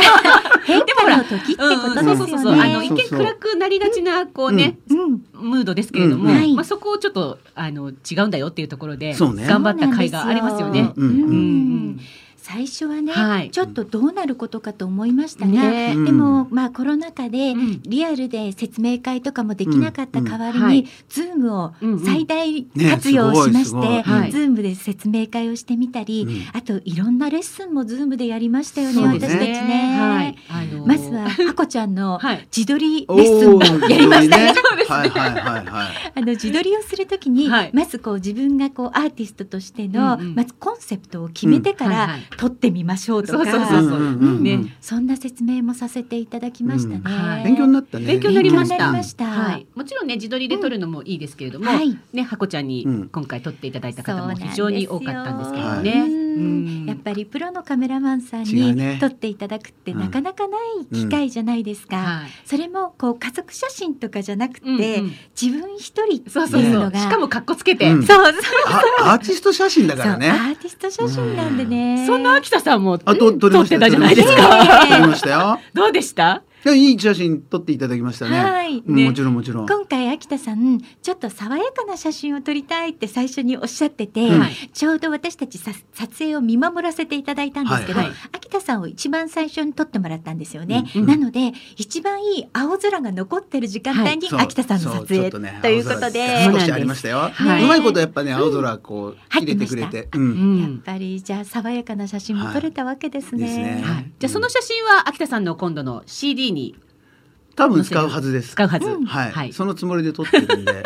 Speaker 1: 変化の時ってことです
Speaker 3: そ
Speaker 1: よね。
Speaker 3: うそうそうそう、あの一
Speaker 6: そう
Speaker 3: 見
Speaker 6: そう
Speaker 3: 暗くなりがちなこうね、
Speaker 1: うん
Speaker 3: ムードですけれども、
Speaker 1: うんはい
Speaker 3: まあそこをちょっとあの違うんだよっていうところで、
Speaker 6: そうね
Speaker 3: 頑張った甲斐がありますよね。
Speaker 1: そうなんですよ
Speaker 6: うん
Speaker 3: うん
Speaker 1: 最初はね、
Speaker 3: はい
Speaker 1: ちょっとどうなることかと思いました
Speaker 3: う
Speaker 1: が、
Speaker 3: んね
Speaker 6: うん
Speaker 1: でも、まあ、コロナ禍で
Speaker 3: うん
Speaker 1: リアルで説明会とかもできなかった代わり
Speaker 3: うんうんは
Speaker 1: に
Speaker 3: い、
Speaker 1: ズームを
Speaker 3: うんうん
Speaker 1: 最大
Speaker 6: ね
Speaker 1: 活用しまし
Speaker 6: すご
Speaker 1: て
Speaker 6: い
Speaker 3: すごい
Speaker 1: ズームで説明会をしてみたり、
Speaker 6: うん
Speaker 1: あといろんなレッスンもズームでやりましたよね
Speaker 3: そう
Speaker 1: 私
Speaker 3: で
Speaker 1: た
Speaker 3: す
Speaker 1: ち
Speaker 3: ね
Speaker 1: ね。
Speaker 3: はい、あのー
Speaker 1: まずは、ハコちゃんの
Speaker 3: はい
Speaker 1: 自撮りレ
Speaker 6: お
Speaker 1: ッスンも
Speaker 6: ー
Speaker 1: やりましたね。
Speaker 6: ね。はいはいはいはい。
Speaker 1: あの自撮りをするときに、
Speaker 3: はい
Speaker 1: まずこう自分がこうアーティストとしての、
Speaker 3: うんうん
Speaker 1: まずコンセプトを決めてか
Speaker 3: うん
Speaker 1: ら
Speaker 3: はいはい
Speaker 1: 撮ってみましょうとか、
Speaker 3: そうそう
Speaker 6: う
Speaker 3: そ
Speaker 6: んうんうんうん
Speaker 3: ね
Speaker 1: そんな説明もさせていただきましたね。
Speaker 6: うん
Speaker 3: はい
Speaker 6: 勉強になったね。
Speaker 3: 勉強になりました
Speaker 1: 勉強になりました
Speaker 3: はい、もちろんね自撮りで撮るのもいいですけれども、
Speaker 1: うんはい
Speaker 3: ねハコちゃんに
Speaker 6: うん
Speaker 3: 今回撮っていただいた
Speaker 1: そう
Speaker 3: 方
Speaker 1: な
Speaker 3: も
Speaker 1: んですよ
Speaker 3: 非常に多かったんですけど
Speaker 6: はい
Speaker 3: ね。
Speaker 1: うんやっぱりプロのカメラマンさん
Speaker 6: 違う
Speaker 1: に
Speaker 6: ね
Speaker 1: 撮っていただくって
Speaker 6: うん
Speaker 1: なかなかない機会じゃないですか。
Speaker 3: はい。
Speaker 1: それもこう家族写真とかじゃなくて、
Speaker 3: うんうん
Speaker 1: 自分一人って
Speaker 3: そうそう
Speaker 1: いう
Speaker 3: そ
Speaker 1: の
Speaker 3: う。
Speaker 1: が、
Speaker 3: しかも格好つけて、
Speaker 6: うん
Speaker 1: そうそう
Speaker 6: あアーティスト写真だか
Speaker 1: そうア
Speaker 6: らね。
Speaker 1: ーティスト写真なんでね。
Speaker 3: そんな秋田さんも
Speaker 6: あと撮り
Speaker 3: 撮
Speaker 6: ま
Speaker 3: っ
Speaker 6: した
Speaker 3: て
Speaker 6: よ
Speaker 3: たじゃないです
Speaker 6: 撮
Speaker 3: か。
Speaker 6: りましたよ。
Speaker 3: どうでした？
Speaker 6: やいい写真撮っていただきましたね。
Speaker 1: はい
Speaker 6: うん
Speaker 5: ね
Speaker 6: もちろんもちろん。
Speaker 1: 今回秋田さんちょっと爽やかな写真を撮りたいって最初におっしゃってて、
Speaker 6: うん
Speaker 10: はい
Speaker 1: ちょうど私たちさ撮影を見守らせていただいたんですけど、
Speaker 10: はいはい
Speaker 1: 秋田さんを一番最初に撮ってもらったんですよね、
Speaker 6: うんうん
Speaker 1: なので一番いい青空が残ってる時間帯に
Speaker 6: そう
Speaker 1: 秋田さんの撮
Speaker 6: そちょ
Speaker 1: 影
Speaker 6: っね
Speaker 1: ということで
Speaker 6: 青空少しありましたよ。
Speaker 10: は
Speaker 1: ね
Speaker 10: い。
Speaker 6: うまいことやっぱね青空こう入れてくれて、う、
Speaker 10: うん
Speaker 1: やっ
Speaker 10: ん。
Speaker 1: ぱりじゃあ爽やかな写真も撮れたわけですね。
Speaker 6: ですね。
Speaker 10: はい。じゃあその写真は秋田さんの今度の CD に
Speaker 6: 多分使うはずです。
Speaker 10: 使うはず。
Speaker 1: うん
Speaker 6: はい、
Speaker 10: はい
Speaker 6: そのつもりで撮ってるん で。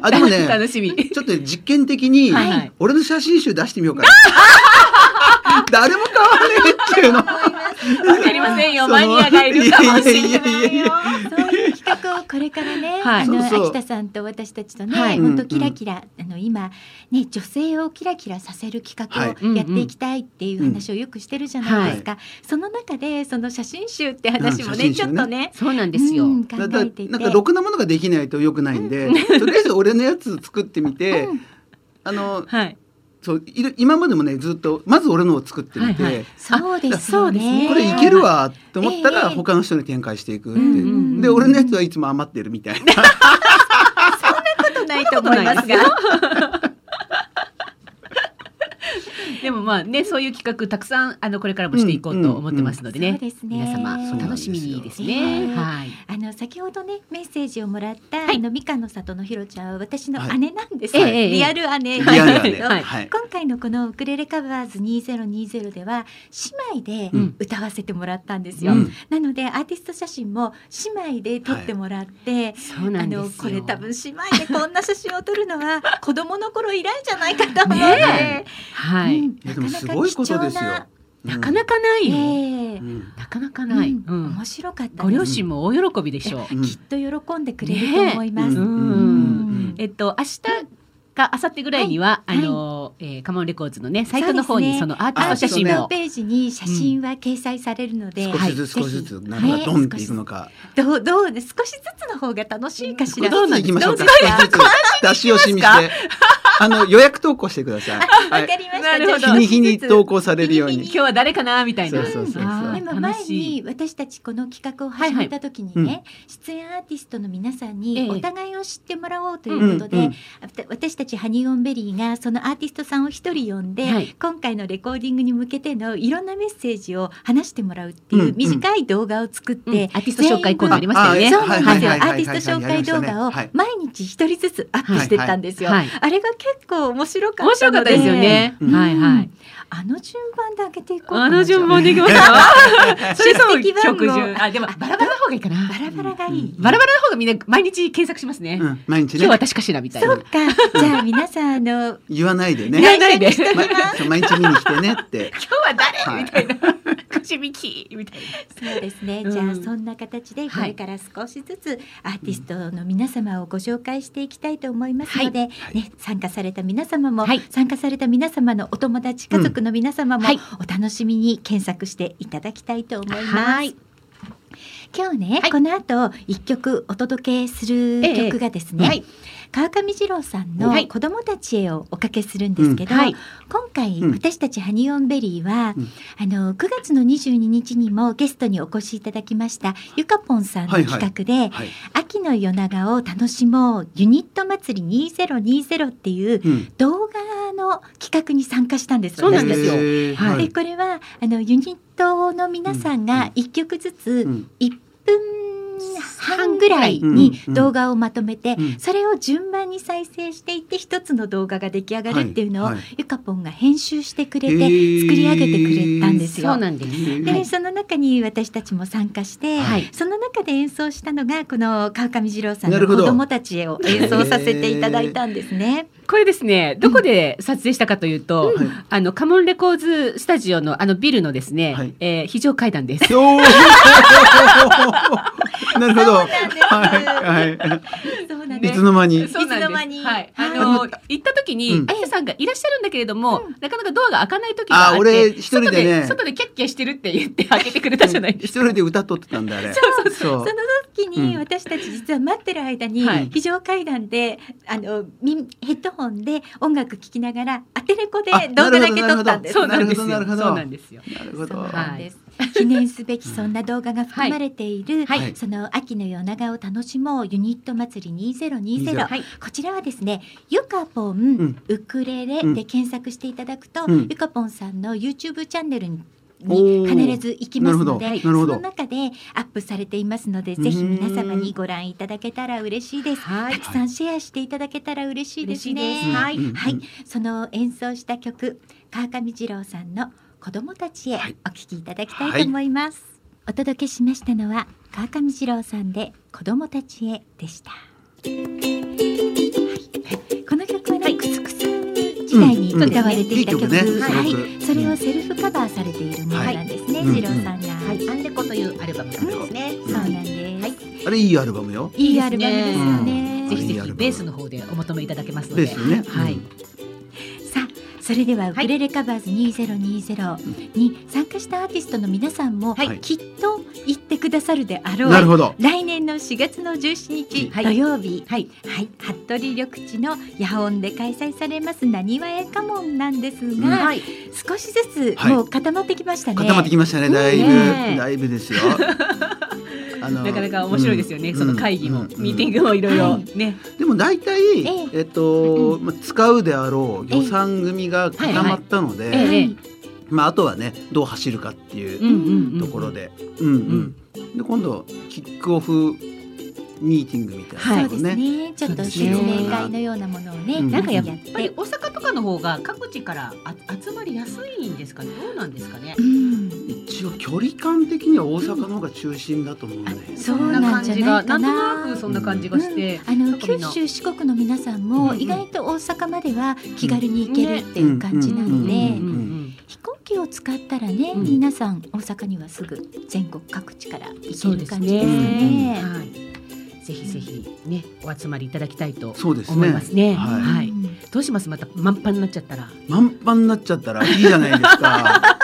Speaker 6: あでもね
Speaker 10: 楽、しみ。
Speaker 6: ちょっとね実験的に
Speaker 10: はいはい
Speaker 6: 俺の写真集出してみよ うかな。誰も買わねえっていうの。
Speaker 10: わかりませんよ。
Speaker 6: その
Speaker 10: マニアがいるかもしれない
Speaker 6: やや
Speaker 10: い
Speaker 6: や
Speaker 10: よ。
Speaker 6: や
Speaker 1: そういう企画をこれからね、
Speaker 10: はい
Speaker 1: あの
Speaker 6: そうそう
Speaker 1: 秋田さんと私たちとね、
Speaker 10: はい
Speaker 1: 本当キラキラ、あの今ね女性をキラキラさせる企画を
Speaker 10: はい
Speaker 1: やっていきたいっていう話をよくしてるじゃないですか。その中でその写真集って話もね,、
Speaker 6: うん写真
Speaker 1: ち
Speaker 6: 集
Speaker 1: ょっ
Speaker 6: ね
Speaker 1: とね
Speaker 10: そうなんですよ
Speaker 1: う。ん考
Speaker 6: だだ
Speaker 1: えていて。
Speaker 6: なんかろくなものができないと良くないんで、とりあえず俺のやつ作ってみて、あの
Speaker 10: はい。
Speaker 6: そういる今までもねずっとまず俺のを作ってみて、
Speaker 10: はいはい
Speaker 1: そうですよ
Speaker 10: あそうです
Speaker 1: ね。
Speaker 10: ね
Speaker 6: これいけるわと思った
Speaker 1: え
Speaker 6: ら
Speaker 1: え
Speaker 6: 他の人に展開していくって
Speaker 10: うん
Speaker 6: いうう。
Speaker 10: ん
Speaker 6: で俺のやつはいつも余ってるみたいな。
Speaker 1: ことないと思いますが。
Speaker 10: でもまあねそういう企画たくさんあのこれからもしていこうと思ってますので
Speaker 1: そう
Speaker 10: ね。
Speaker 1: ですね。
Speaker 10: 皆様
Speaker 6: そ
Speaker 10: お
Speaker 6: うなん
Speaker 10: 楽
Speaker 6: です
Speaker 10: し
Speaker 6: よ
Speaker 10: みにです
Speaker 1: ね
Speaker 10: ね。はい。
Speaker 1: あの先ほどねメッセージをもらった、
Speaker 10: はい
Speaker 1: あのみかんの里のひろちゃんは私の
Speaker 6: はい
Speaker 1: 姉なんです、
Speaker 10: ええええ
Speaker 1: リアル姉
Speaker 6: リアルはね。
Speaker 10: はい
Speaker 6: はい。
Speaker 1: 今回のこの「ウクレレカバーズ2020」では姉妹
Speaker 6: う
Speaker 1: で
Speaker 6: ん
Speaker 1: 歌わせてもらったんですよ、
Speaker 6: うん
Speaker 1: なのでアーティスト写真も姉妹で撮ってもらって、
Speaker 10: そうな
Speaker 1: あ
Speaker 10: んです
Speaker 1: の
Speaker 10: よ。
Speaker 1: これ多分姉妹でこんな写真を撮るのは子供の頃以来じゃないかと思って、
Speaker 10: ねはい。
Speaker 1: うん
Speaker 6: い
Speaker 1: な
Speaker 6: やで
Speaker 1: か
Speaker 6: も
Speaker 1: な
Speaker 6: す
Speaker 1: か
Speaker 6: ごい
Speaker 1: 貴
Speaker 6: こと
Speaker 1: 重
Speaker 6: ですよ
Speaker 1: な、。
Speaker 10: なかなかないよ。
Speaker 1: ええ
Speaker 6: うん
Speaker 10: なかなかない。う
Speaker 1: うん
Speaker 10: ん
Speaker 1: 面白かった
Speaker 10: ご
Speaker 1: です
Speaker 10: 両親も大喜びでしょう。
Speaker 6: うん
Speaker 1: きっと喜んでくれると思い
Speaker 6: うんう
Speaker 1: ま
Speaker 6: ん
Speaker 1: す。
Speaker 6: うんうん
Speaker 10: えっと明日か明後日ぐらいには、
Speaker 1: はい
Speaker 10: あの、えーカモンレコーズのねサイトの方
Speaker 1: そうで
Speaker 10: に
Speaker 1: すね
Speaker 10: そのアーティ
Speaker 1: アー
Speaker 10: ス
Speaker 1: ティス
Speaker 10: ト写真
Speaker 1: ト
Speaker 10: も、
Speaker 1: ページに写真は掲載されるので、
Speaker 6: 少しずつ
Speaker 1: はい
Speaker 6: 少しずつ
Speaker 1: ぜひ
Speaker 6: なんかドンっていくの
Speaker 1: ね
Speaker 6: か。
Speaker 1: どうどうです少しずつの方が楽しいかしら。
Speaker 6: どうぞ行きましょうか。
Speaker 1: どです
Speaker 6: 少しずつ出し惜しみして。あの予約投稿してください。
Speaker 1: わ
Speaker 6: は
Speaker 1: か
Speaker 6: い。
Speaker 1: りました。
Speaker 10: なるほど
Speaker 1: じ
Speaker 6: 日
Speaker 1: ゃあ
Speaker 6: に日に投稿されるよう
Speaker 1: 日に
Speaker 6: に
Speaker 10: 今。日は誰かなみたいな。
Speaker 6: そうそうそうそう
Speaker 10: あ
Speaker 1: で
Speaker 10: ー
Speaker 1: も前
Speaker 10: 楽し
Speaker 1: に
Speaker 10: い
Speaker 1: 私たちこの企画を始めた時にね、
Speaker 6: はいはい
Speaker 1: 出演アーティストの皆さん
Speaker 10: ええ
Speaker 1: にお互いを知ってもらおうということで、
Speaker 6: うんうん
Speaker 1: あた私たちハニーオンベリーがそのアーティストさんを一人呼んで、
Speaker 10: はい
Speaker 1: 今回のレコーディングに向けてのいろんなメッセージを話してもらうっていううん短い動画を作っ
Speaker 10: うんア
Speaker 1: て
Speaker 10: ー、ティスト紹介コーナーありましたよね。
Speaker 6: あ
Speaker 1: そうなんですよ、
Speaker 6: はいはいはいはいはい
Speaker 1: アーティスト紹介動画を
Speaker 6: はい
Speaker 1: 毎日一人ずつアップしてったんですよ。
Speaker 10: はい。
Speaker 1: あれが結構面白かったので
Speaker 10: 面白かったですよね。
Speaker 6: うん
Speaker 10: はいはい。
Speaker 1: あの順番で開けていこう
Speaker 10: あの 順番でいきます か。それとも曲順。あでもバラバラの方がいいかな。
Speaker 1: バラバラがいい。
Speaker 10: バラバラの方がみんな毎日検索しますね。
Speaker 6: う
Speaker 10: 今
Speaker 6: ん毎日
Speaker 10: 日
Speaker 6: ね
Speaker 10: は。私かしらみたい
Speaker 1: そ
Speaker 10: な
Speaker 1: う。か。じゃあ皆さんあの
Speaker 6: 言わないで
Speaker 10: 言わ
Speaker 6: ね。
Speaker 10: ないで。
Speaker 6: まそう毎日見に来てねって。
Speaker 10: 今日は
Speaker 6: は
Speaker 10: 誰
Speaker 6: い
Speaker 10: みたいな。口引きみたい
Speaker 1: そうですね。
Speaker 10: うん
Speaker 1: じゃあそんな形でこ
Speaker 10: は
Speaker 1: れ
Speaker 10: い
Speaker 1: から少しずつアーティストの皆様をご紹介していきたいと思いますので、
Speaker 6: い
Speaker 1: ね参加された皆様も、
Speaker 10: はい
Speaker 1: 参加された皆様のお友達家族の皆様も、
Speaker 10: はい
Speaker 1: お楽しみに検索していただきたいと思います。
Speaker 10: はい
Speaker 1: 今日ね、
Speaker 10: はい
Speaker 1: この後一曲お届けする
Speaker 10: ええ
Speaker 1: 曲がですね、
Speaker 10: な。はい。
Speaker 1: 川上二郎さんの
Speaker 10: はい
Speaker 1: 子供たちへをおかけするんですけど、
Speaker 10: うんはい
Speaker 1: 今回
Speaker 6: うん
Speaker 1: 私たちハニーオンベリーは、
Speaker 6: うん
Speaker 1: あの9月の22日にもゲストにお越しいただきましたゆかぽんさんの
Speaker 6: はいはい
Speaker 1: 企画で、
Speaker 6: はい。
Speaker 1: 秋の夜長を楽しもうユニット祭り2020っていう
Speaker 6: うん。
Speaker 1: 動画の企画に参加したんです
Speaker 10: そうなんですよ
Speaker 6: へー
Speaker 10: は
Speaker 6: はい
Speaker 1: でこれはあのユニットの皆さん
Speaker 6: うん
Speaker 1: が1曲ずつ
Speaker 6: うん
Speaker 1: 1分半ぐらいに動画をまとめて、
Speaker 6: うんうん
Speaker 1: それを順番に再生していって一つの動画が出来上がるっていうのを、
Speaker 6: はいはい
Speaker 1: ゆかぽんが編集してくれて
Speaker 6: へ
Speaker 1: 作
Speaker 6: ー
Speaker 1: り上げてくれたんですよ。
Speaker 10: そうなんです。
Speaker 1: で、
Speaker 6: はい
Speaker 1: その中に私たちも参加して、
Speaker 6: はい
Speaker 1: その中で演奏したのがこの川上二郎さん
Speaker 6: な
Speaker 1: の
Speaker 6: る
Speaker 1: 子
Speaker 6: ほど
Speaker 1: 供たちへを演奏させていただいたんですね。
Speaker 10: これですね、どこで撮影したかというと、
Speaker 6: はい
Speaker 10: あの、カモンレコーズスタジオのあのビルのですね、
Speaker 6: はい
Speaker 10: えー非常階段です。
Speaker 6: おー なるほど。はいは
Speaker 1: そうなん
Speaker 6: い。
Speaker 1: で
Speaker 6: い
Speaker 1: す
Speaker 6: つ。の間に。
Speaker 10: そうなん
Speaker 1: いつの間に
Speaker 10: ですはい。
Speaker 1: は
Speaker 10: あ
Speaker 1: い
Speaker 10: の、行った時に、
Speaker 6: うん
Speaker 10: あやさんがいらっしゃるんだけれども、なかなかドアが開かない時があって
Speaker 6: あ、俺一人
Speaker 10: 外
Speaker 6: でね
Speaker 10: で、外でキャッキャしてるって言って開けてくれたじゃないで
Speaker 6: 一
Speaker 10: すか。
Speaker 6: 人で歌っとってたんだあれ。
Speaker 10: そうそう
Speaker 6: そう
Speaker 1: その気に
Speaker 6: うん
Speaker 1: 私たち実は待ってる間に
Speaker 3: はい
Speaker 1: 非常階段であのみヘッドホンで音楽聴きながらアテレコで
Speaker 6: あ
Speaker 1: 動画だけ撮ったんです。
Speaker 3: そうなんですよ。
Speaker 6: なるほど
Speaker 3: そうなんですよ。
Speaker 6: なるほ
Speaker 1: そ
Speaker 6: ど。
Speaker 1: う
Speaker 3: は
Speaker 1: なんです記念すべきそんな動画が含まれている、
Speaker 6: はいはい
Speaker 1: その秋の夜長を楽しもうユニット祭り2020、
Speaker 3: はい
Speaker 1: こちらはですねゆかぽん、
Speaker 6: ん
Speaker 1: ウクレレ
Speaker 6: うん
Speaker 1: で検索していただくと、
Speaker 6: うん
Speaker 1: ゆかぽんさんの YouTube チャンネルに
Speaker 6: お
Speaker 1: に
Speaker 6: ー
Speaker 1: 必ず行きますので、
Speaker 6: なるほど
Speaker 1: そ
Speaker 6: なるほど
Speaker 1: の中でアップされていますので、ぜひ皆様にご覧いただけたら嬉しいです。
Speaker 3: はい
Speaker 1: たくさんシェアしていただけたら嬉しいです
Speaker 3: 嬉しい
Speaker 1: ね。
Speaker 3: です
Speaker 1: はい、
Speaker 6: うん
Speaker 1: はい
Speaker 6: うん
Speaker 1: その演奏した曲、川上二郎さんの子供たちへお聞きいただきたいと思います。お届けしましたのは川上二郎さんで子供たちへでした。はいこの曲はね、クスクス時代に
Speaker 6: うんうん
Speaker 1: 歌われていた曲、
Speaker 6: いい曲ねす
Speaker 1: は
Speaker 6: ごく
Speaker 1: い、それをセルフカバーされているものなんですね、
Speaker 6: はい
Speaker 1: 二郎さんが。
Speaker 3: はい、アンレコというアルバムなんですね。
Speaker 1: そうなんです。
Speaker 3: はい
Speaker 6: あれいいアルバムよ。
Speaker 1: いいアルバムですよ
Speaker 6: うん
Speaker 1: ね。
Speaker 3: ぜひぜひベースの方でお求めいただけますの
Speaker 6: で
Speaker 3: で。
Speaker 6: すよね。
Speaker 3: はい。
Speaker 1: さあそれではウクレレカバーズ2020に参加したアーティストの皆さんも、
Speaker 6: はい
Speaker 1: きっと行ってくださるであ
Speaker 6: う
Speaker 1: ろ
Speaker 6: ん。
Speaker 1: う
Speaker 6: なるほど。
Speaker 1: 来年の4月の17日、
Speaker 3: はい
Speaker 1: 土曜日、
Speaker 3: はい。
Speaker 1: はい、服部緑地の野音で開催されますなにわやかもんなんですが、
Speaker 3: はい。
Speaker 1: 少しずつ
Speaker 6: はい
Speaker 1: もう固まってきましたね。
Speaker 6: 固まってきましたね。だい
Speaker 3: ね
Speaker 6: ぶ、だいぶですよ。あの
Speaker 3: なかなか面白いですよね。
Speaker 6: うん
Speaker 3: その会議も、
Speaker 6: うんうん
Speaker 3: ミーティングもいろいろね。
Speaker 6: でも大体、
Speaker 1: ええ
Speaker 6: えっと、まあ、使うであろう予算組が固まったので、
Speaker 3: ええ
Speaker 6: まあ、あとはねどう走るかっていう
Speaker 3: うんうんうん。
Speaker 6: ところ。で、うんうんで今度キックオフミーティングみたい
Speaker 1: そ
Speaker 6: な
Speaker 1: うです
Speaker 6: ね。
Speaker 1: ね。ちょっと説明会のようなものをね、
Speaker 6: うん
Speaker 3: なんかやっ
Speaker 1: やって
Speaker 3: ぱり大阪とかの方が各地からあ集まりやすいんですかね。どうなんですかね
Speaker 1: う。ん、
Speaker 6: 一応距離感的には大阪の方が中心だと思うんだよね。
Speaker 1: そうなんじゃないかな
Speaker 3: そん感じがなんとなくそんな感じがして。
Speaker 1: あの
Speaker 3: なんかみ
Speaker 1: 九
Speaker 3: んな
Speaker 1: 州四国の皆さんも
Speaker 6: うん
Speaker 1: 意外と大阪までは気軽に行けるっていう感じな
Speaker 6: うん
Speaker 1: の
Speaker 6: うん
Speaker 1: で
Speaker 6: うん
Speaker 1: 飛行機を使ったらね、
Speaker 3: うん
Speaker 1: 皆さん大阪にはすぐ全国各地から行
Speaker 3: そ
Speaker 1: け
Speaker 3: うで
Speaker 1: る
Speaker 3: す
Speaker 1: 感じです
Speaker 3: ね。
Speaker 1: ね。
Speaker 3: はい。ぜひぜひね、お集まりいただきたいと
Speaker 6: そうです
Speaker 3: 思い
Speaker 6: ね
Speaker 3: ますね。
Speaker 6: はい
Speaker 3: は
Speaker 1: う
Speaker 3: い。
Speaker 1: ん
Speaker 3: どうしますまた満帆になっちゃったら。
Speaker 6: 満帆になっちゃったらいいじゃな いですか。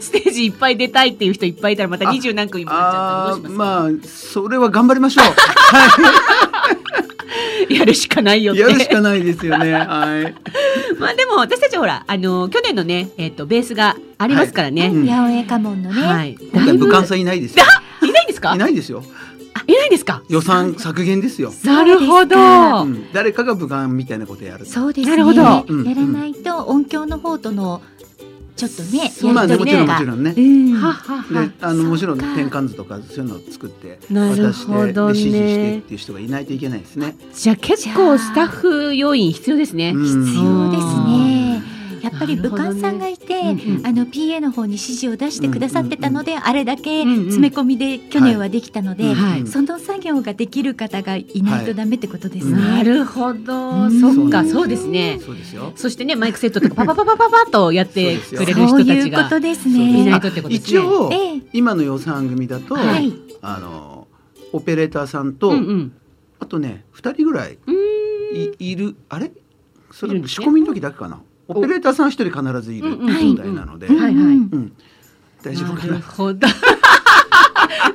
Speaker 3: ステージいっぱい出たいっていう人いっぱいいたらまた
Speaker 6: あ
Speaker 3: 二十何組もなっちゃったら
Speaker 6: あ
Speaker 3: どう
Speaker 6: ー
Speaker 3: しま
Speaker 6: まあそれは頑張りましょう。は
Speaker 3: すかやるしかない よっ
Speaker 6: い、
Speaker 3: て
Speaker 6: やるしかないですよね。はい。
Speaker 3: まあでも私たちほらあの去年のねえっ、とベースがありますからね、
Speaker 6: は
Speaker 3: はいい
Speaker 6: うん
Speaker 1: 八百屋家紋のね、
Speaker 6: 今
Speaker 3: だい
Speaker 6: 回
Speaker 3: ぶ
Speaker 6: 武漢さんいないですよ。
Speaker 3: いないんですか
Speaker 6: い
Speaker 3: い
Speaker 6: ないですよ。
Speaker 3: ないですか
Speaker 6: 予算削減ですよ。
Speaker 3: なるほど、
Speaker 6: う
Speaker 3: は
Speaker 6: ん、誰かが武漢みたいなことやると。
Speaker 1: そうですね
Speaker 3: なるほど
Speaker 6: うん
Speaker 1: やらないと音響の方とのちょっとね、
Speaker 6: まあね、
Speaker 1: や
Speaker 6: も
Speaker 1: り
Speaker 6: ち
Speaker 1: とり
Speaker 6: ろんも
Speaker 1: が
Speaker 6: ちろんね。
Speaker 1: うん
Speaker 3: はは
Speaker 6: で、あのもちろん
Speaker 1: そっか
Speaker 6: 転換図とかそういうのを作って
Speaker 3: なるほどね
Speaker 6: 渡して、で指示してっていう人がいないといけないですね。
Speaker 3: じゃあ結構スタッフ要員必要ですね、
Speaker 6: うん
Speaker 1: 必要ですね。やっぱり
Speaker 3: なる
Speaker 1: 武
Speaker 3: ほどね
Speaker 1: 漢さんがいて、
Speaker 3: うんうん
Speaker 1: あの PA の方に指示を出してくださってたので、あれだけ
Speaker 3: うんうん
Speaker 1: 詰め込みで去年はできたので、
Speaker 3: うんはい
Speaker 1: その作業ができる方がいないとダメってことですね。
Speaker 3: なるほど、
Speaker 1: うん
Speaker 3: そっ
Speaker 6: う
Speaker 3: か
Speaker 6: ん
Speaker 3: そうですね
Speaker 6: そうですよ。
Speaker 3: そしてねマイクセットとかパパパパパパッとやってくれる
Speaker 1: そ
Speaker 3: 人
Speaker 1: う
Speaker 3: た
Speaker 1: い
Speaker 3: ち
Speaker 1: うこ
Speaker 3: が
Speaker 1: とです
Speaker 3: いな
Speaker 1: ね
Speaker 3: い。とってことですね
Speaker 6: 一応、
Speaker 1: ええ
Speaker 6: 今の予算組だと、
Speaker 1: はい、
Speaker 6: あのオペレーターさんと、
Speaker 3: うんうん
Speaker 6: あとね二人ぐらい
Speaker 3: うん
Speaker 6: いいるあれそ
Speaker 3: いる
Speaker 6: れ
Speaker 3: んです
Speaker 6: 仕
Speaker 3: ね
Speaker 6: 込みの時だけかな。オペレーターさん一人必ずいる
Speaker 3: うんうん
Speaker 6: 状態なので、
Speaker 3: はいはい
Speaker 6: うん、大丈夫か
Speaker 3: なる
Speaker 6: な。
Speaker 3: ほど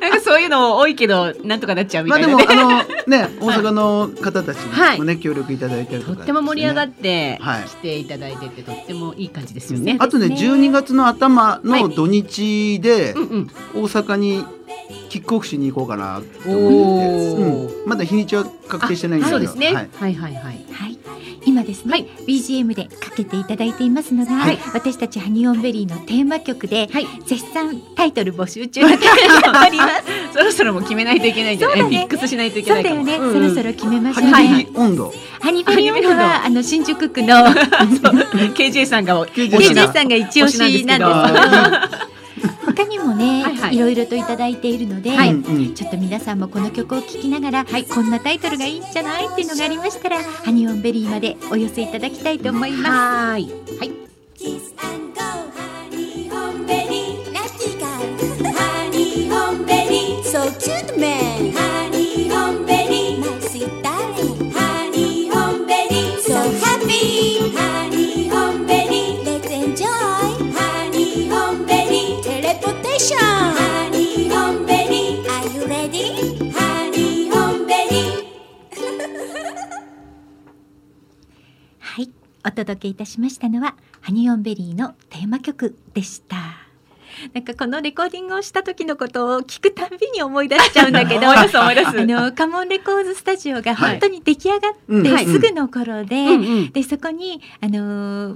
Speaker 3: なんかそういうの多いけどなんとかなっちゃうみ
Speaker 6: ま
Speaker 3: た
Speaker 6: あ
Speaker 3: い
Speaker 6: で
Speaker 3: なね、
Speaker 6: もあ のね大阪の方たちにもね協力いただいたりと
Speaker 3: と
Speaker 6: か、
Speaker 3: っても盛り上が
Speaker 6: っ
Speaker 3: って
Speaker 6: はい
Speaker 3: 来ていただいててとってもいい感じですよね。
Speaker 6: あとね
Speaker 1: ですね
Speaker 6: 12月の頭の土日で
Speaker 3: うんうん。
Speaker 6: 大阪にキックオフしに行こうかなと思ってて、
Speaker 3: おお。
Speaker 6: うん、まだ日にちは確定してないんだけ
Speaker 3: そ
Speaker 6: ど
Speaker 3: うですね。
Speaker 6: は
Speaker 3: はいい、はいはい。
Speaker 1: はい、今ですね、
Speaker 3: はい
Speaker 1: BGM でかけていただいていますのが、
Speaker 3: はい
Speaker 1: 私たちハニーオンベリーのテーマ曲で、
Speaker 3: はい
Speaker 1: 絶賛タイトル募集中の曲があります。
Speaker 3: そろそろもう決めないといけないんじゃな
Speaker 1: そ
Speaker 3: い、
Speaker 1: うだ
Speaker 3: フ
Speaker 1: ね
Speaker 3: ィックスしないといけ
Speaker 1: そ
Speaker 3: な
Speaker 1: う
Speaker 3: い
Speaker 1: だ
Speaker 3: か
Speaker 1: よ
Speaker 3: も。
Speaker 1: ね、
Speaker 3: うん
Speaker 1: そろそろ決めましょ
Speaker 6: ハ
Speaker 1: うね。
Speaker 6: ニーベリー温度
Speaker 1: ハニーベリームードはあの新宿区の
Speaker 3: そう KJ さんが
Speaker 6: 刑
Speaker 3: 推し
Speaker 1: KJ
Speaker 3: な
Speaker 1: さんが一押しなんですけど
Speaker 6: あ
Speaker 1: 他にもね、
Speaker 3: はい
Speaker 1: い
Speaker 3: はい
Speaker 1: ろいろといただいているので、
Speaker 6: ーうんうん
Speaker 1: ちょっと皆さんもこの曲を聴きながら、こんなタイトルがいいんじゃないっていうのがありましたらハニーオンベリーまでお寄せいただきたいと思います。
Speaker 3: はーい。はい。
Speaker 4: Kiss and go ハニーホンベリーラッキーガールハニーホンベリー So cute man ハニーホンベリー My sweet darling ハニーホンベリー So happy ハニーホンベリー Let's enjoy ハニーホンベリー Teleportation ハニーホンベリー Are you ready? ハニー
Speaker 1: お届けいたしましたのはハニオンベリーのテーマ曲でしたなんかこのレコーディングをした時のことを聞くたんびに思い出しちゃうんだけどあのカモンレコーズスタジオが本当に出来上が
Speaker 6: うん
Speaker 1: ってすぐ
Speaker 6: うん
Speaker 1: の頃で、
Speaker 5: うんうん
Speaker 1: でそこにあの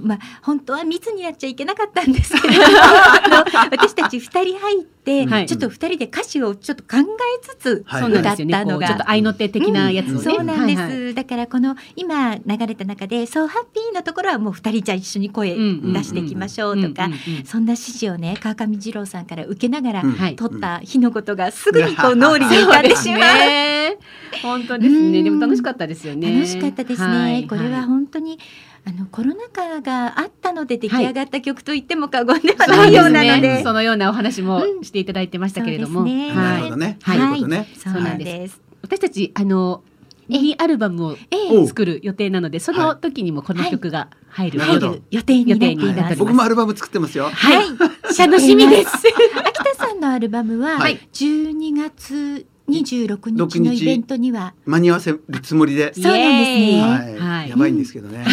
Speaker 1: ーまあ本当は密になっちゃいけなかったんですけど あの私たち二人入って、
Speaker 10: はい
Speaker 1: ちょっと二人で歌詞をちょっと考えつつ
Speaker 6: はい
Speaker 10: そう
Speaker 1: 歌
Speaker 10: な
Speaker 1: っ
Speaker 10: んですよね。
Speaker 1: た
Speaker 10: こ
Speaker 1: の
Speaker 10: うちょっと
Speaker 1: が。
Speaker 10: 愛の手的なやつをね。
Speaker 1: そうなんです、
Speaker 10: はいはい
Speaker 1: だからこの今流れた中で「そうハッピー」のところはもう二人じゃあ一緒に声出していきましょうとか、
Speaker 10: んんん
Speaker 1: そんな指示をね川上二郎さんから受けながら
Speaker 6: うん
Speaker 10: はい。
Speaker 1: 取った日のことがすぐにこう脳裏に浮
Speaker 10: そ
Speaker 1: か
Speaker 10: うん
Speaker 1: で
Speaker 10: で
Speaker 1: し
Speaker 10: す
Speaker 1: まう。
Speaker 10: ね。本当です
Speaker 1: う
Speaker 10: ね。
Speaker 1: ん
Speaker 10: でも楽しかったですよね。
Speaker 1: 楽しかったですね、
Speaker 10: はい
Speaker 1: これはい本当にあのコロナ禍があったので出来上がった曲と言っても過言ではないようなの
Speaker 10: そう
Speaker 1: で。
Speaker 10: すねそのようなお話も
Speaker 1: うん
Speaker 10: していただいてましたけれど
Speaker 1: そ
Speaker 10: も、
Speaker 1: うですね
Speaker 6: な
Speaker 10: は
Speaker 6: るほ
Speaker 10: い
Speaker 6: どね。
Speaker 10: はい
Speaker 6: そういうことね。
Speaker 1: そうなんです。
Speaker 10: 私たちあのミニアルバムを
Speaker 1: ええ
Speaker 6: おう
Speaker 10: 作る予定なので、その時にもこの曲が入る。
Speaker 6: はい
Speaker 1: 入
Speaker 6: なるほ
Speaker 1: る予定になってい
Speaker 10: 予定にな
Speaker 1: ま
Speaker 10: って
Speaker 1: す。
Speaker 10: おり
Speaker 6: 僕もアルバム作ってますよ。
Speaker 1: はい、楽しみ です。秋田さんのアルバムは
Speaker 6: はい
Speaker 1: 12月26日のイベントには
Speaker 6: 間に合わせるつもりで。
Speaker 1: そうなんですね
Speaker 10: イエーイ
Speaker 6: はい
Speaker 10: はい
Speaker 6: やばいんですけどね。はい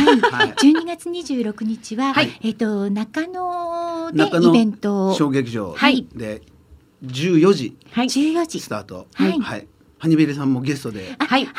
Speaker 1: 12月26日は、
Speaker 6: はい
Speaker 1: えっ、と中野
Speaker 6: 中
Speaker 1: で
Speaker 6: 野
Speaker 1: イベントを
Speaker 6: 小劇場
Speaker 1: はい
Speaker 6: で14時
Speaker 1: 14時
Speaker 6: スタート。
Speaker 1: はい
Speaker 6: はい。ハニベリさんもゲストで。
Speaker 1: あはい、あ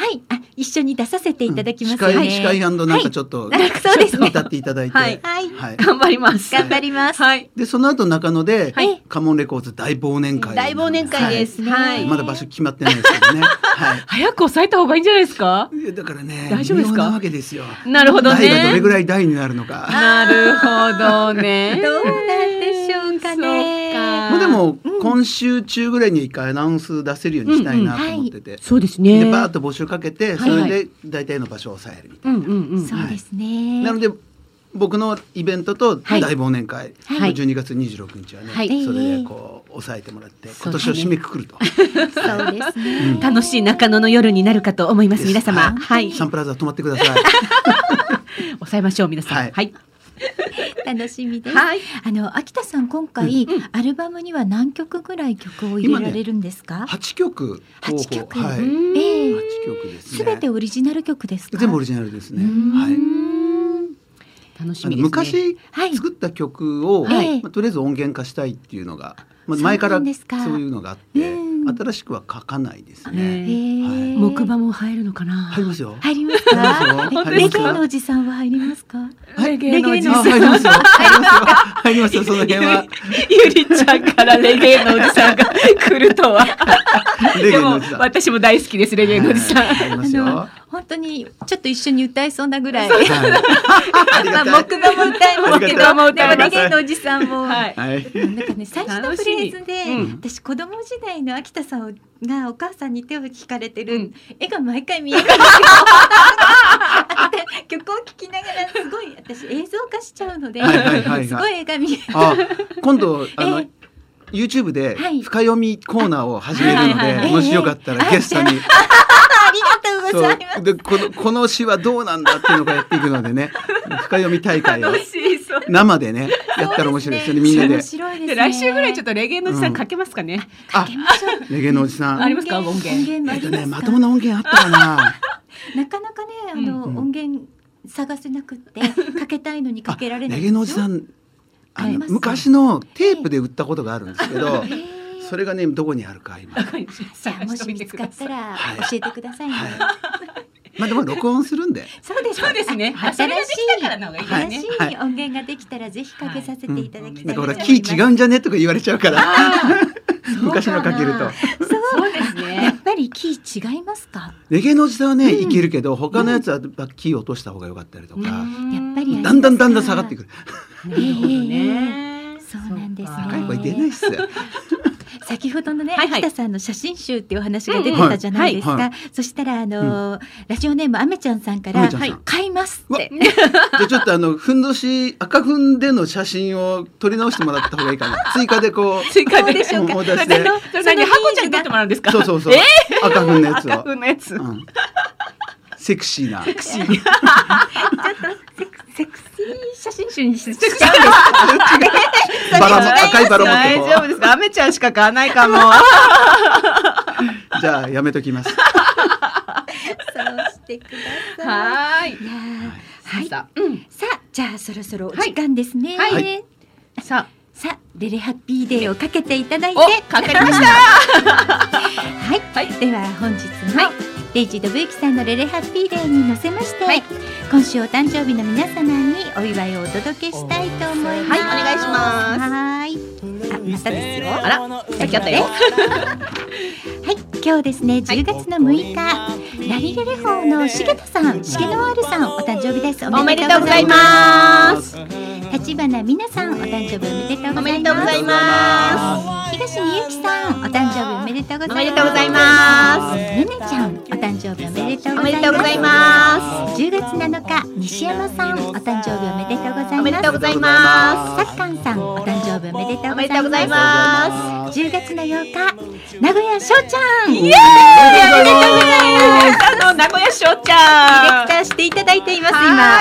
Speaker 1: 一緒に出させていただきますよ
Speaker 6: 司
Speaker 1: ね。
Speaker 6: 会司会なんかちょっと、
Speaker 1: はいあそうですね
Speaker 6: 歌っていただいて。
Speaker 10: はい
Speaker 1: はい、
Speaker 6: はい
Speaker 10: 頑張ります。
Speaker 1: 頑張ります。
Speaker 10: はい。
Speaker 6: でその後中野で、
Speaker 1: はい
Speaker 6: カモンレコーズ大忘年会
Speaker 10: 大忘年会です。
Speaker 1: は
Speaker 10: はいい。
Speaker 6: まだ場所決まってないですけどね。は
Speaker 10: 早く抑えた方がいいんじゃないですか。
Speaker 6: い。いやだからね、
Speaker 10: 大丈夫ですか
Speaker 6: 微妙なわけですよ。
Speaker 10: なるほど
Speaker 6: 台がどれ
Speaker 10: ね
Speaker 6: ぐ。らい台になるのか。
Speaker 10: なるほどね。
Speaker 1: どうなんでしょうかね
Speaker 10: そうか
Speaker 6: まあでも、今週中ぐらいに一回アナウンス出せるようにしたいなと思ってて。
Speaker 10: そうです
Speaker 6: で
Speaker 10: ね。
Speaker 6: バーッと募集かけて、それで大体の場所を抑えるみたい
Speaker 10: うんうんうん。
Speaker 1: そうですね。
Speaker 6: な。なので僕のイベントと
Speaker 10: は
Speaker 6: 大
Speaker 10: い
Speaker 6: 忘年会、
Speaker 10: はい
Speaker 6: 12月26日はね、
Speaker 10: はい
Speaker 6: それでこう抑えてもらって、
Speaker 10: そう
Speaker 6: 今年を締めくくると、
Speaker 1: そうですね。
Speaker 6: うん
Speaker 10: 楽しい中野の夜になるかと思います。
Speaker 6: です
Speaker 10: 皆様。はい。
Speaker 6: サンプラザ泊まってくだ さい。
Speaker 10: 抑えましょう、皆さ
Speaker 6: は
Speaker 10: ん。
Speaker 6: い
Speaker 10: はい。
Speaker 1: 楽しみです。
Speaker 10: はい。
Speaker 1: あの秋田さん今回、アルバムには何曲ぐらい曲を入れられるんですか？
Speaker 6: 八曲候補
Speaker 1: 八曲
Speaker 6: はい、
Speaker 1: う
Speaker 6: 八
Speaker 1: ええ
Speaker 6: 曲ですね。
Speaker 1: すべてオリジナル曲ですか？
Speaker 6: 全部オリジナルですね。
Speaker 1: うー
Speaker 6: はい。
Speaker 1: ん
Speaker 10: 楽し
Speaker 6: あ
Speaker 10: みで
Speaker 6: の
Speaker 10: すね。
Speaker 6: 昔
Speaker 1: はい
Speaker 6: 作った曲を、
Speaker 1: はいええ
Speaker 6: まあとりあえず音源化したいっていうのが、まあ、
Speaker 1: そう
Speaker 6: 前から
Speaker 1: なんですか
Speaker 6: そういうのがあって、
Speaker 1: うん
Speaker 6: 新しくは書かないです
Speaker 10: え
Speaker 6: ね。
Speaker 10: え
Speaker 1: へえ
Speaker 10: 木馬も入るのかな。
Speaker 6: 入りますよ。
Speaker 1: 入ります
Speaker 6: 入りますよ
Speaker 1: か？
Speaker 6: 入り
Speaker 1: レゲ
Speaker 6: ますか
Speaker 1: エのおじさんは入りますか？
Speaker 6: は
Speaker 1: レ
Speaker 6: い、
Speaker 1: ゲエの
Speaker 6: あ
Speaker 1: おじ
Speaker 6: 入
Speaker 1: さん
Speaker 6: りますよ。入りますよ。入りますよ。その辺は
Speaker 10: ゆりちゃんからレゲエのおじさんが来るとは。
Speaker 6: レゲエのおじさん。
Speaker 10: 私も大好きです、レゲエのおじさん。
Speaker 6: はい入りますよ。
Speaker 1: あの
Speaker 6: は
Speaker 1: 本当にちょっと一緒に歌えそうなぐらい。
Speaker 6: いあり
Speaker 1: まあ
Speaker 6: がたい
Speaker 1: 木馬も歌えますけど、
Speaker 6: ありがた
Speaker 1: で
Speaker 6: い
Speaker 1: もレゲエのおじさんも。
Speaker 10: はい。
Speaker 6: はい。
Speaker 1: なんか ね最初のフレーズで、
Speaker 10: 楽しみうん
Speaker 1: 私子供時代の秋田さんがお母さんに手を引かれてる、絵が毎回見えるんですよ。 あと曲を聴きながらすごい私映像化しちゃうので、
Speaker 6: はいはいはいはい
Speaker 1: すごい絵が見える。
Speaker 6: あ、今度あの
Speaker 1: ええ
Speaker 6: YouTube で
Speaker 1: はい
Speaker 6: 深読みコーナーを始めるの
Speaker 10: はいはい
Speaker 1: はい
Speaker 6: で、もしよかった
Speaker 1: え
Speaker 6: ら
Speaker 1: え
Speaker 6: ゲストに。
Speaker 1: ありがとうございます。
Speaker 6: そうでこのこの詩はどうなんだっていうのがやっていくのでね深読み大会を生でねやったら面白いですよねみんなで
Speaker 1: 面白いです
Speaker 10: で
Speaker 1: ね。
Speaker 10: 来週ぐらいちょっ
Speaker 1: と
Speaker 10: とレゲエのおじさんかけますかね。
Speaker 6: あレゲエのおじさ
Speaker 10: あ
Speaker 6: ん
Speaker 10: りますか音源
Speaker 1: もあ
Speaker 6: えっ
Speaker 1: り
Speaker 6: と
Speaker 1: ま
Speaker 6: ね
Speaker 1: す
Speaker 6: ま
Speaker 1: か
Speaker 6: ともな音源あったかな
Speaker 1: なかなかねあの、
Speaker 6: うん
Speaker 1: 音源探せなくってかけたいのにかけら
Speaker 6: レ
Speaker 1: れない
Speaker 6: ゲエのおじさんあ
Speaker 1: あり
Speaker 6: の
Speaker 1: ます
Speaker 6: 昔のテープで売ったことがあるんですけど
Speaker 1: えー
Speaker 6: それがねどこにあるか今
Speaker 1: じゃあもし見つかったら
Speaker 6: はい
Speaker 1: 教えてくださいね。
Speaker 6: まあでも録音するんで
Speaker 1: そうです。
Speaker 10: そうですね。あそ
Speaker 1: 新
Speaker 10: れがで
Speaker 1: し
Speaker 10: きたからの方がいいです
Speaker 1: い
Speaker 10: ね。
Speaker 1: 新しい音源ができたらぜひかけさせていただきた
Speaker 6: だ
Speaker 1: い
Speaker 6: か
Speaker 1: と
Speaker 6: らほ
Speaker 1: 思
Speaker 6: ら
Speaker 1: います。
Speaker 6: キー違うんじゃねとか言われちゃうから 昔のかけると
Speaker 1: そう
Speaker 10: です
Speaker 1: や
Speaker 10: ね。
Speaker 1: っぱりキー違いますか。
Speaker 6: レゲエのおじさんはねいけるけど他のやつはやっぱキー落とした方が良かったりとか
Speaker 1: やっぱりありますか
Speaker 6: だんだんだんだん下がってくる
Speaker 1: なるほどね
Speaker 10: ね。
Speaker 1: そうなんですね
Speaker 10: そうか
Speaker 6: 若い子出ないっすよ
Speaker 1: 先ほどのね、
Speaker 10: はいはい
Speaker 1: 秋田さんの写真集っていうお話が出てたじゃないですか。
Speaker 6: うんうんはい
Speaker 1: そしたらあのーラジオネームあめちゃんさんから
Speaker 6: あめちゃんさん
Speaker 1: 買いますって。
Speaker 6: じゃあちょっとあの、ふんどし、赤ふんでの写真を撮り直してもらった方がいいかな。追加でこう、
Speaker 10: 追加
Speaker 1: どう
Speaker 10: で。
Speaker 1: でしょうか。
Speaker 6: うんオーダーし
Speaker 1: そ
Speaker 6: て
Speaker 1: の
Speaker 10: それ何ハコちゃんに撮ってもらうんですか。
Speaker 6: そうそうそう。赤ふんのやつ
Speaker 10: 赤
Speaker 6: を。
Speaker 10: くんのやつ。
Speaker 6: うんセクシーな。セクシー。
Speaker 1: セクシー写真集にしちゃうんです。
Speaker 6: バラも、赤いバラ
Speaker 10: 大
Speaker 6: 持
Speaker 10: 丈夫
Speaker 6: って
Speaker 10: で
Speaker 6: こ
Speaker 10: すか。アメちゃんしか買わないかも。
Speaker 6: う。じゃあ、やめときます。
Speaker 1: そうしてください。
Speaker 10: はい。
Speaker 1: いやーはい。
Speaker 10: さあ
Speaker 1: さあじゃあそろそろお
Speaker 10: はい
Speaker 1: 時間ですね。
Speaker 10: はいさあ
Speaker 1: さあレレハッピーデーをかけていただいて、
Speaker 10: おかかりました
Speaker 1: はい、では本日の、デイジーとブユキさんのレレハッピーデーに乗せまして、今週お誕生日の皆様にお祝いをお届けしたいと思います。はい、お願いします。はい、あ、またですよ。
Speaker 10: あらさっきあったよ
Speaker 1: はい、今日ですね、10月の6日、ラリレレ法の重田さん、重野ワールさん、お誕生日です。お
Speaker 10: おめでとうござい
Speaker 1: す。
Speaker 10: ます
Speaker 1: 立花美奈さん、お誕生日おめでとうございます。
Speaker 10: おめでとうございます
Speaker 1: 東美由紀さん、お誕生日おめでとうございます。
Speaker 10: おめでとうございます
Speaker 1: ねねちゃん、お誕生日おめでとう
Speaker 10: お
Speaker 1: ございます。
Speaker 10: めでとうございま
Speaker 1: す。10月7
Speaker 10: す
Speaker 1: 日、西山さん、お誕生日おめでとうございます。
Speaker 10: おめでとうご
Speaker 1: い
Speaker 10: ざいま
Speaker 1: ます。サッカンさん、お誕生日おめでとうございます。
Speaker 10: おめでとうござい
Speaker 6: ます。
Speaker 1: 10月の8日、名古屋翔ちゃん、ディレ
Speaker 10: すあの名古屋翔ちゃ
Speaker 1: クターしていただいています、今。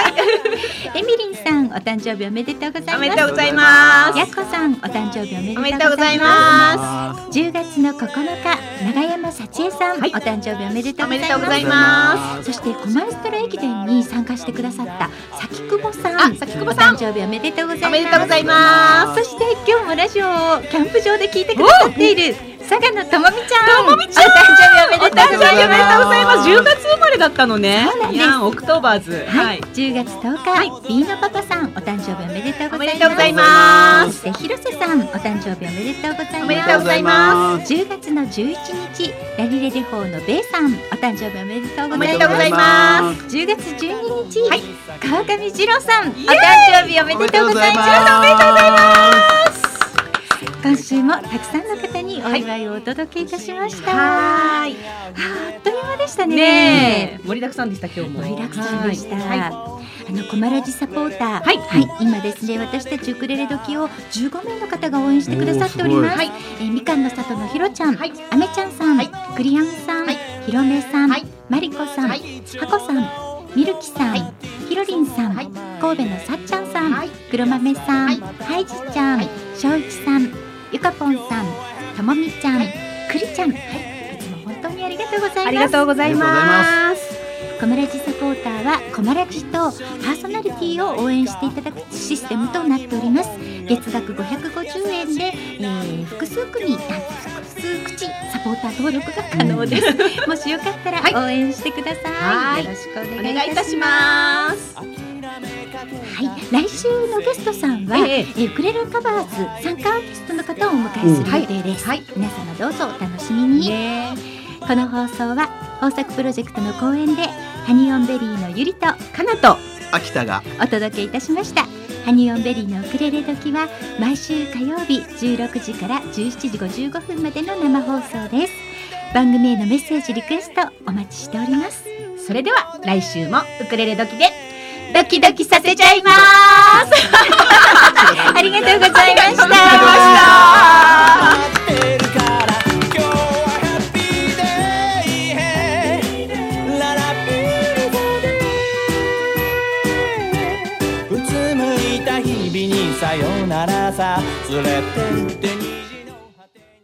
Speaker 1: エミリンさん、お誕生日おめでとうございます。
Speaker 10: おめでとうございま
Speaker 1: やっ
Speaker 10: す
Speaker 1: こさん、お誕生日おめでとうご
Speaker 10: お
Speaker 1: ざいま。
Speaker 10: めですとうございま
Speaker 1: 10月の9日長山幸恵さん、お誕生日おめでとうございます
Speaker 10: おめでとうございます
Speaker 1: そしてコマンストラ駅伝に参加してくださった崎久保さん
Speaker 10: あ崎久保さん
Speaker 1: お誕生日おめでとうございます
Speaker 10: すおめでとうございます
Speaker 1: そして今日もラジオをキャンプ場で聞いてくださっている佐賀のともみちゃんともみちゃんお誕生日おめでとうございます
Speaker 10: す10月生まれだったのねいやんオクトーバーズ
Speaker 1: はい、10月10日、ビーノパパさんお誕生日おめでとうございます
Speaker 10: おめでとうございます
Speaker 1: そして広瀬さんお誕生日おめでとうございます
Speaker 10: おめでとうございま
Speaker 1: 10月の11日ラリレデ法のベイさんお誕生日おめでとうござ
Speaker 10: おめ
Speaker 1: い
Speaker 10: で
Speaker 1: ます
Speaker 10: とうございます
Speaker 1: す10月12日、川上二郎さんお誕生日おめでとうございます
Speaker 6: おめでとうございま
Speaker 1: 今週もたくさんの方にお祝いをお届けいたしました、は
Speaker 10: はい
Speaker 1: ああっという間でしたね
Speaker 10: ねえ盛りだくさんでした今日も
Speaker 1: 盛りだくさんでした。
Speaker 10: はいはい
Speaker 1: あのコマラジサポーター、
Speaker 10: はい
Speaker 1: 今ですね私たちウクレレ時を15名の方が応援してくださっております。
Speaker 10: おーす
Speaker 1: えーみかんの里のひろちゃん、
Speaker 10: はい
Speaker 1: あめちゃんさん、クリアンさん、
Speaker 10: はい
Speaker 1: ひろめさん、
Speaker 10: はい
Speaker 1: まりこさん、
Speaker 10: はい
Speaker 1: はこさん、みるきさん、ひろりんさん、
Speaker 10: はい
Speaker 1: 神戸のさっちゃんさん、
Speaker 10: はい
Speaker 1: 黒豆さん、
Speaker 10: はい
Speaker 1: はいじちゃん、
Speaker 10: はい
Speaker 1: しょういちさん、ゆかぽんさん、ともみちゃん、
Speaker 10: はい
Speaker 1: くりちゃん、い、つも本当にありがとうございます。
Speaker 10: ありがとうございます
Speaker 1: コマラジサポーターはコマラジとパーソナリティを応援していただくシステムとなっております月額550円で、えー複数組あ複数口サポーター登録が可能です、 もしよかったら応援してください、
Speaker 10: はい
Speaker 1: よろしく
Speaker 10: お
Speaker 1: お願
Speaker 10: 願
Speaker 1: い
Speaker 10: い
Speaker 1: い
Speaker 10: い
Speaker 1: た
Speaker 10: た
Speaker 1: し
Speaker 10: し
Speaker 1: ます
Speaker 10: ます
Speaker 1: はい、来週のゲストさんは、
Speaker 10: ええ
Speaker 1: えーウクレレカバーズ参加アーティストの方をお迎えする予定です、皆様どうぞお楽しみに、この放送は豊作プロジェクトの公演でハニオンベリーのゆりと
Speaker 10: かなと
Speaker 6: す。秋田が
Speaker 1: お届けいたしましたハニオンベリーのウクレレ時は毎週火曜日16時から17時55分までの生放送です番組へのメッセージリクエストお待ちしております
Speaker 10: それでは来週もウクレレドキでドキドキさせちゃい ます
Speaker 1: ありがとうございました
Speaker 11: うつむいた日々にさよならさ連れてって